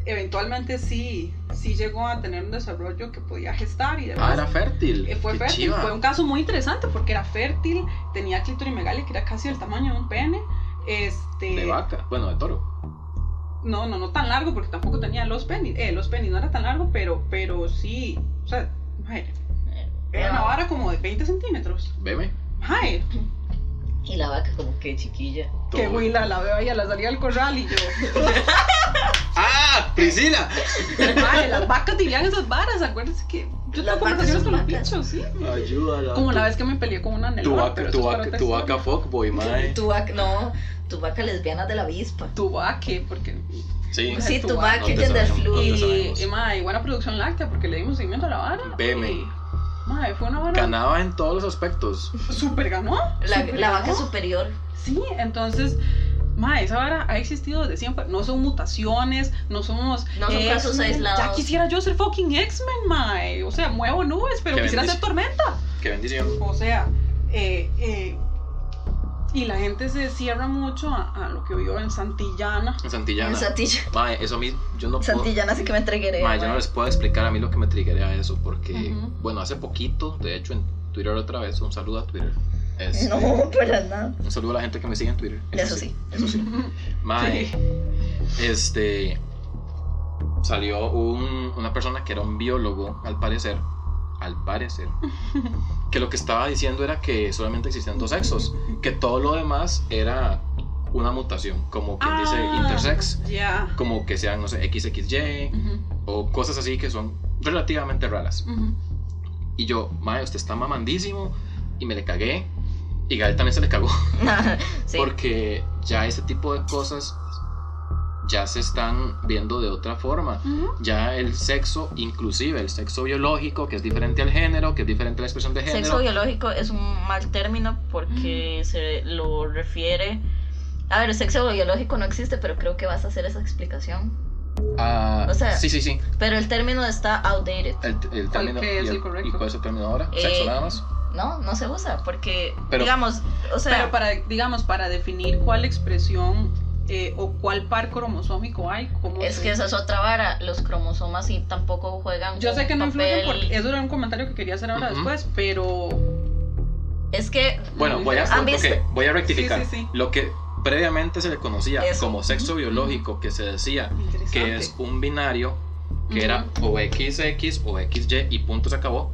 Speaker 1: eventualmente sí, sí llegó a tener un desarrollo que podía gestar y demás.
Speaker 2: Ah, era fértil.
Speaker 1: Eh, Fue
Speaker 2: Qué
Speaker 1: fértil,
Speaker 2: chiva.
Speaker 1: fue un caso muy interesante porque era fértil, tenía clitorimegalia que era casi del tamaño de un pene. Este,
Speaker 2: De vaca. Bueno, de toro.
Speaker 1: no, no, no tan largo porque tampoco tenía los penis. Eh, los penis no era tan largo, pero, pero sí, o sea, madre, Era una vara como de 20 centímetros.
Speaker 2: Veme.
Speaker 1: Ay,
Speaker 3: Y la vaca como que chiquilla.
Speaker 1: que
Speaker 2: todo.
Speaker 1: huila, la veo ahí a la salida del corral y yo.
Speaker 2: ¡Ah! ¡Priscila!
Speaker 1: Mae, las vacas dirían esas varas, acuérdense que yo
Speaker 3: Las
Speaker 1: tengo conversaciones
Speaker 3: vacas son
Speaker 1: con los
Speaker 3: vacas.
Speaker 1: bichos, sí.
Speaker 2: Ayúdala.
Speaker 1: Como
Speaker 2: tu-
Speaker 1: la vez que me peleé con una
Speaker 2: Tu
Speaker 1: anhelada.
Speaker 2: vaca, tu vaca, tu vaca fuckboy, mae.
Speaker 3: Tu vaca, no, tu vaca lesbiana de la avispa.
Speaker 1: Tu vaca, porque.
Speaker 2: Sí.
Speaker 3: Sí,
Speaker 1: tu
Speaker 3: tu
Speaker 1: vaca.
Speaker 3: vaca
Speaker 2: No te
Speaker 3: gender
Speaker 2: sabemos, no te
Speaker 3: fluid.
Speaker 1: Y,
Speaker 2: sabemos.
Speaker 1: y, mae, buena producción láctea, porque le dimos seguimiento a la vara.
Speaker 2: Veme.
Speaker 1: y, Mae, fue una vara.
Speaker 2: Ganaba en todos los aspectos.
Speaker 1: Super ganó.
Speaker 3: La,
Speaker 1: super
Speaker 3: la vaca
Speaker 1: ganó.
Speaker 3: superior.
Speaker 1: Sí, entonces, ma, esa vara ha existido desde siempre. No son mutaciones, no somos.
Speaker 3: No son casos
Speaker 1: X-Men.
Speaker 3: aislados.
Speaker 1: Ya quisiera yo ser fucking X-Men, mae. O sea, muevo nubes, pero
Speaker 2: Qué
Speaker 1: quisiera ser tormenta.
Speaker 2: Qué bendición.
Speaker 1: O sea, eh, eh, y la gente se cierra mucho a, a lo que vio en Santillana.
Speaker 2: En Santillana.
Speaker 3: En Santilla.
Speaker 2: Mae, eso a mí, yo no puedo.
Speaker 3: Santillana sí que me entregueré.
Speaker 2: Mae, yo no les puedo explicar a mí lo que me triguea eso, porque,
Speaker 1: Ujú.
Speaker 2: bueno, hace poquito, de hecho, en Twitter otra vez, un saludo a Twitter. Es-
Speaker 3: No, para nada.
Speaker 2: Un saludo a la gente que me sigue en Twitter.
Speaker 3: Eso sí.
Speaker 2: Eso sí. Mae, este. Salió un- una persona que era un biólogo, al parecer. Al parecer. Que lo que estaba diciendo era que solamente existían dos sexos. Que todo lo demás era una mutación. Como quien dice
Speaker 1: Ah.
Speaker 2: intersex.
Speaker 1: Ya.
Speaker 2: Como que sean, no sé, XXY.
Speaker 1: Ujú,
Speaker 2: O cosas así que son relativamente raras.
Speaker 1: ujú.
Speaker 2: Y yo, mae, usted está mamandísimo. Y me le cagué. Y Gael también se le cagó.
Speaker 3: sí.
Speaker 2: Porque ya ese tipo de cosas ya se están viendo de otra forma.
Speaker 1: Ujú.
Speaker 2: Ya el sexo, inclusive el sexo biológico, que es diferente al género, que es diferente a la expresión de género.
Speaker 3: Sexo biológico es un mal término porque se lo refiere. A ver, sexo biológico no existe, pero creo que vas a hacer esa explicación.
Speaker 2: Ah,
Speaker 3: o sea,
Speaker 2: sí, sí, sí.
Speaker 3: Pero el término está outdated.
Speaker 2: El, el
Speaker 1: ¿cuál
Speaker 2: término,
Speaker 1: que es
Speaker 2: y,
Speaker 1: el correcto?
Speaker 2: ¿Y cuál es el término ahora?
Speaker 3: Eh,
Speaker 2: sexo nada más.
Speaker 3: No, no se usa porque,
Speaker 2: Pero-
Speaker 3: digamos, o sea,
Speaker 1: Pero para, digamos, para definir cuál expresión eh, o cuál par cromosómico hay, cómo
Speaker 3: es
Speaker 1: se-
Speaker 3: que esa es otra vara. Los cromosomas sí tampoco juegan.
Speaker 1: Yo sé
Speaker 3: un
Speaker 1: que no influyen
Speaker 3: papel-
Speaker 1: porque eso era un comentario que quería hacer ahora
Speaker 2: Ujú.
Speaker 1: después, pero
Speaker 3: Es que
Speaker 2: Bueno, voy a,
Speaker 3: ¿Han visto?
Speaker 2: ok, voy a rectificar.
Speaker 1: Sí, sí, sí.
Speaker 2: Lo que previamente se le conocía
Speaker 3: Eso.
Speaker 2: como sexo biológico, que se decía que es un binario que era o XX o XY y punto se acabó.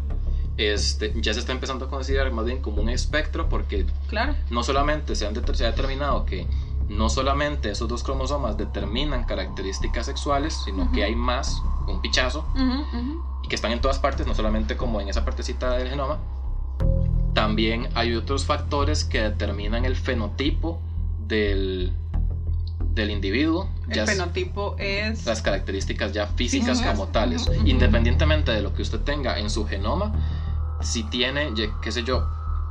Speaker 2: Este, ya se está empezando a considerar más bien como un espectro porque
Speaker 1: claro.
Speaker 2: no solamente se, han det- se ha determinado que no solamente esos dos cromosomas determinan características sexuales, sino
Speaker 1: Ujú.
Speaker 2: que hay más, un pichazo,
Speaker 1: Ujú, ujú.
Speaker 2: y que están en todas partes, no solamente como en esa partecita del genoma. También hay otros factores que determinan el fenotipo del, del individuo. ya
Speaker 1: El
Speaker 2: sea-
Speaker 1: fenotipo es
Speaker 2: las características ya físicas
Speaker 1: Físicas,
Speaker 2: como tales.
Speaker 1: ujú, ujú.
Speaker 2: Independientemente de lo que usted tenga en su genoma, si tiene, ye- qué sé yo,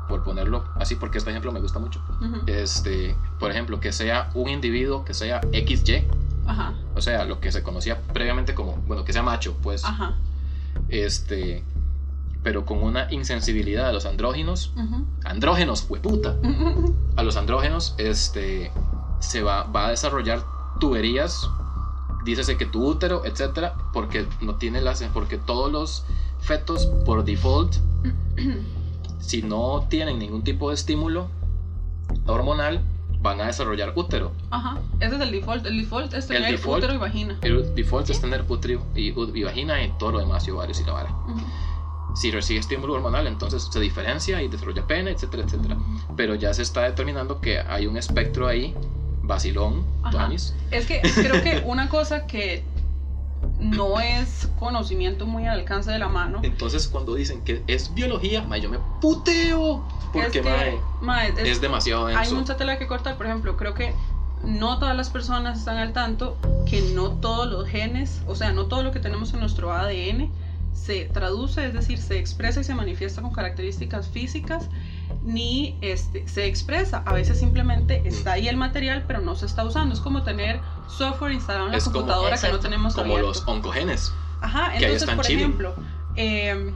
Speaker 2: por ponerlo así, porque este ejemplo me gusta mucho,
Speaker 1: ujú.
Speaker 2: este, por ejemplo, que sea un individuo que sea XY,
Speaker 1: Ajá,
Speaker 2: o sea, lo que se conocía previamente como, bueno, que sea macho, pues,
Speaker 1: ajá.
Speaker 2: este, pero con una insensibilidad a los andróginos,
Speaker 1: ujú.
Speaker 2: andrógenos, hueputa, a los andrógenos, este, se va, va a desarrollar tuberías, dícese que tu útero, etcétera, porque no tiene las, porque todos los fetos por default, si no tienen ningún tipo de estímulo hormonal, van a desarrollar útero.
Speaker 1: Ajá, ese es el default. El default es tener
Speaker 2: El default.
Speaker 1: útero y vagina.
Speaker 2: El default es tener útero y, y vagina y todo lo demás, y ovarios y la vara.
Speaker 1: Ujú.
Speaker 2: Si recibe estímulo hormonal, entonces se diferencia y desarrolla pene, etcétera, etcétera. Pero ya se está determinando que hay un espectro ahí, vacilón,
Speaker 1: Ajá.
Speaker 2: tuanis,
Speaker 1: Es que creo que una cosa que no es conocimiento muy al alcance de la mano
Speaker 2: Entonces cuando dicen que es biología, mae, yo me puteo.
Speaker 1: es
Speaker 2: Porque
Speaker 1: que,
Speaker 2: mae,
Speaker 1: mae, es-
Speaker 2: es demasiado
Speaker 1: hay
Speaker 2: denso.
Speaker 1: mucha tela que cortar. Por ejemplo, creo que no todas las personas están al tanto que no todos los genes, o sea, no todo lo que tenemos en nuestro ADN se traduce, es decir, se expresa y se manifiesta con características físicas, ni este, se expresa. A veces
Speaker 2: Mm.
Speaker 1: simplemente está ahí el material, pero no se está usando. Es como tener software instalado en la
Speaker 2: Es como-
Speaker 1: computadora que no
Speaker 3: Exacto.
Speaker 1: tenemos
Speaker 2: Como
Speaker 1: abierto.
Speaker 2: los oncogenes.
Speaker 1: Ajá,
Speaker 2: que ahí
Speaker 1: entonces,
Speaker 2: están
Speaker 1: por
Speaker 2: chilling.
Speaker 1: ejemplo, eh,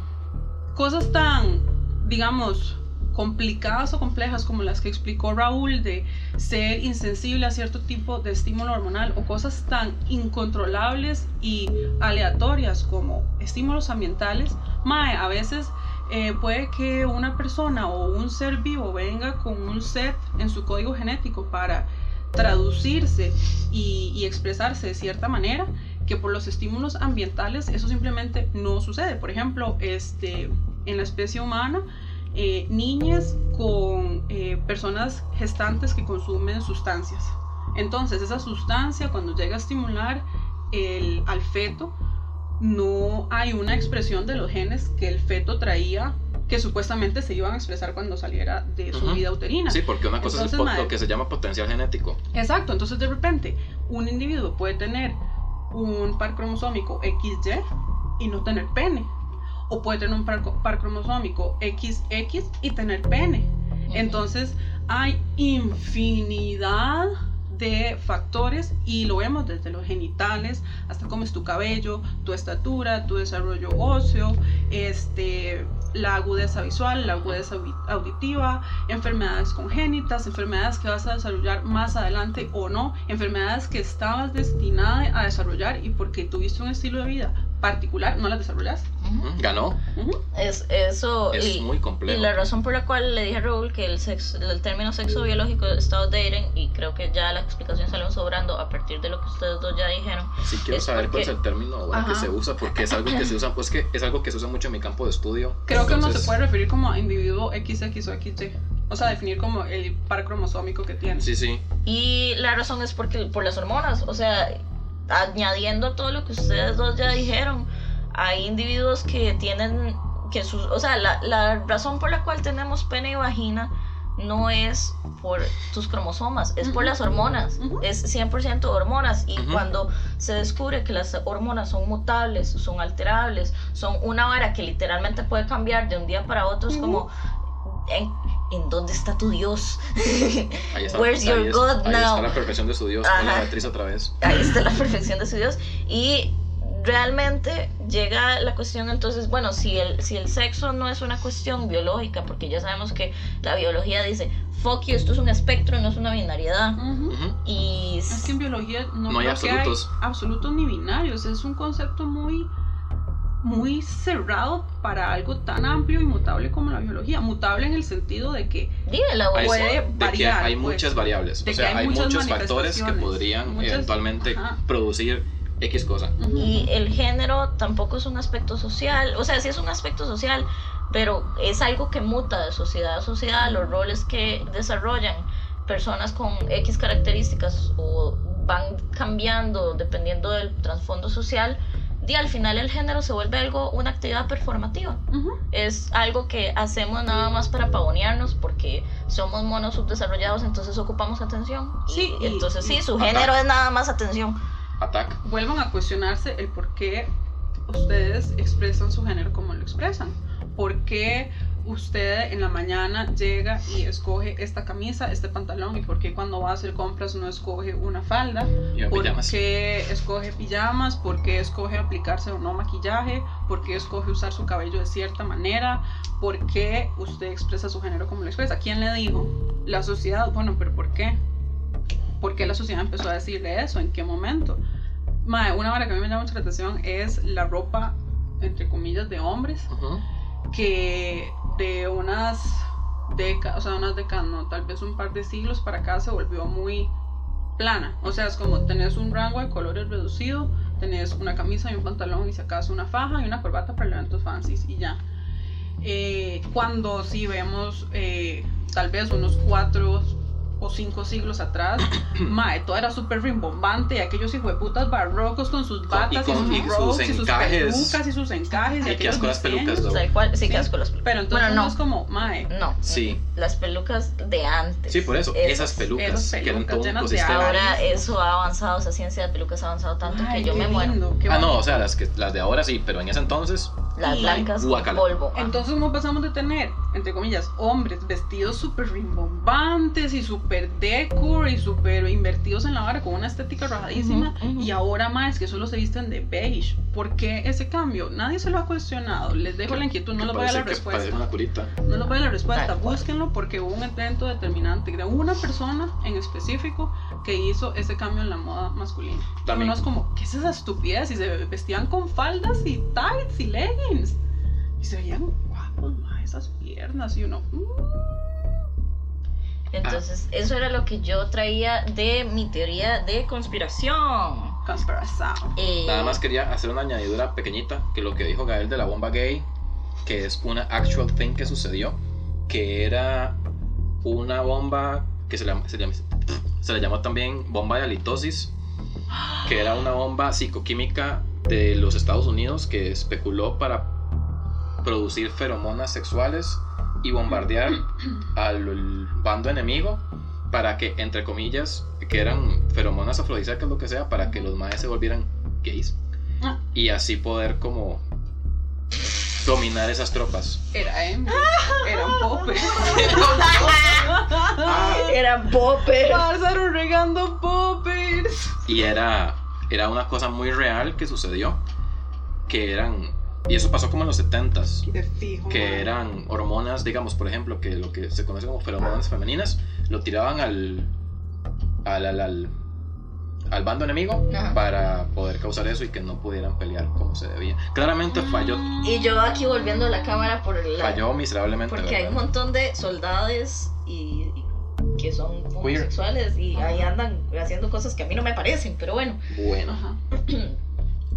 Speaker 1: cosas tan, digamos, complicadas o complejas como las que explicó Raúl de ser insensible a cierto tipo de estímulo hormonal o cosas tan incontrolables y aleatorias como estímulos ambientales, mae, a veces eh, puede que una persona o un ser vivo venga con un set en su código genético para traducirse y, y expresarse de cierta manera que por los estímulos ambientales eso simplemente no sucede. Por ejemplo, este, en la especie humana, eh, niñas con eh, personas gestantes que consumen sustancias. Entonces, esa sustancia cuando llega a estimular el, al feto, no hay una expresión de los genes que el feto traía que supuestamente se iban a expresar cuando saliera de su
Speaker 2: Ujú.
Speaker 1: vida uterina.
Speaker 2: Sí, porque una cosa es
Speaker 1: Entonces,
Speaker 2: el po-
Speaker 1: madre-
Speaker 2: lo que se llama potencial genético.
Speaker 1: Exacto, entonces de repente un individuo puede tener un par cromosómico XY y no tener pene. O puede tener un par, co- par cromosómico XX y tener pene. Entonces hay infinidad de factores y lo vemos desde los genitales hasta cómo es tu cabello, tu estatura, tu desarrollo óseo, este, la agudeza visual, la agudeza audi- auditiva, enfermedades congénitas, enfermedades que vas a desarrollar más adelante o no, enfermedades que estabas destinada a desarrollar y porque tuviste un estilo de vida particular no las desarrollaste.
Speaker 3: Ujú.
Speaker 2: Ujú, Ganó.
Speaker 1: Ujú.
Speaker 3: Es, eso
Speaker 2: Es
Speaker 3: y,
Speaker 2: muy
Speaker 3: y
Speaker 2: complejo.
Speaker 3: la razón por la cual le dije a Raúl que el, sexo- el término sexo biológico está outdated y creo que ya la explicación salió sobrando a partir de lo que ustedes dos ya dijeron.
Speaker 2: Sí quiero
Speaker 3: es
Speaker 2: saber cuál es
Speaker 3: porque-
Speaker 2: el término ahora que
Speaker 1: Ajá.
Speaker 2: se usa, porque es algo que se usa, pues que es algo que se usa mucho en mi campo de estudio.
Speaker 1: Creo que uno
Speaker 2: Entonces,
Speaker 1: se puede referir como a individuo XX o XY. O sea, definir como el par cromosómico que tiene.
Speaker 2: Sí, sí.
Speaker 3: Y la razón es porque por las hormonas, o sea, añadiendo a todo lo que ustedes dos ya dijeron, hay individuos que tienen que sus, o sea, la, la razón por la cual tenemos pene y vagina no es por tus cromosomas, es por
Speaker 1: Ujú.
Speaker 3: las hormonas,
Speaker 1: Ujú.
Speaker 3: es 100% hormonas y
Speaker 2: Ujú.
Speaker 3: cuando se descubre que las hormonas son mutables, son alterables, son una vara que literalmente puede cambiar de un día para otro, es
Speaker 1: Ujú.
Speaker 3: como ¿en, en dónde está tu Dios?
Speaker 2: Ahí está.
Speaker 3: Where's
Speaker 2: ahí
Speaker 3: your
Speaker 2: es-
Speaker 3: God
Speaker 2: ahí está
Speaker 3: now?
Speaker 2: la perfección de su Dios.
Speaker 3: Ajá.
Speaker 2: Hola, Beatriz, otra vez.
Speaker 3: ahí está la perfección de su Dios. Y realmente llega la cuestión entonces, bueno, si el, si el sexo no es una cuestión biológica, porque ya sabemos que la biología dice, fuck you, esto es un espectro, no es una binariedad.
Speaker 1: Ujú.
Speaker 2: Ujú.
Speaker 3: Y
Speaker 1: Es que en biología no,
Speaker 2: No hay
Speaker 1: creo que
Speaker 2: absolutos.
Speaker 1: absolutos ni binarios. Es un concepto muy, muy cerrado para algo tan amplio y mutable como la biología. Mutable en el sentido de que
Speaker 3: dime la
Speaker 2: Ahí
Speaker 3: abuela,
Speaker 1: puede
Speaker 2: está, de que
Speaker 1: variar,
Speaker 2: hay
Speaker 1: pues.
Speaker 2: muchas variables.
Speaker 1: De
Speaker 2: O
Speaker 1: que
Speaker 2: sea,
Speaker 1: hay
Speaker 2: hay
Speaker 1: muchas
Speaker 2: muchos factores que
Speaker 1: manifestaciones,
Speaker 2: podrían
Speaker 1: muchas-
Speaker 2: eventualmente
Speaker 1: ajá.
Speaker 2: producir X cosa.
Speaker 1: Ujú.
Speaker 3: Y el género tampoco es un aspecto social, o sea, sí es un aspecto social, pero es algo que muta de sociedad a sociedad, los roles que desarrollan personas con X características o van cambiando dependiendo del trasfondo social, y al final el género se vuelve algo, una actividad performativa.
Speaker 1: Ujú.
Speaker 3: Es algo que hacemos nada más para pavonearnos porque somos monos subdesarrollados, entonces ocupamos atención. Y
Speaker 1: Sí, y-
Speaker 3: entonces sí, su
Speaker 2: Ajá.
Speaker 3: género es nada más atención.
Speaker 2: Attack.
Speaker 1: Vuelvan a cuestionarse el por qué ustedes expresan su género como lo expresan. ¿Por qué usted en la mañana llega y escoge esta camisa, este pantalón? ¿Y por qué cuando va a hacer compras no escoge una falda?
Speaker 2: Y en
Speaker 1: ¿Por
Speaker 2: pijamas.
Speaker 1: qué escoge pijamas? ¿Por qué escoge aplicarse o no maquillaje? ¿Por qué escoge usar su cabello de cierta manera? ¿Por qué usted expresa su género como lo expresa? ¿Quién le dijo? La sociedad. Bueno, pero ¿por qué? ¿Por qué la sociedad empezó a decirle eso? ¿En qué momento? Mae, una hora que a mí me llama mucho la atención es la ropa, entre comillas, de hombres,
Speaker 2: Ujú.
Speaker 1: que de unas décadas, o sea, unas décadas, no, tal vez un par de siglos para acá se volvió muy plana. O sea, es como tenés un rango de colores reducido, tenés una camisa y un pantalón y si acaso una faja y una corbata para eventos fancies y ya. Eh, cuando si vemos eh, tal vez unos cuatro o cinco siglos atrás, mae, todo era súper rimbombante, y aquellos hijueputas barrocos con sus batas y,
Speaker 2: con- y
Speaker 1: sus
Speaker 2: sus
Speaker 1: robes y sus
Speaker 2: encajes.
Speaker 1: pelucas y sus encajes.
Speaker 2: Y que
Speaker 1: aquellos
Speaker 2: asco las
Speaker 1: diseños.
Speaker 2: pelucas, ¿no?
Speaker 3: Tal cual, sí,
Speaker 1: Sí.
Speaker 3: que asco las pelucas.
Speaker 1: Pero entonces
Speaker 3: Bueno,
Speaker 1: no.
Speaker 3: no.
Speaker 1: es como, mae,
Speaker 3: No,
Speaker 2: Sí.
Speaker 3: las pelucas de antes.
Speaker 2: Sí, por eso.
Speaker 3: Esas.
Speaker 2: Esas pelucas,
Speaker 1: esas
Speaker 2: que eran
Speaker 1: pelucas
Speaker 2: todo un
Speaker 1: llenas de
Speaker 2: ecosistema.
Speaker 1: ahora.
Speaker 3: Ahora eso ha avanzado, esa ciencia de pelucas ha avanzado tanto
Speaker 1: ay,
Speaker 3: que yo
Speaker 1: qué
Speaker 3: me muero.
Speaker 1: lindo, qué
Speaker 2: Ah, no,
Speaker 1: bonito.
Speaker 2: o sea, las, que, las de ahora sí, pero en ese entonces.
Speaker 3: Las
Speaker 1: Y-
Speaker 3: blancas con
Speaker 2: guácala.
Speaker 3: polvo. ajá.
Speaker 1: Entonces no pasamos de tener, entre comillas, hombres vestidos súper rimbombantes y súper decor y súper invertidos en la vara con una estética rajadísima
Speaker 3: Ujú, ujú.
Speaker 1: y ahora más que solo se visten de beige. ¿Por qué ese cambio? Nadie se lo ha cuestionado. Les dejo la inquietud, no
Speaker 2: que
Speaker 1: les voy a
Speaker 2: parece
Speaker 1: dar
Speaker 2: que parece una
Speaker 1: respuesta.
Speaker 2: curita.
Speaker 1: No les voy a dar respuesta,
Speaker 3: Tal cual.
Speaker 1: búsquenlo porque hubo un evento determinante de una persona en específico que hizo ese cambio en la moda masculina.
Speaker 2: También.
Speaker 1: Uno es como, ¿qué es esa estupidez? Y se vestían con faldas y tights y leggings. Y se veían guapos, ma, esas piernas. Y uno, mm,
Speaker 3: Entonces, eso era lo que yo traía de mi teoría de conspiración.
Speaker 1: camperazo.
Speaker 3: Eh,
Speaker 2: Nada más quería hacer una añadidura pequeñita que lo que dijo Gael de la bomba gay que es una actual thing que sucedió, que era una bomba que se le, se le- se le llamó también bomba de halitosis, que era una bomba psicoquímica de los Estados Unidos que especuló para producir feromonas sexuales y bombardear al bando enemigo para que, entre comillas, que eran feromonas afrodisíacas, lo que sea, para que los maes se volvieran gays
Speaker 1: Ah.
Speaker 2: y así poder como dominar esas tropas.
Speaker 1: Era Emi. Era un pope.
Speaker 3: Eran popes.
Speaker 1: Pasaron regando poppers.
Speaker 2: Y era, era una cosa muy real que sucedió, que eran, y eso pasó como en los 70s,
Speaker 1: De fijo.
Speaker 2: que
Speaker 1: madre.
Speaker 2: eran hormonas, digamos, por ejemplo, que lo que se conoce como feromonas femeninas, lo tiraban al, al, al, al, al bando enemigo
Speaker 3: Ajá.
Speaker 2: para poder causar eso y que no pudieran pelear como se debía. Claramente falló,
Speaker 3: Y yo aquí volviendo la cámara por la.
Speaker 2: falló miserablemente.
Speaker 3: Porque
Speaker 2: la
Speaker 3: hay un
Speaker 2: verdad.
Speaker 3: montón de soldados y, y que son
Speaker 2: Queer.
Speaker 3: homosexuales y ahí andan haciendo cosas que a mí no me parecen, pero bueno.
Speaker 2: Bueno,
Speaker 1: Ajá.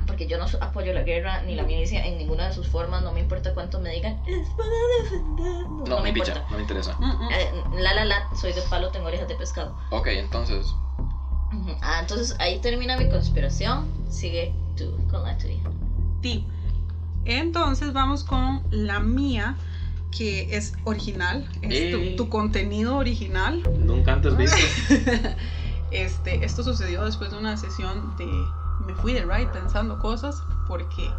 Speaker 3: Porque yo no so- apoyo la guerra ni la milicia en ninguna de sus formas, no me importa cuánto me digan, es para defendernos.
Speaker 2: no,
Speaker 3: me
Speaker 2: ni
Speaker 3: importa.
Speaker 2: picha, no me interesa.
Speaker 1: Mm, mm.
Speaker 3: Eh, la la la, soy de palo, tengo orejas de pescado.
Speaker 2: Ok, entonces,
Speaker 3: Ujú. Ah, entonces ahí termina mi conspiración. Sigue tú con la tuya.
Speaker 1: Ti. Entonces vamos con la mía, que es original, es tu-
Speaker 2: Ey.
Speaker 1: tu, contenido original.
Speaker 2: nunca antes visto.
Speaker 1: este, esto sucedió después de una sesión de... Me fui de ride pensando cosas porque,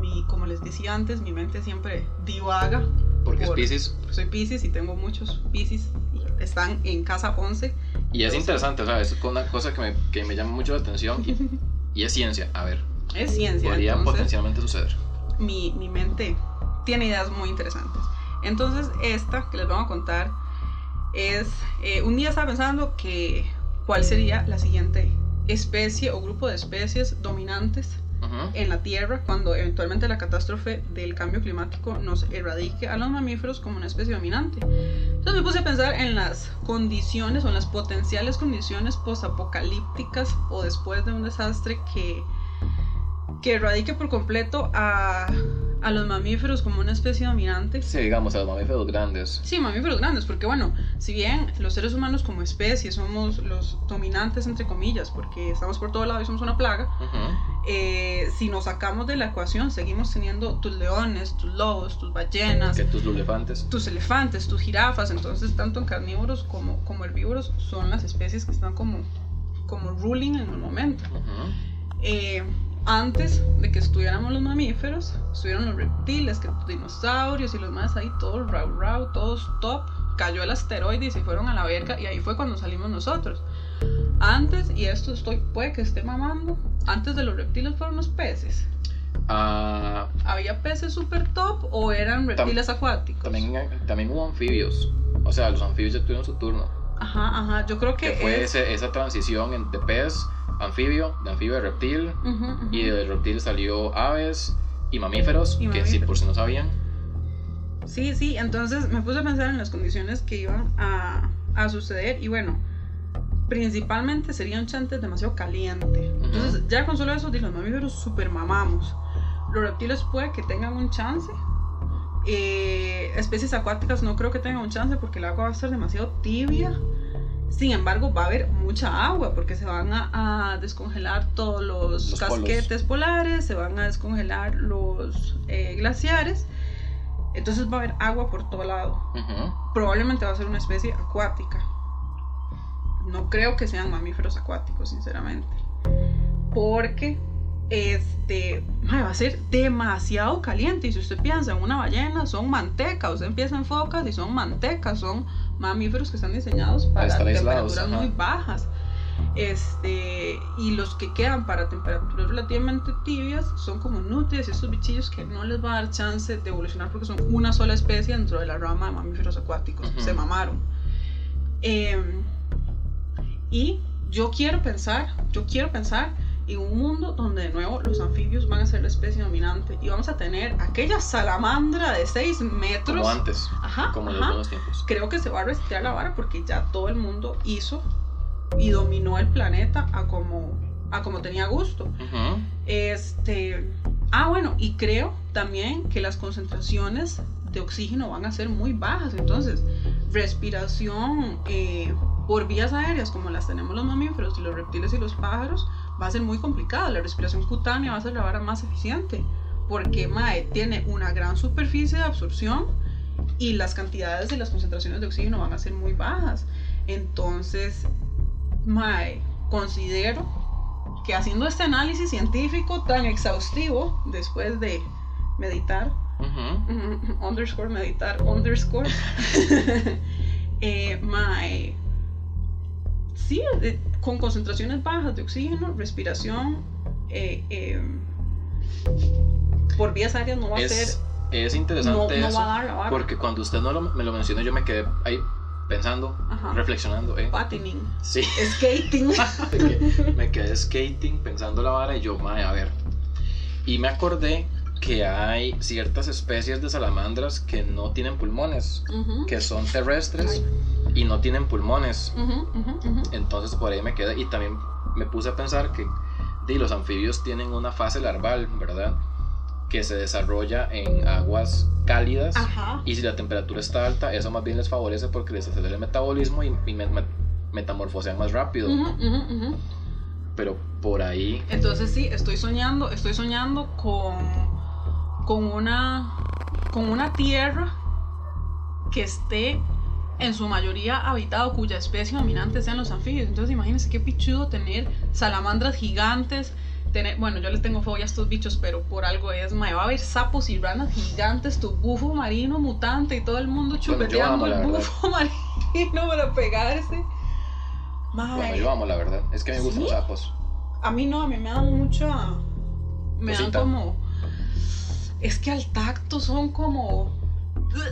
Speaker 1: mi, como les decía antes, mi mente siempre divaga
Speaker 2: Porque es
Speaker 1: Por-
Speaker 2: Pisces.
Speaker 1: soy Pisces y tengo muchos Pisces y están en casa 11.
Speaker 2: Y es interesante, o sea, es una cosa que me, que me llama mucho la atención y, y es ciencia. A ver,
Speaker 1: Es ciencia.
Speaker 2: podría
Speaker 1: entonces,
Speaker 2: potencialmente suceder.
Speaker 1: mi, mi mente tiene ideas muy interesantes. Entonces, esta que les vamos a contar es, eh, un día estaba pensando que cuál sería la siguiente especie o grupo de especies dominantes
Speaker 2: Ujú.
Speaker 1: en la Tierra cuando eventualmente la catástrofe del cambio climático nos erradique a los mamíferos como una especie dominante. Entonces me puse a pensar en las condiciones o en las potenciales condiciones posapocalípticas o después de un desastre que, que erradique por completo a, a los mamíferos como una especie dominante.
Speaker 2: Sí, digamos, a los mamíferos grandes.
Speaker 1: Sí, mamíferos grandes, porque bueno, si bien los seres humanos como especie somos los dominantes entre comillas, porque estamos por todo lado y somos una plaga,
Speaker 2: Ujú.
Speaker 1: eh, si nos sacamos de la ecuación, seguimos teniendo tus leones, tus lobos, tus ballenas,
Speaker 2: Que tus elefantes.
Speaker 1: tus elefantes, tus jirafas. Entonces, tanto en carnívoros como, como herbívoros son las especies que están como, como ruling en el momento.
Speaker 2: Ujú.
Speaker 1: Eh, antes de que estuviéramos los mamíferos, estuvieron los reptiles, que los dinosaurios y los más ahí, todos rau rau, todos top. Cayó el asteroide y se fueron a la verga, y ahí fue cuando salimos nosotros. Antes, y esto estoy, puede que esté mamando, antes de los reptiles fueron los peces.
Speaker 2: Ah,
Speaker 1: ¿Había peces super top o eran reptiles acuáticos?
Speaker 2: también, también hubo anfibios. O sea, los anfibios ya tuvieron su turno.
Speaker 1: Ajá, ajá. Yo creo que.
Speaker 2: Que fue
Speaker 1: es-
Speaker 2: ese- esa transición entre pez, anfibio, de anfibio a reptil.
Speaker 1: Ujú, ujú.
Speaker 2: Y del reptil salió aves y mamíferos.
Speaker 1: Y
Speaker 2: que
Speaker 1: mamíferos.
Speaker 2: sí, por si no sabían.
Speaker 1: Sí, sí. Entonces me puse a pensar en las condiciones que iban a, a suceder. Y bueno, principalmente sería un chante demasiado caliente. Entonces, ya con solo eso, di, los mamíferos super mamamos. Los reptiles puede que tengan un chance. Eh, especies acuáticas no creo que tengan un chance porque el agua va a estar demasiado tibia. Sin embargo, va a haber mucha agua porque se van a, a descongelar todos los,
Speaker 2: Los polos.
Speaker 1: casquetes polares, se van a descongelar los eh, glaciares. Entonces va a haber agua por todo lado
Speaker 2: Ujú.
Speaker 1: probablemente va a ser una especie acuática. No creo que sean mamíferos acuáticos, sinceramente. Porque este mae, va a ser demasiado caliente. Y si usted piensa en una ballena, son manteca. Usted empieza en focas y son mantecas. Son mamíferos que están diseñados para
Speaker 2: estar aislados,
Speaker 1: temperaturas
Speaker 2: ajá.
Speaker 1: muy bajas. Este, y los que quedan para temperaturas relativamente tibias son como nutrias y estos bichillos que no les va a dar chance de evolucionar porque son una sola especie dentro de la rama de mamíferos acuáticos.
Speaker 2: Ujú.
Speaker 1: Se mamaron. Em, y yo quiero pensar, yo quiero pensar en un mundo donde de nuevo los anfibios van a ser la especie dominante y vamos a tener aquella salamandra de 6 metros.
Speaker 2: Como antes.
Speaker 1: Ajá,
Speaker 2: Como en los
Speaker 1: ajá.
Speaker 2: buenos tiempos.
Speaker 1: Creo que se va a resetear la vara porque ya todo el mundo hizo y dominó el planeta a como, a como tenía gusto.
Speaker 2: Ujú.
Speaker 1: Este. Ah, bueno, y creo también que las concentraciones de oxígeno van a ser muy bajas. Entonces, respiración eh, por vías aéreas, como las tenemos los mamíferos, los reptiles y los pájaros, va a ser muy complicada. La respiración cutánea va a ser la vara más eficiente, porque MAE tiene una gran superficie de absorción y las cantidades de las concentraciones de oxígeno van a ser muy bajas. Entonces, MAE, considero que haciendo este análisis científico tan exhaustivo, después de meditar,
Speaker 2: Ujú.
Speaker 1: Mm, underscore meditar underscore eh, my sí eh, con concentraciones bajas de oxígeno respiración eh, eh, por vías aéreas no va a
Speaker 2: Es,
Speaker 1: ser
Speaker 2: es interesante
Speaker 1: no, no
Speaker 2: eso.
Speaker 1: va a dar la barra
Speaker 2: Porque cuando usted no lo- me lo mencionó, yo me quedé ahí pensando,
Speaker 1: Ajá.
Speaker 2: reflexionando, ¿eh?
Speaker 1: patining
Speaker 2: Sí.
Speaker 1: skating
Speaker 2: Que me quedé skating pensando la vara y yo, mae, a ver. Y me acordé que hay ciertas especies de salamandras que no tienen pulmones,
Speaker 1: Ujú,
Speaker 2: que son terrestres y no tienen pulmones.
Speaker 1: ujú, ujú, ujú.
Speaker 2: Entonces por ahí me quedé y también me puse a pensar que di, los anfibios tienen una fase larval, ¿verdad? Que se desarrolla en aguas cálidas.
Speaker 1: ajá
Speaker 2: Y si la temperatura está alta, eso más bien les favorece porque les acelera el metabolismo y, y me- me- metamorfosean más rápido.
Speaker 1: Ujú, ujú, ujú.
Speaker 2: Pero por ahí
Speaker 1: Entonces sí, estoy soñando, estoy soñando con, con una con una tierra que esté en su mayoría habitado, cuya especie dominante sean los anfibios. Entonces imagínense qué pichudo tener salamandras gigantes, tener, bueno, yo les tengo fobia a estos bichos, pero por algo es, me va a haber sapos y ranas gigantes, tu bufo marino mutante y todo el mundo
Speaker 2: yo
Speaker 1: chupeteando
Speaker 2: amo, la
Speaker 1: el
Speaker 2: verdad.
Speaker 1: bufo marino para pegarse. Mae.
Speaker 2: Bueno, yo amo la verdad. Es que me gustan
Speaker 1: ¿Sí?
Speaker 2: los sapos.
Speaker 1: A mí no, a mí me dan mucha. Me dan
Speaker 2: Cosita.
Speaker 1: como. Es que al tacto son como.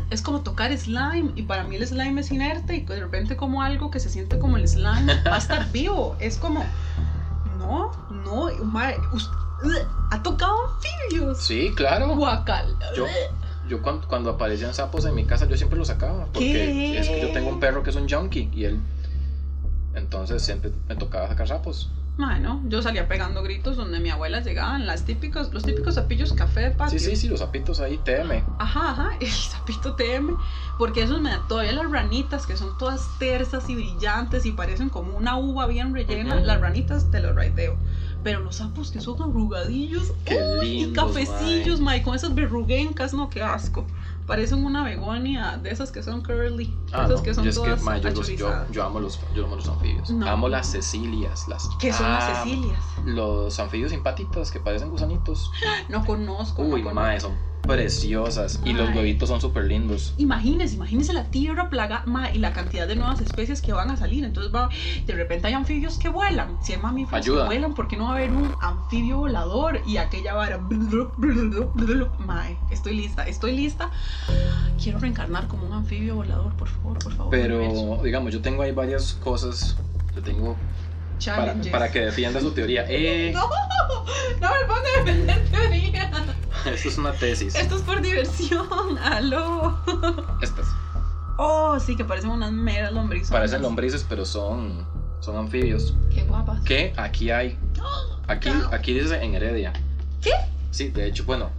Speaker 1: Es como tocar slime. Y para mí el slime es inerte. Y de repente, como algo que se siente como el slime va a estar vivo. Es como. No, no. mae, us- ha tocado anfibios.
Speaker 2: Sí, claro.
Speaker 1: Guacal.
Speaker 2: Yo, yo cuan- cuando, aparecían sapos en mi casa, yo siempre los sacaba. Porque
Speaker 1: ¿Qué?
Speaker 2: es que yo tengo un perro que es un junkie y él. Entonces siempre me tocaba sacar sapos.
Speaker 1: Mae, no, Yo salía pegando gritos donde mi abuela llegaban. Las típicos, los típicos zapillos café de patio.
Speaker 2: Sí, sí, sí, los sapitos ahí, teme.
Speaker 1: Ajá, ajá, el sapito TM, porque esos me da todavía las ranitas que son todas tersas y brillantes y parecen como una uva bien rellena,
Speaker 2: Ujú.
Speaker 1: las ranitas te los raideo. Pero los sapos que son arrugadillos
Speaker 2: Qué
Speaker 1: ¡ay! y
Speaker 2: lindos,
Speaker 1: cafecillos, mae, con esas verruguencas, no, qué asco. Parecen una begonia de esas que son curly,
Speaker 2: Ah,
Speaker 1: esas
Speaker 2: no,
Speaker 1: que son
Speaker 2: yo es que,
Speaker 1: todas
Speaker 2: ma, yo, los- yo-
Speaker 1: achorizadas.
Speaker 2: yo amo los, yo amo los anfibios.
Speaker 1: No.
Speaker 2: Amo las Cecilias. Las,
Speaker 1: Que son las
Speaker 2: amo.
Speaker 1: Cecilias.
Speaker 2: Los anfibios sin patitas que parecen gusanitos.
Speaker 1: No conozco. no
Speaker 2: Uy,
Speaker 1: conozco.
Speaker 2: mae, son preciosas. Y los
Speaker 1: Mae.
Speaker 2: huevitos son súper lindos.
Speaker 1: Imagínense, imagínense la tierra plaga ma, y la cantidad de nuevas especies que van a salir. Entonces, va, de repente hay anfibios que vuelan. Si hay mamíferos
Speaker 2: Ayuda.
Speaker 1: que vuelan, ¿por qué no va a haber un anfibio volador? Y aquella vara. Mae, estoy lista, estoy lista. Quiero reencarnar como un anfibio volador, por favor, por favor. universo.
Speaker 2: Pero, digamos, yo tengo ahí varias cosas. Yo tengo para,
Speaker 1: Challenges.
Speaker 2: para que defienda su teoría. ¡Eh!
Speaker 1: No, no me pongas a defender teoría.
Speaker 2: Esto es una tesis.
Speaker 1: Esto es por diversión. Aló.
Speaker 2: Estas.
Speaker 1: Oh, sí, que parecen unas meras lombrizonas.
Speaker 2: Parecen lombrices, pero son, son anfibios.
Speaker 1: Qué guapas.
Speaker 2: Que aquí hay. Aquí, aquí dice en Heredia.
Speaker 1: ¿Qué?
Speaker 2: Sí, de hecho, bueno,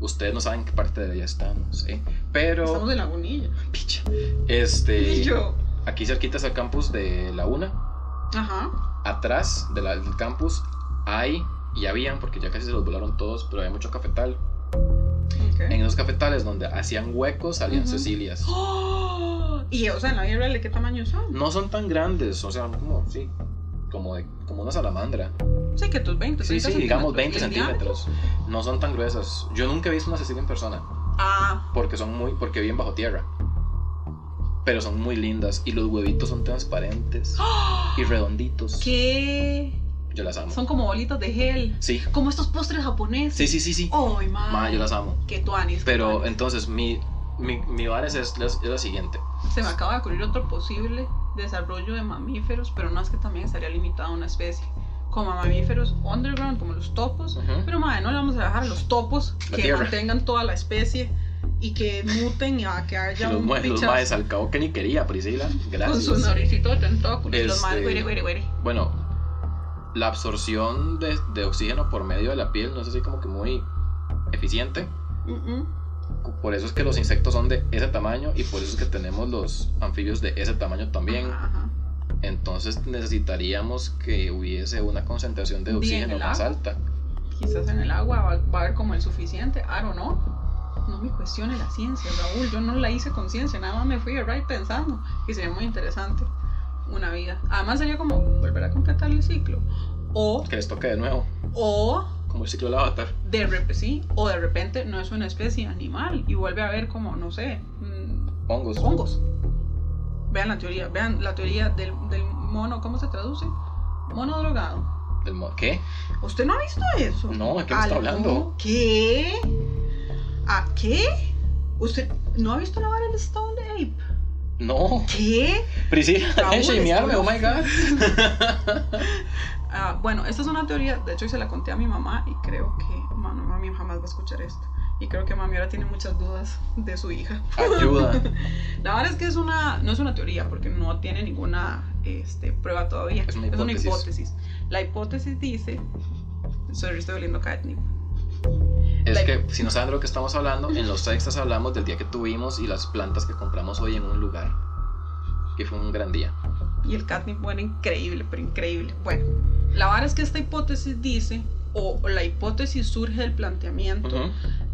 Speaker 2: ustedes no saben qué parte de Heredia estamos, ¿eh?
Speaker 1: Estamos
Speaker 2: Pero.
Speaker 1: en Lagunilla.
Speaker 2: Picha. Este.
Speaker 1: Y yo.
Speaker 2: Aquí cerquitas al campus de la UNA.
Speaker 1: Ajá.
Speaker 2: Atrás de la- del campus hay. Y habían, porque ya casi se los volaron todos, pero hay mucho cafetal. En esos cafetales donde hacían huecos salían
Speaker 1: Ujú.
Speaker 2: Cecilias.
Speaker 1: ¡Oh! Y, o sea, en la vida real, ¿de qué tamaño son?
Speaker 2: No son tan grandes, o sea, como, sí, como, de- como una salamandra.
Speaker 1: Sí, que tus 20,
Speaker 2: Sí,
Speaker 1: 30
Speaker 2: sí,
Speaker 1: centímetros.
Speaker 2: digamos 20
Speaker 1: ¿Y en diámetro?
Speaker 2: centímetros. No son tan gruesas. Yo nunca he visto una Cecilia en persona,
Speaker 1: Ah,
Speaker 2: porque son muy, porque viven bajo tierra. Pero son muy lindas y los huevitos son transparentes y redonditos.
Speaker 1: ¡Oh! ¿qué?
Speaker 2: Yo las amo.
Speaker 1: Son como bolitas de gel.
Speaker 2: Sí,
Speaker 1: Como estos postres japoneses.
Speaker 2: sí, sí, sí, sí.
Speaker 1: ¡Ay, ma!
Speaker 2: Ma, yo las amo.
Speaker 1: ¡Qué tuanis!
Speaker 2: Pero
Speaker 1: tuanis.
Speaker 2: entonces mi, mi, mi varas es, la- es la siguiente.
Speaker 1: Se me acaba de ocurrir otro posible desarrollo de mamíferos, pero no es que también estaría limitado a una especie. Como a mamíferos underground, como los topos.
Speaker 2: Ujú.
Speaker 1: Pero madre, no le vamos a dejar a los topos
Speaker 2: La
Speaker 1: que
Speaker 2: tierra.
Speaker 1: mantengan toda la especie y que muten y a que
Speaker 2: Y
Speaker 1: haya
Speaker 2: los,
Speaker 1: un
Speaker 2: mue- los
Speaker 1: pichazo
Speaker 2: maes al cabo que ni quería, Priscila.
Speaker 1: con
Speaker 2: Gracias.
Speaker 1: su naricito de tentáculos y los
Speaker 2: Este-
Speaker 1: maes, güere, güere, güere.
Speaker 2: Bueno, la absorción de, de oxígeno por medio de la piel no es así como que muy eficiente,
Speaker 1: Mm, mm.
Speaker 2: Por eso es que los insectos son de ese tamaño y por eso es que tenemos los anfibios de ese tamaño también.
Speaker 1: Ajá.
Speaker 2: Entonces necesitaríamos que hubiese una concentración de
Speaker 1: Bien,
Speaker 2: oxígeno
Speaker 1: el
Speaker 2: más
Speaker 1: agua.
Speaker 2: alta.
Speaker 1: Quizás en el agua va, va a haber como el suficiente. I don't know. No me cuestione la ciencia, Raúl. Yo no la hice con ciencia, nada más me fui a right pensando que sería muy interesante una vida. Además sería como volver a completar el ciclo. O,
Speaker 2: Que les toque de nuevo,
Speaker 1: o
Speaker 2: como el ciclo del avatar.
Speaker 1: de repente, sí, o de repente no es una especie animal y vuelve a haber como, no sé, mm,
Speaker 2: Hongos.
Speaker 1: hongos. Vean la teoría, vean la teoría del, del mono, ¿cómo se traduce? Mono drogado.
Speaker 2: Del mo- ¿Qué?
Speaker 1: ¿Usted no ha visto eso?
Speaker 2: No, ¿de qué me está
Speaker 1: ¿Aló?
Speaker 2: hablando?
Speaker 1: ¿Qué? ¿A qué? ¿Usted no ha visto la vara del Stone Ape?
Speaker 2: No.
Speaker 1: ¿Qué?
Speaker 2: Priscila,
Speaker 1: Raúl,
Speaker 2: deja de shamearme, oh my god.
Speaker 1: Ah, bueno, esta es una teoría, de hecho se la conté a mi mamá y creo que mano, mami jamás va a escuchar esto. Y creo que mami ahora tiene muchas dudas de su hija.
Speaker 2: Ayuda.
Speaker 1: La verdad es que es una, no es una teoría porque no tiene ninguna este, prueba todavía.
Speaker 2: Es una hipótesis.
Speaker 1: hipótesis. La hipótesis dice... Sorry, estoy oliendo catnip.
Speaker 2: Es
Speaker 1: Like-
Speaker 2: que si no saben de lo que estamos hablando, en los sextas hablamos del día que tuvimos y las plantas que compramos hoy en un lugar. Que fue un gran día.
Speaker 1: Y el catnip, bueno, increíble, pero increíble. Bueno, la vara es que esta hipótesis dice, o o la hipótesis surge del planteamiento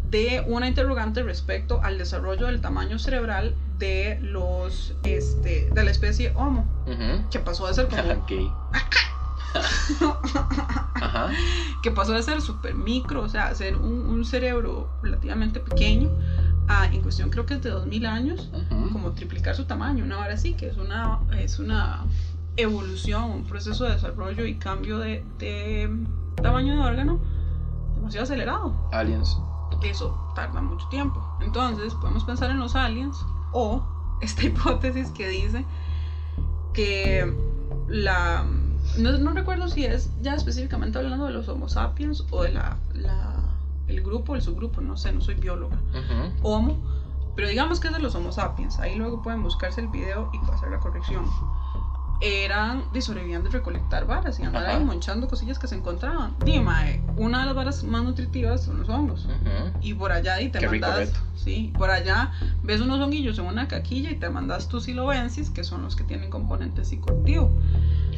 Speaker 1: de una interrogante respecto al desarrollo del tamaño cerebral de los, este, de la especie Homo,
Speaker 2: Ujú.
Speaker 1: que pasó de ser como,
Speaker 2: Gay. Ajá.
Speaker 1: que pasó de ser súper micro, o sea, ser un, un cerebro relativamente pequeño, a, en cuestión creo que es de 2000 años,
Speaker 2: Ujú.
Speaker 1: como triplicar su tamaño, una vara así, que es una, es una evolución, un proceso de desarrollo y cambio de, de tamaño de órgano demasiado acelerado.
Speaker 2: Aliens.
Speaker 1: Eso tarda mucho tiempo. Entonces, podemos pensar en los aliens o esta hipótesis que dice que la... No, no recuerdo si es ya específicamente hablando de los Homo sapiens o de la, la- el grupo, el subgrupo, no sé, no soy bióloga.
Speaker 2: Ujú.
Speaker 1: Homo, pero digamos que es de los Homo sapiens. Ahí luego pueden buscarse el video y hacer la corrección. Eran de sobrevivían de recolectar varas y andar
Speaker 2: Ajá.
Speaker 1: ahí monchando cosillas que se encontraban. Dime, una de las varas más nutritivas son los hongos.
Speaker 2: Ujú.
Speaker 1: Y por allá y te
Speaker 2: Qué rico
Speaker 1: mandas,
Speaker 2: reto.
Speaker 1: sí, por allá ves unos honguillos en una caquilla y te mandas tus silobensis, que son los que tienen componente psicoactivo.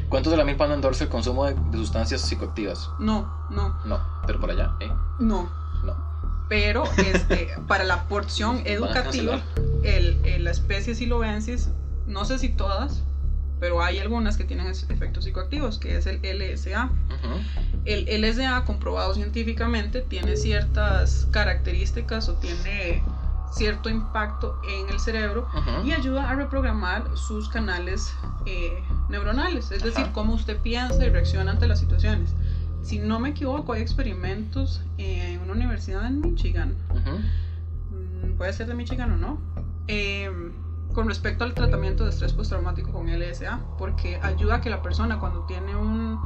Speaker 2: ¿Cuántos de la mil pan endorsa el consumo de, de sustancias psicoactivas?
Speaker 1: No, no,
Speaker 2: No, pero por allá, ¿eh?
Speaker 1: no.
Speaker 2: No.
Speaker 1: Pero este, para la porción
Speaker 2: Van a
Speaker 1: educativa,
Speaker 2: cancelar.
Speaker 1: el, el- la especie silobensis, no sé si todas, pero hay algunas que tienen es- efectos psicoactivos, que es el LSA.
Speaker 2: Ujú.
Speaker 1: El LSA, comprobado científicamente, tiene ciertas características o tiene cierto impacto en el cerebro
Speaker 2: Ujú.
Speaker 1: y ayuda a reprogramar sus canales eh, neuronales, es decir,
Speaker 2: Ajá.
Speaker 1: cómo usted piensa y reacciona ante las situaciones. Si no me equivoco, hay experimentos en una universidad en Michigan,
Speaker 2: Ujú.
Speaker 1: mm, puede ser de Michigan o no, em, con respecto al tratamiento de estrés postraumático con LSA, porque ayuda a que la persona cuando tiene un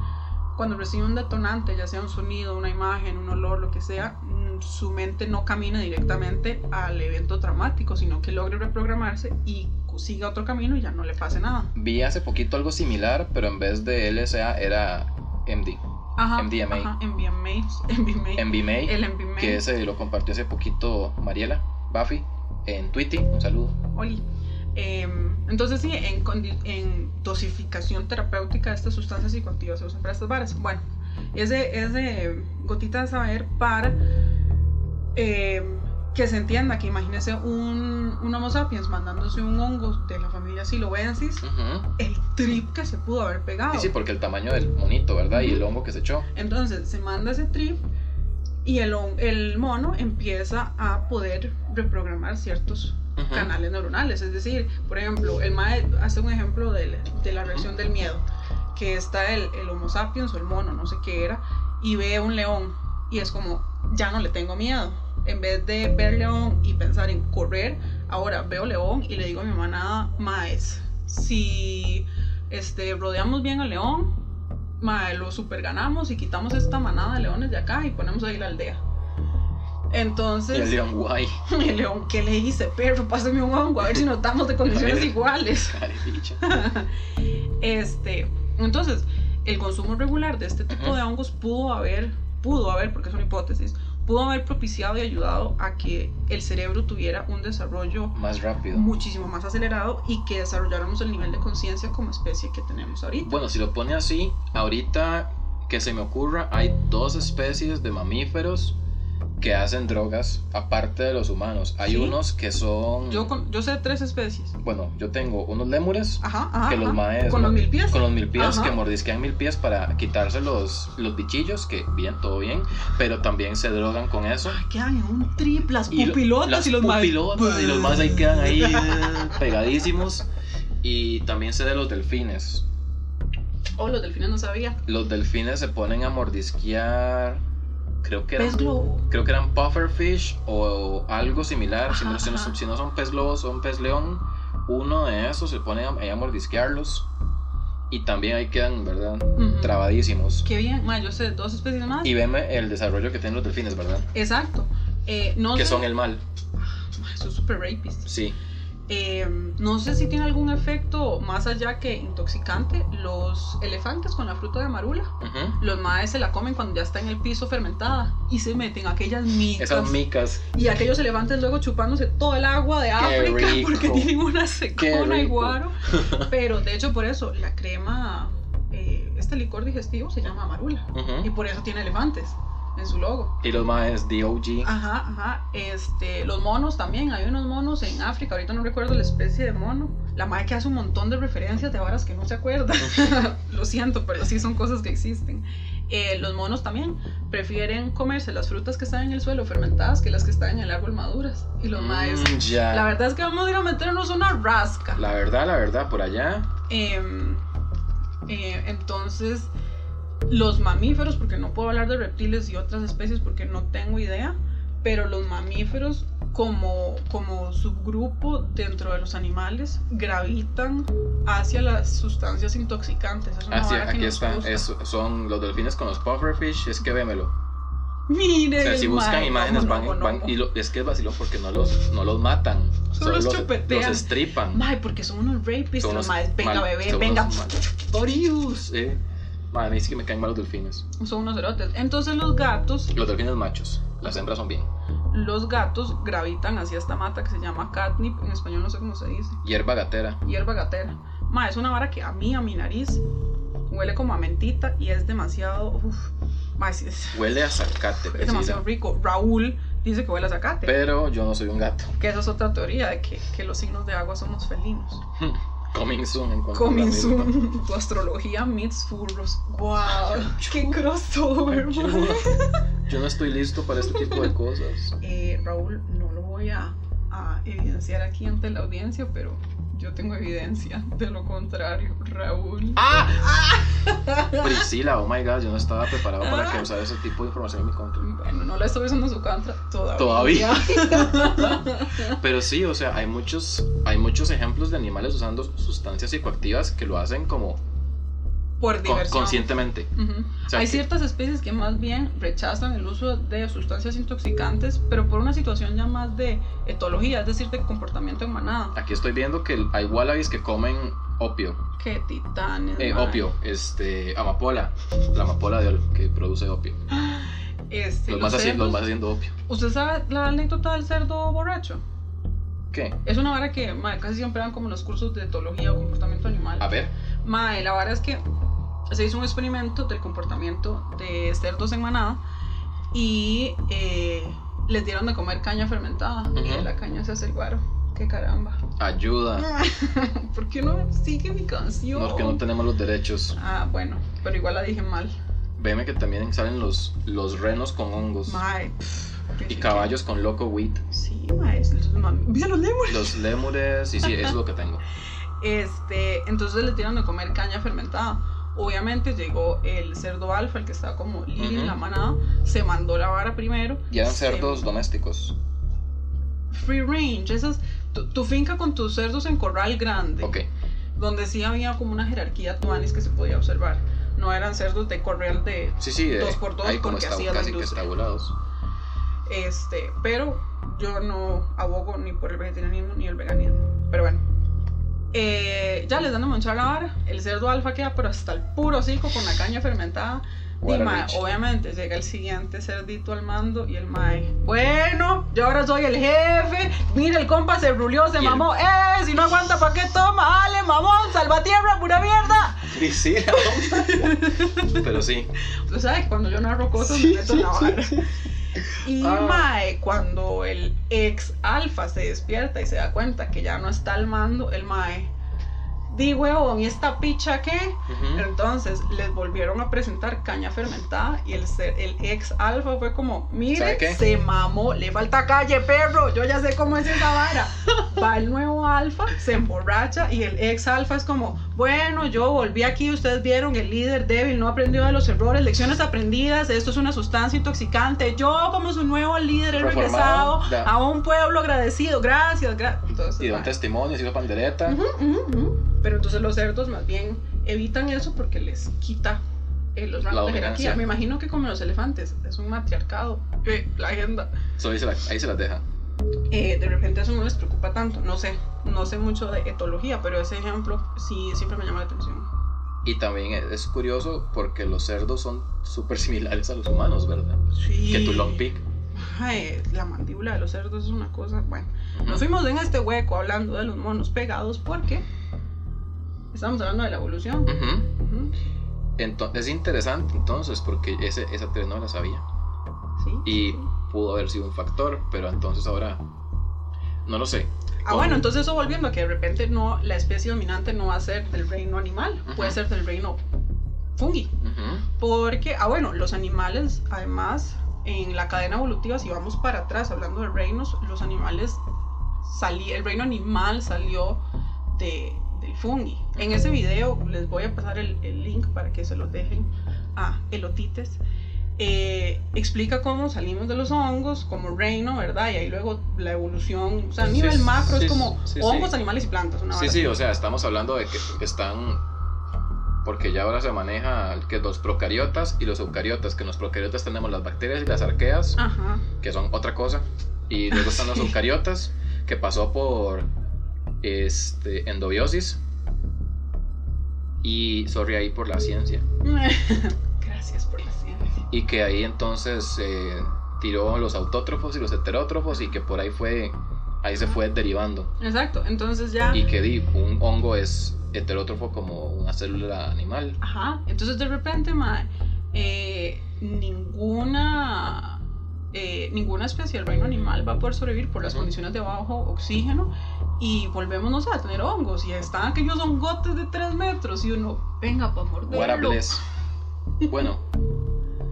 Speaker 1: cuando recibe un detonante, ya sea un sonido, una imagen, un olor, lo que sea, mm, su mente no camina directamente al evento traumático, sino que logre reprogramarse y cu- siga otro camino y ya no le pase nada.
Speaker 2: Vi hace poquito algo similar, pero en vez de LSA era MD.
Speaker 1: Ajá.
Speaker 2: MDMA.
Speaker 1: Ajá, MDMA. MDMA.
Speaker 2: MBMA.
Speaker 1: el MDMA.
Speaker 2: que ese lo compartió hace poquito Mariela Buffy en Twitty. Un saludo.
Speaker 1: Oli. Em, entonces sí, en, condi- en dosificación terapéutica de estas sustancias psicoactivas se usan para estas varas. Bueno, es de, es de gotita de saber para em, que se entienda que imagínese un, un homo sapiens mandándose un hongo de la familia silobensis,
Speaker 2: Ujú.
Speaker 1: el trip que se pudo haber pegado.
Speaker 2: Y sí, porque el tamaño del monito, ¿verdad? Y el hongo que se echó.
Speaker 1: Entonces se manda ese trip y el, hon- el mono empieza a poder reprogramar ciertos
Speaker 2: Ujú.
Speaker 1: canales neuronales. Es decir, por ejemplo, el MAE hace un ejemplo del- de la reacción del miedo, que está el, el Homo sapiens o el mono, no sé qué era, y ve un león y es como, ya no le tengo miedo. En vez de ver león y pensar en correr, ahora veo león y le digo a mi manada, maes, si este, rodeamos bien al león, mae, lo super ganamos y quitamos esta manada de leones de acá y ponemos ahí la aldea. Entonces...
Speaker 2: Y el león, guay.
Speaker 1: El león, ¿qué le hice? Perro, pásame un hongo, a ver si nos damos de condiciones iguales.
Speaker 2: Carepicha.
Speaker 1: Este, entonces, el consumo regular de este tipo de hongos pudo haber, pudo haber, porque es una hipótesis, pudo haber propiciado y ayudado a que el cerebro tuviera un desarrollo
Speaker 2: Más rápido.
Speaker 1: muchísimo más acelerado y que desarrolláramos el nivel de conciencia como especie que tenemos ahorita.
Speaker 2: Bueno, si lo pone así, ahorita que se me ocurra, hay dos especies de mamíferos que hacen drogas aparte de los humanos. Hay
Speaker 1: Sí.
Speaker 2: unos que son.
Speaker 1: Yo, con- yo sé tres especies.
Speaker 2: Bueno, yo tengo unos lémures
Speaker 1: Ajá, ajá.
Speaker 2: que los
Speaker 1: ajá.
Speaker 2: maes.
Speaker 1: Con los
Speaker 2: mor-
Speaker 1: mil pies.
Speaker 2: Con los milpías
Speaker 1: Ajá.
Speaker 2: que mordisquean milpías para quitarse los, los bichillos, que bien, todo bien, pero también se drogan con eso.
Speaker 1: Quedan en un trip las
Speaker 2: Y lo-
Speaker 1: pupilotas y,
Speaker 2: las
Speaker 1: los maes.
Speaker 2: pupilotas y los maes ahí quedan ahí eh, pegadísimos. Y también sé de los delfines.
Speaker 1: Oh, los delfines no sabía.
Speaker 2: Los delfines se ponen a mordisquear. Creo que eran,
Speaker 1: Pez globo.
Speaker 2: creo que eran pufferfish o algo similar. si, no, si no-
Speaker 1: Ajá.
Speaker 2: si no son pez globo, son pez león. Uno de esos se pone a, ahí a mordisquearlos. Y también ahí quedan, ¿verdad?
Speaker 1: Ujú.
Speaker 2: Trabadísimos.
Speaker 1: Qué bien, ma, yo sé dos especies más.
Speaker 2: Y veme el desarrollo que tienen los delfines, ¿verdad?
Speaker 1: Exacto. Eh, no
Speaker 2: Que
Speaker 1: sé-
Speaker 2: son el mal.
Speaker 1: Ma, eso es super rapist.
Speaker 2: Sí.
Speaker 1: Eh, no sé si tiene algún efecto más allá que intoxicante. Los elefantes con la fruta de marula.
Speaker 2: Ujú.
Speaker 1: Los maes se la comen cuando ya está en el piso fermentada y se meten aquellas micas.
Speaker 2: Esas micas.
Speaker 1: Y aquellos elefantes luego chupándose todo el agua de África
Speaker 2: rico.
Speaker 1: porque tienen una secona y
Speaker 2: rico.
Speaker 1: guaro. Pero de hecho, por eso, la crema, eh, este licor digestivo se llama marula. Y
Speaker 2: Ujú.
Speaker 1: por eso tiene elefantes en su logo.
Speaker 2: Y los maes, DOG.
Speaker 1: Ajá, ajá. Este, los monos también. Hay unos monos en África. Ahorita no recuerdo la especie de mono. La madre que hace un montón de referencias de varas que no se acuerda. Lo siento, pero sí son cosas que existen. Eh, los monos también prefieren comerse las frutas que están en el suelo fermentadas que las que están en el árbol maduras. Y los maes.
Speaker 2: Mm, ya.
Speaker 1: La verdad es que vamos a ir a meternos una rasca.
Speaker 2: La verdad, la verdad, por allá.
Speaker 1: Em, eh, entonces, los mamíferos, porque no puedo hablar de reptiles y otras especies porque no tengo idea, pero los mamíferos como, como subgrupo dentro de los animales gravitan hacia las sustancias intoxicantes. Es una
Speaker 2: Ah, sí,
Speaker 1: vara que
Speaker 2: aquí
Speaker 1: nos
Speaker 2: está.
Speaker 1: gusta.
Speaker 2: Es- son los delfines con los pufferfish. Es que vémelo.
Speaker 1: Miren,
Speaker 2: O sea, si
Speaker 1: el
Speaker 2: buscan
Speaker 1: mae,
Speaker 2: imágenes,
Speaker 1: cómo
Speaker 2: van.
Speaker 1: no, cómo
Speaker 2: van-
Speaker 1: no.
Speaker 2: y lo- es que es vacilón porque no los, no los matan.
Speaker 1: Solo los chupetean.
Speaker 2: los estripan.
Speaker 1: Mae, porque son unos rapists,
Speaker 2: Son
Speaker 1: los
Speaker 2: unos
Speaker 1: maes, venga
Speaker 2: mal-
Speaker 1: bebé,
Speaker 2: son
Speaker 1: venga,
Speaker 2: unos mal-
Speaker 1: Dorius.
Speaker 2: Sí. Madre, me dice que me caen mal los delfines.
Speaker 1: Son unos erotes. Entonces los gatos
Speaker 2: Los delfines machos. Las hembras son bien.
Speaker 1: los gatos gravitan hacia esta mata que se llama catnip, en español no sé cómo se dice,
Speaker 2: Hierba gatera.
Speaker 1: hierba gatera. Ma, es una vara que a mí, a mi nariz, huele como a mentita y es demasiado, uf, ma, es, es-
Speaker 2: Huele a zacate,
Speaker 1: es demasiado
Speaker 2: precisa.
Speaker 1: rico. Raúl dice que huele a zacate,
Speaker 2: Pero yo no soy un gato.
Speaker 1: que esa es otra teoría de que, que los signos de agua somos felinos.
Speaker 2: Coming soon. en cuanto a la
Speaker 1: Coming
Speaker 2: misma.
Speaker 1: soon, tu astrología meets furros. Wow, qué crossover,
Speaker 2: Yo
Speaker 1: ma.
Speaker 2: no- yo no estoy listo para este tipo de cosas.
Speaker 1: Eh, Raúl, no lo voy a, a evidenciar aquí ante la audiencia, pero yo tengo evidencia de lo contrario, Raúl.
Speaker 2: ¡Ah! Priscila, oh my god, yo no estaba preparado para
Speaker 1: Ah.
Speaker 2: que usara ese tipo de información en mi contra.
Speaker 1: Bueno, no la estoy usando su contra todavía.
Speaker 2: Todavía. Pero sí, o sea, hay muchos, hay muchos ejemplos de animales usando sustancias psicoactivas que lo hacen como
Speaker 1: Por
Speaker 2: con-
Speaker 1: diversión.
Speaker 2: conscientemente.
Speaker 1: Ujú.
Speaker 2: O sea,
Speaker 1: Hay
Speaker 2: que-
Speaker 1: ciertas especies que más bien rechazan el uso de sustancias intoxicantes, pero por una situación ya más de etología, es decir, de comportamiento en manada.
Speaker 2: Aquí estoy viendo que hay wallabies que comen opio,
Speaker 1: Que titanes.
Speaker 2: eh,
Speaker 1: mae.
Speaker 2: opio, este, amapola, la amapola de oro que produce opio.
Speaker 1: Este,
Speaker 2: los,
Speaker 1: los
Speaker 2: más haciendo,
Speaker 1: cerdos-
Speaker 2: los vas haciendo opio.
Speaker 1: ¿Usted sabe la anécdota del cerdo borracho?
Speaker 2: ¿Qué?
Speaker 1: Es una vara que mae, casi siempre dan como en los cursos de etología o comportamiento animal.
Speaker 2: A ver,
Speaker 1: Mae, la vara es que se hizo un experimento del comportamiento de cerdos en manada y eh, les dieron de comer caña fermentada y de
Speaker 2: Ujú.
Speaker 1: la caña se hace el guaro. ¡Qué caramba!
Speaker 2: ayuda,
Speaker 1: ¿Por qué no sigue mi canción?
Speaker 2: porque no tenemos los derechos.
Speaker 1: Ah, bueno, pero igual la dije mal.
Speaker 2: Veme que también salen los, los renos con hongos.
Speaker 1: Mae. pff, qué-
Speaker 2: Y caballos con loco wheat.
Speaker 1: Sí, mae. es- es- mami. Mira los lémures.
Speaker 2: Los lémures, y sí, es lo que tengo.
Speaker 1: Este, entonces les dieron de comer caña fermentada. Obviamente llegó el cerdo alfa, el que estaba como libre en
Speaker 2: Ujú.
Speaker 1: la manada, se mandó la vara primero.
Speaker 2: Y eran
Speaker 1: se-
Speaker 2: cerdos domésticos.
Speaker 1: Free range, esas, tu, tu finca con tus cerdos en corral grande,
Speaker 2: Ok.
Speaker 1: donde sí había como una jerarquía tuanis que se podía observar. No eran cerdos de corral de,
Speaker 2: Sí, sí, eh,
Speaker 1: Dos por dos,
Speaker 2: hay como
Speaker 1: porque
Speaker 2: esta-
Speaker 1: así es la
Speaker 2: casi que
Speaker 1: industria.
Speaker 2: estabulados.
Speaker 1: este, pero yo no abogo ni por el vegetarianismo ni el veganismo. Pero bueno. Eh, ya les dan a manchar la vara. El cerdo alfa queda pero hasta el puro hocico con la caña fermentada.
Speaker 2: What a
Speaker 1: Di, mae,
Speaker 2: bitch.
Speaker 1: obviamente llega el siguiente cerdito al mando y el mae. Bueno, yo ahora soy el jefe. Mira, el compa se rulió, se
Speaker 2: Y el-
Speaker 1: mamó. ¡Eh! Si no aguanta, ¿para qué toma? ¡Ale, mamón! ¡Salvatierra, pura mierda!
Speaker 2: Priscila, hombre. Pero sí.
Speaker 1: Tú sabes, cuando yo narro cosas, me meto en la vara. Y
Speaker 2: Ah.
Speaker 1: mae, cuando el ex alfa se despierta y se da cuenta que ya no está al mando, el mae. Di huevón, ¿y esta picha qué?
Speaker 2: Ujú.
Speaker 1: Entonces les volvieron a presentar caña fermentada y el, ser- el ex alfa fue como,
Speaker 2: ¿Sabe
Speaker 1: mire,
Speaker 2: qué?
Speaker 1: se mamó, le falta calle, perro, yo ya sé cómo es esa vara. Va el nuevo alfa, se emborracha y el ex alfa es como, bueno, yo volví aquí, ustedes vieron, el líder débil no aprendió de los errores, lecciones aprendidas, esto es una sustancia intoxicante, yo como su nuevo líder he
Speaker 2: Reformado,
Speaker 1: regresado
Speaker 2: ya.
Speaker 1: a un pueblo agradecido, gracias, gracias. Entonces,
Speaker 2: Y dio
Speaker 1: va.
Speaker 2: testimonios, hizo pandereta.
Speaker 1: Ujú, ujú, ujú. Pero entonces los cerdos más bien evitan eso porque les quita eh, los rangos de
Speaker 2: dominancia.
Speaker 1: jerarquía. Me imagino que como los elefantes, es un matriarcado, eh, la agenda.
Speaker 2: So, ahí, se la- ahí se las deja.
Speaker 1: Eh, de repente eso no les preocupa tanto, no sé, no sé mucho de etología, pero ese ejemplo sí siempre me llama la atención.
Speaker 2: Y también es- es curioso porque los cerdos son súper similares a los humanos, ¿verdad?
Speaker 1: Sí.
Speaker 2: Que tu long pick.
Speaker 1: Ay, la mandíbula de los cerdos es una cosa, bueno.
Speaker 2: Ujú.
Speaker 1: Nos fuimos en este hueco hablando de los monos pegados porque estamos hablando de la evolución.
Speaker 2: Ujú.
Speaker 1: Ujú,
Speaker 2: Ento- es interesante entonces porque ese, esa teoría no la sabía
Speaker 1: sí,
Speaker 2: y
Speaker 1: sí.
Speaker 2: pudo haber sido un factor, pero entonces ahora no lo sé.
Speaker 1: Ah,
Speaker 2: Con-
Speaker 1: bueno, entonces eso volviendo a que de repente no, la especie dominante no va a ser del reino animal,
Speaker 2: Ajá.
Speaker 1: puede ser del reino fungi.
Speaker 2: Ujú.
Speaker 1: Porque, ah, bueno, los animales, además, en la cadena evolutiva, si vamos para atrás, hablando de reinos, los animales, salí, el reino animal salió de, del fungi. En ese video les voy a pasar el, el link para que se los dejen a elotites. Eh, explica cómo salimos de los hongos como reino, ¿verdad? Y ahí luego la evolución, o sea, a
Speaker 2: Sí,
Speaker 1: nivel
Speaker 2: sí,
Speaker 1: macro
Speaker 2: sí,
Speaker 1: es como
Speaker 2: sí, sí.
Speaker 1: hongos, animales y plantas. Una
Speaker 2: Sí,
Speaker 1: vara
Speaker 2: sí, o sea, estamos hablando de que están... Porque ya ahora se maneja que los procariotas y los eucariotas, que en los procariotas tenemos las bacterias y las arqueas,
Speaker 1: así. Ajá.
Speaker 2: que son otra cosa. Y luego están los eucariotas, que pasó por este, endobiosis. Y, sorry, ahí por la ciencia.
Speaker 1: Gracias por la ciencia.
Speaker 2: Y que ahí entonces eh, tiró los autótrofos y los heterótrofos y que por ahí fue, ahí se fue derivando.
Speaker 1: Exacto, entonces ya...
Speaker 2: Y que di, un hongo es heterótrofo como una célula animal.
Speaker 1: Ajá, entonces de repente, mae, eh, ninguna, eh, ninguna especie del reino animal va a poder sobrevivir por las
Speaker 2: Ujú.
Speaker 1: condiciones de bajo oxígeno y volvemos, no sé, a tener hongos y están aquellos hongotes de 3 metros y uno, venga, para
Speaker 2: What a
Speaker 1: morderlo.
Speaker 2: bless. Bueno,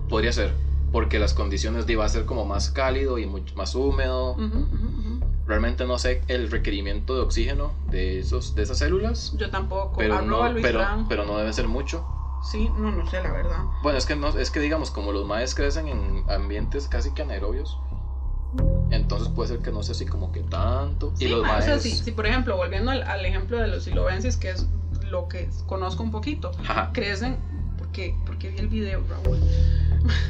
Speaker 2: podría ser. Porque las condiciones de iba a ser como más cálido y mucho más húmedo.
Speaker 1: Ujú, ujú, ujú.
Speaker 2: Realmente no sé el requerimiento de oxígeno de, esos, de esas células,
Speaker 1: Yo tampoco,
Speaker 2: pero
Speaker 1: arroba
Speaker 2: no,
Speaker 1: Luis
Speaker 2: pero,
Speaker 1: Fran.
Speaker 2: pero no debe ser mucho.
Speaker 1: Sí, no, no sé, la verdad.
Speaker 2: Bueno, es que, no, es que digamos, como los maes crecen en ambientes casi que anaerobios, entonces puede ser que no sea así como que tanto.
Speaker 1: Sí,
Speaker 2: y los
Speaker 1: ma, o
Speaker 2: maes...
Speaker 1: sea, sí, sí, por ejemplo, volviendo al, al ejemplo de los silobenses, que es lo que conozco un poquito,
Speaker 2: Ajá.
Speaker 1: crecen, porque, porque vi el video, Raúl,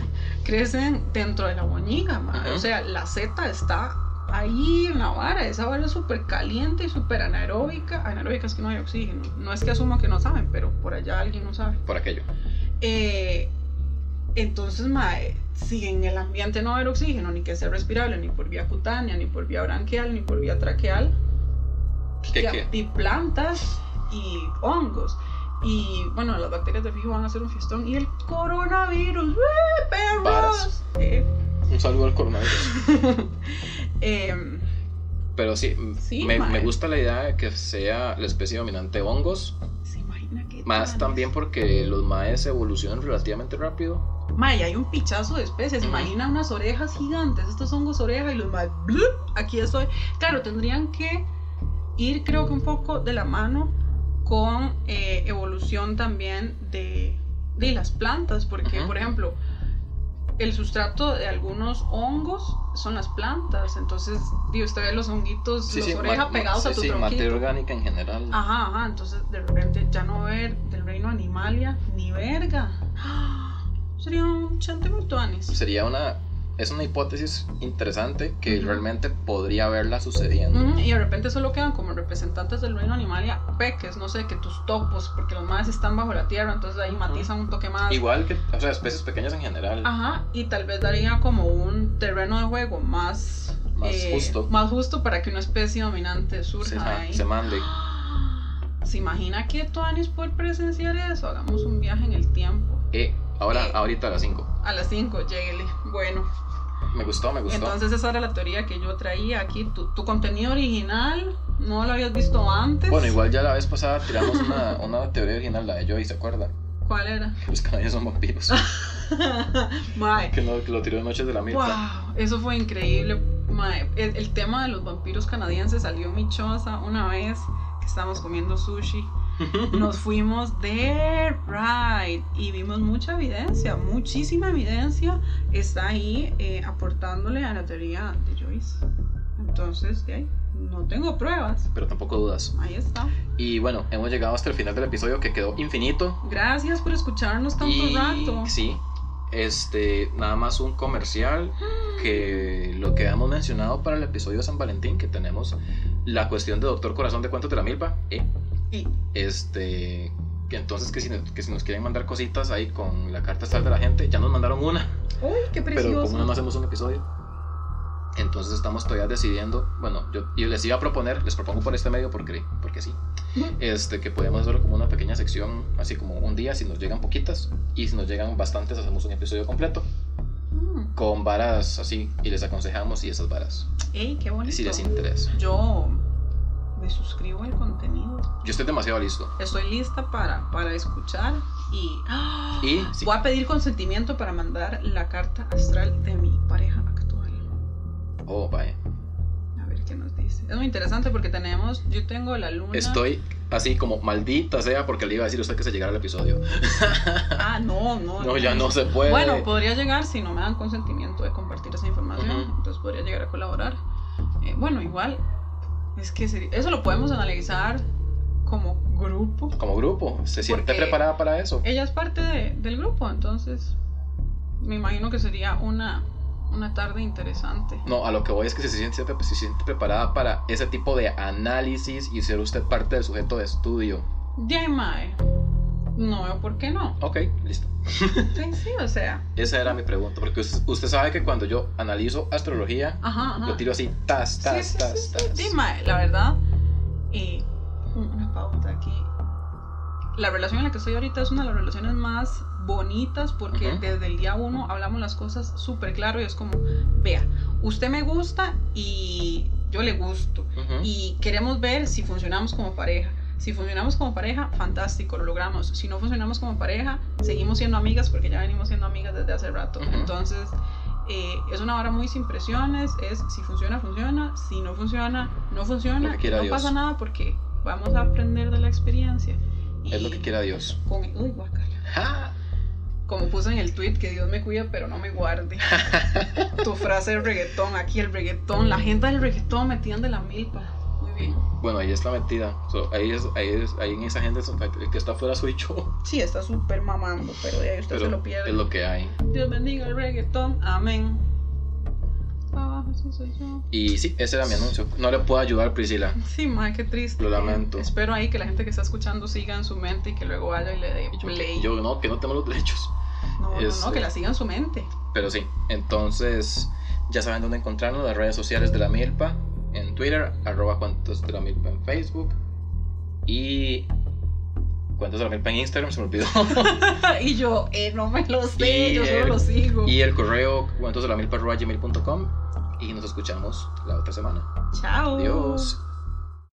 Speaker 1: crecen dentro de la boñiga, ma.
Speaker 2: Ajá.
Speaker 1: o sea, la seta está ahí en la vara, esa vara es súper caliente y súper anaeróbica, anaeróbica es que no hay oxígeno, no es que asuma que no saben, pero por allá alguien no sabe.
Speaker 2: Por aquello.
Speaker 1: Eh, entonces, mae, si en el ambiente no hay oxígeno, ni que sea respirable, ni por vía cutánea, ni por vía branquial, ni por vía traqueal,
Speaker 2: ¿Qué,
Speaker 1: y,
Speaker 2: qué?
Speaker 1: y plantas y hongos. Y bueno, las bacterias de fijo van a hacer un fiestón. Y el coronavirus, ¡eh, perros!
Speaker 2: Varas.
Speaker 1: Eh,
Speaker 2: Un saludo al coronavirus.
Speaker 1: em,
Speaker 2: Pero sí,
Speaker 1: Sí,
Speaker 2: me,
Speaker 1: mae.
Speaker 2: me gusta la idea de que sea la especie dominante hongos,
Speaker 1: ¿Se imagina que
Speaker 2: más también porque los maes evolucionan relativamente rápido.
Speaker 1: May, hay un pichazo de especies.
Speaker 2: Ujú.
Speaker 1: Imagina unas orejas gigantes, estos hongos orejas y los más. Aquí estoy. Claro, tendrían que ir, creo que un poco de la mano con eh, evolución también de, de las plantas, porque,
Speaker 2: Ujú.
Speaker 1: por ejemplo, el sustrato de algunos hongos son las plantas. Entonces, digo, usted ve los honguitos, los
Speaker 2: ma-
Speaker 1: orejas
Speaker 2: ma-
Speaker 1: pegados a
Speaker 2: sí,
Speaker 1: tu
Speaker 2: sí,
Speaker 1: tronquito. Ah.
Speaker 2: materia orgánica en general.
Speaker 1: Ajá, ajá, entonces de repente ya no ver del reino animalia ni verga. Sería un chante mutuanes.
Speaker 2: Sería una es una hipótesis interesante que
Speaker 1: Ujú.
Speaker 2: realmente podría verla sucediendo.
Speaker 1: Ujú, Y de repente solo quedan como representantes del reino animalia peques, no sé, que tus topos, porque los más están bajo la tierra, entonces ahí matizan un toque más.
Speaker 2: Igual que, o sea, especies pequeñas en general.
Speaker 1: Ajá, y tal vez daría como un terreno de juego más, eh,
Speaker 2: Más justo.
Speaker 1: más justo para que una especie dominante surja
Speaker 2: se,
Speaker 1: de
Speaker 2: ma-
Speaker 1: ahí.
Speaker 2: se mande.
Speaker 1: ¿Se imagina que Tuanis puede presenciar eso? Hagamos un viaje en el tiempo.
Speaker 2: Eh, ahora,
Speaker 1: Eh.
Speaker 2: ahorita a las 5.
Speaker 1: A las 5, lléguele. Bueno,
Speaker 2: Me gustó, me gustó.
Speaker 1: entonces esa era la teoría que yo traía aquí. Tu, tu contenido original no lo habías visto antes.
Speaker 2: bueno, igual ya la vez pasada tiramos una, una teoría original, la de Joy, ¿se acuerda?
Speaker 1: ¿Cuál era?
Speaker 2: Que los caballos son vampiros.
Speaker 1: Mae.
Speaker 2: que, lo, que lo tiró en Noches de la Mirta.
Speaker 1: Wow, eso fue increíble. mae. el, el tema de los vampiros canadienses salió en mi choza una vez que estábamos comiendo sushi. Nos fuimos de ride y vimos mucha evidencia, muchísima evidencia está ahí eh, aportándole a la teoría de Joyce. Entonces, de ahí, no tengo pruebas.
Speaker 2: Pero tampoco dudas.
Speaker 1: Ahí está.
Speaker 2: Y bueno, hemos llegado hasta el final del episodio que quedó infinito.
Speaker 1: Gracias por escucharnos tanto
Speaker 2: y
Speaker 1: rato.
Speaker 2: sí, este, nada más un comercial que lo que hemos mencionado para el episodio de San Valentín, que tenemos la cuestión de Doctor Corazón de Cuentos de la Milpa. eh,
Speaker 1: Y-
Speaker 2: Este, que entonces que si, que si nos quieren mandar cositas ahí con la carta sal de la gente, ya nos mandaron una,
Speaker 1: Uy, qué
Speaker 2: pero como no
Speaker 1: precioso.
Speaker 2: hacemos un episodio. Entonces estamos todavía decidiendo, bueno, yo, yo les iba a proponer, les propongo por este medio porque, porque sí, este, que podemos hacerlo como una pequeña sección, así como un día, si nos llegan poquitas, y si nos llegan bastantes, hacemos un episodio completo,
Speaker 1: Mm,
Speaker 2: con varas así, y les aconsejamos y esas varas,
Speaker 1: Ey, qué
Speaker 2: y
Speaker 1: bonito.
Speaker 2: si les interesa.
Speaker 1: Yo me suscribo al contenido.
Speaker 2: Yo estoy demasiado listo.
Speaker 1: Estoy lista para, para escuchar y, ¡Ah!
Speaker 2: Y si-
Speaker 1: voy a pedir consentimiento para mandar la carta astral de mi pareja actual.
Speaker 2: Oh, vaya.
Speaker 1: A ver qué nos dice. Es muy interesante porque tenemos, yo tengo la luna.
Speaker 2: Estoy así como maldita sea porque le iba a decir a usted que se llegara el episodio.
Speaker 1: Ah, no, no.
Speaker 2: No, ya no se puede.
Speaker 1: Bueno, pues, podría llegar si no me dan consentimiento de compartir esa información.
Speaker 2: Ujú.
Speaker 1: Entonces podría llegar a colaborar. Eh, bueno, igual. Es que sería- eso lo podemos analizar como grupo.
Speaker 2: como grupo, ¿se siente
Speaker 1: Porque-
Speaker 2: preparada para eso?
Speaker 1: ella es parte de- del grupo, entonces me imagino que sería una, una tarde interesante.
Speaker 2: No, a lo que voy es que si se siente, se siente preparada para ese tipo de análisis y ser usted parte del sujeto de estudio.
Speaker 1: De ahí, mae, no veo por qué no.
Speaker 2: Ok, listo.
Speaker 1: Sí, sí, o sea,
Speaker 2: Esa era mi pregunta, porque us- usted, sabe que cuando yo analizo astrología,
Speaker 1: ajá, ajá.
Speaker 2: lo tiro así, tas,
Speaker 1: Sí,
Speaker 2: tas,
Speaker 1: sí, sí,
Speaker 2: tas,
Speaker 1: sí,
Speaker 2: tas.
Speaker 1: sí, mae, la verdad, eh, un- una pauta aquí. La relación en la que estoy ahorita es una de las relaciones más bonitas porque
Speaker 2: Ujú.
Speaker 1: desde el día uno hablamos las cosas súper claro y es como, vea, usted me gusta y yo le gusto.
Speaker 2: Ujú.
Speaker 1: y queremos ver si funcionamos como pareja. Si funcionamos como pareja, fantástico, lo logramos. Si no funcionamos como pareja, seguimos siendo amigas porque ya venimos siendo amigas desde hace rato.
Speaker 2: Ujú.
Speaker 1: Entonces, eh, es una hora muy sin presiones, es si funciona, funciona, si no funciona, no
Speaker 2: Lo
Speaker 1: funciona,
Speaker 2: que
Speaker 1: y
Speaker 2: quiera
Speaker 1: no
Speaker 2: Dios.
Speaker 1: pasa nada porque vamos a aprender de la experiencia.
Speaker 2: Es lo que quiera Dios.
Speaker 1: Con, uy, guácala.
Speaker 2: ¡Ja!
Speaker 1: Como puse en el tweet, que Dios me cuida pero no me guarde. tu frase del reggaetón, aquí el reggaetón, la gente del reggaetón metían de la milpa. Muy bien.
Speaker 2: Bueno, ahí es la mentira. So, ahí, es, ahí, es, ahí en esa gente, el que está afuera soy yo.
Speaker 1: Sí, está súper mamando, pero de ahí usted
Speaker 2: Pero
Speaker 1: se lo pierde.
Speaker 2: es lo que hay.
Speaker 1: Dios bendiga el reggaetón, amén. Ah, sí soy yo.
Speaker 2: Y sí, ese era mi anuncio. No le puedo ayudar, Priscila.
Speaker 1: Sí, ma, qué triste.
Speaker 2: Lo lamento.
Speaker 1: Espero ahí que la gente que está escuchando siga en su mente y que luego vaya y le dé
Speaker 2: Y yo,
Speaker 1: play.
Speaker 2: yo no, que no tengo los derechos.
Speaker 1: no, no,
Speaker 2: es,
Speaker 1: no, que
Speaker 2: eh,
Speaker 1: la siga en su mente.
Speaker 2: Pero sí, entonces ya saben dónde encontrarnos, las redes sociales de la Milpa, en Twitter, arroba cuentos de la Milpa en Facebook y cuentos de la Milpa en Instagram, se me olvidó.
Speaker 1: y yo, eh, no me lo sé,
Speaker 2: Y
Speaker 1: yo solo
Speaker 2: el-
Speaker 1: lo sigo.
Speaker 2: y el correo cuentos de la Milpa, arroba gmail.com y nos escuchamos la otra semana.
Speaker 1: Chao.
Speaker 2: Adiós.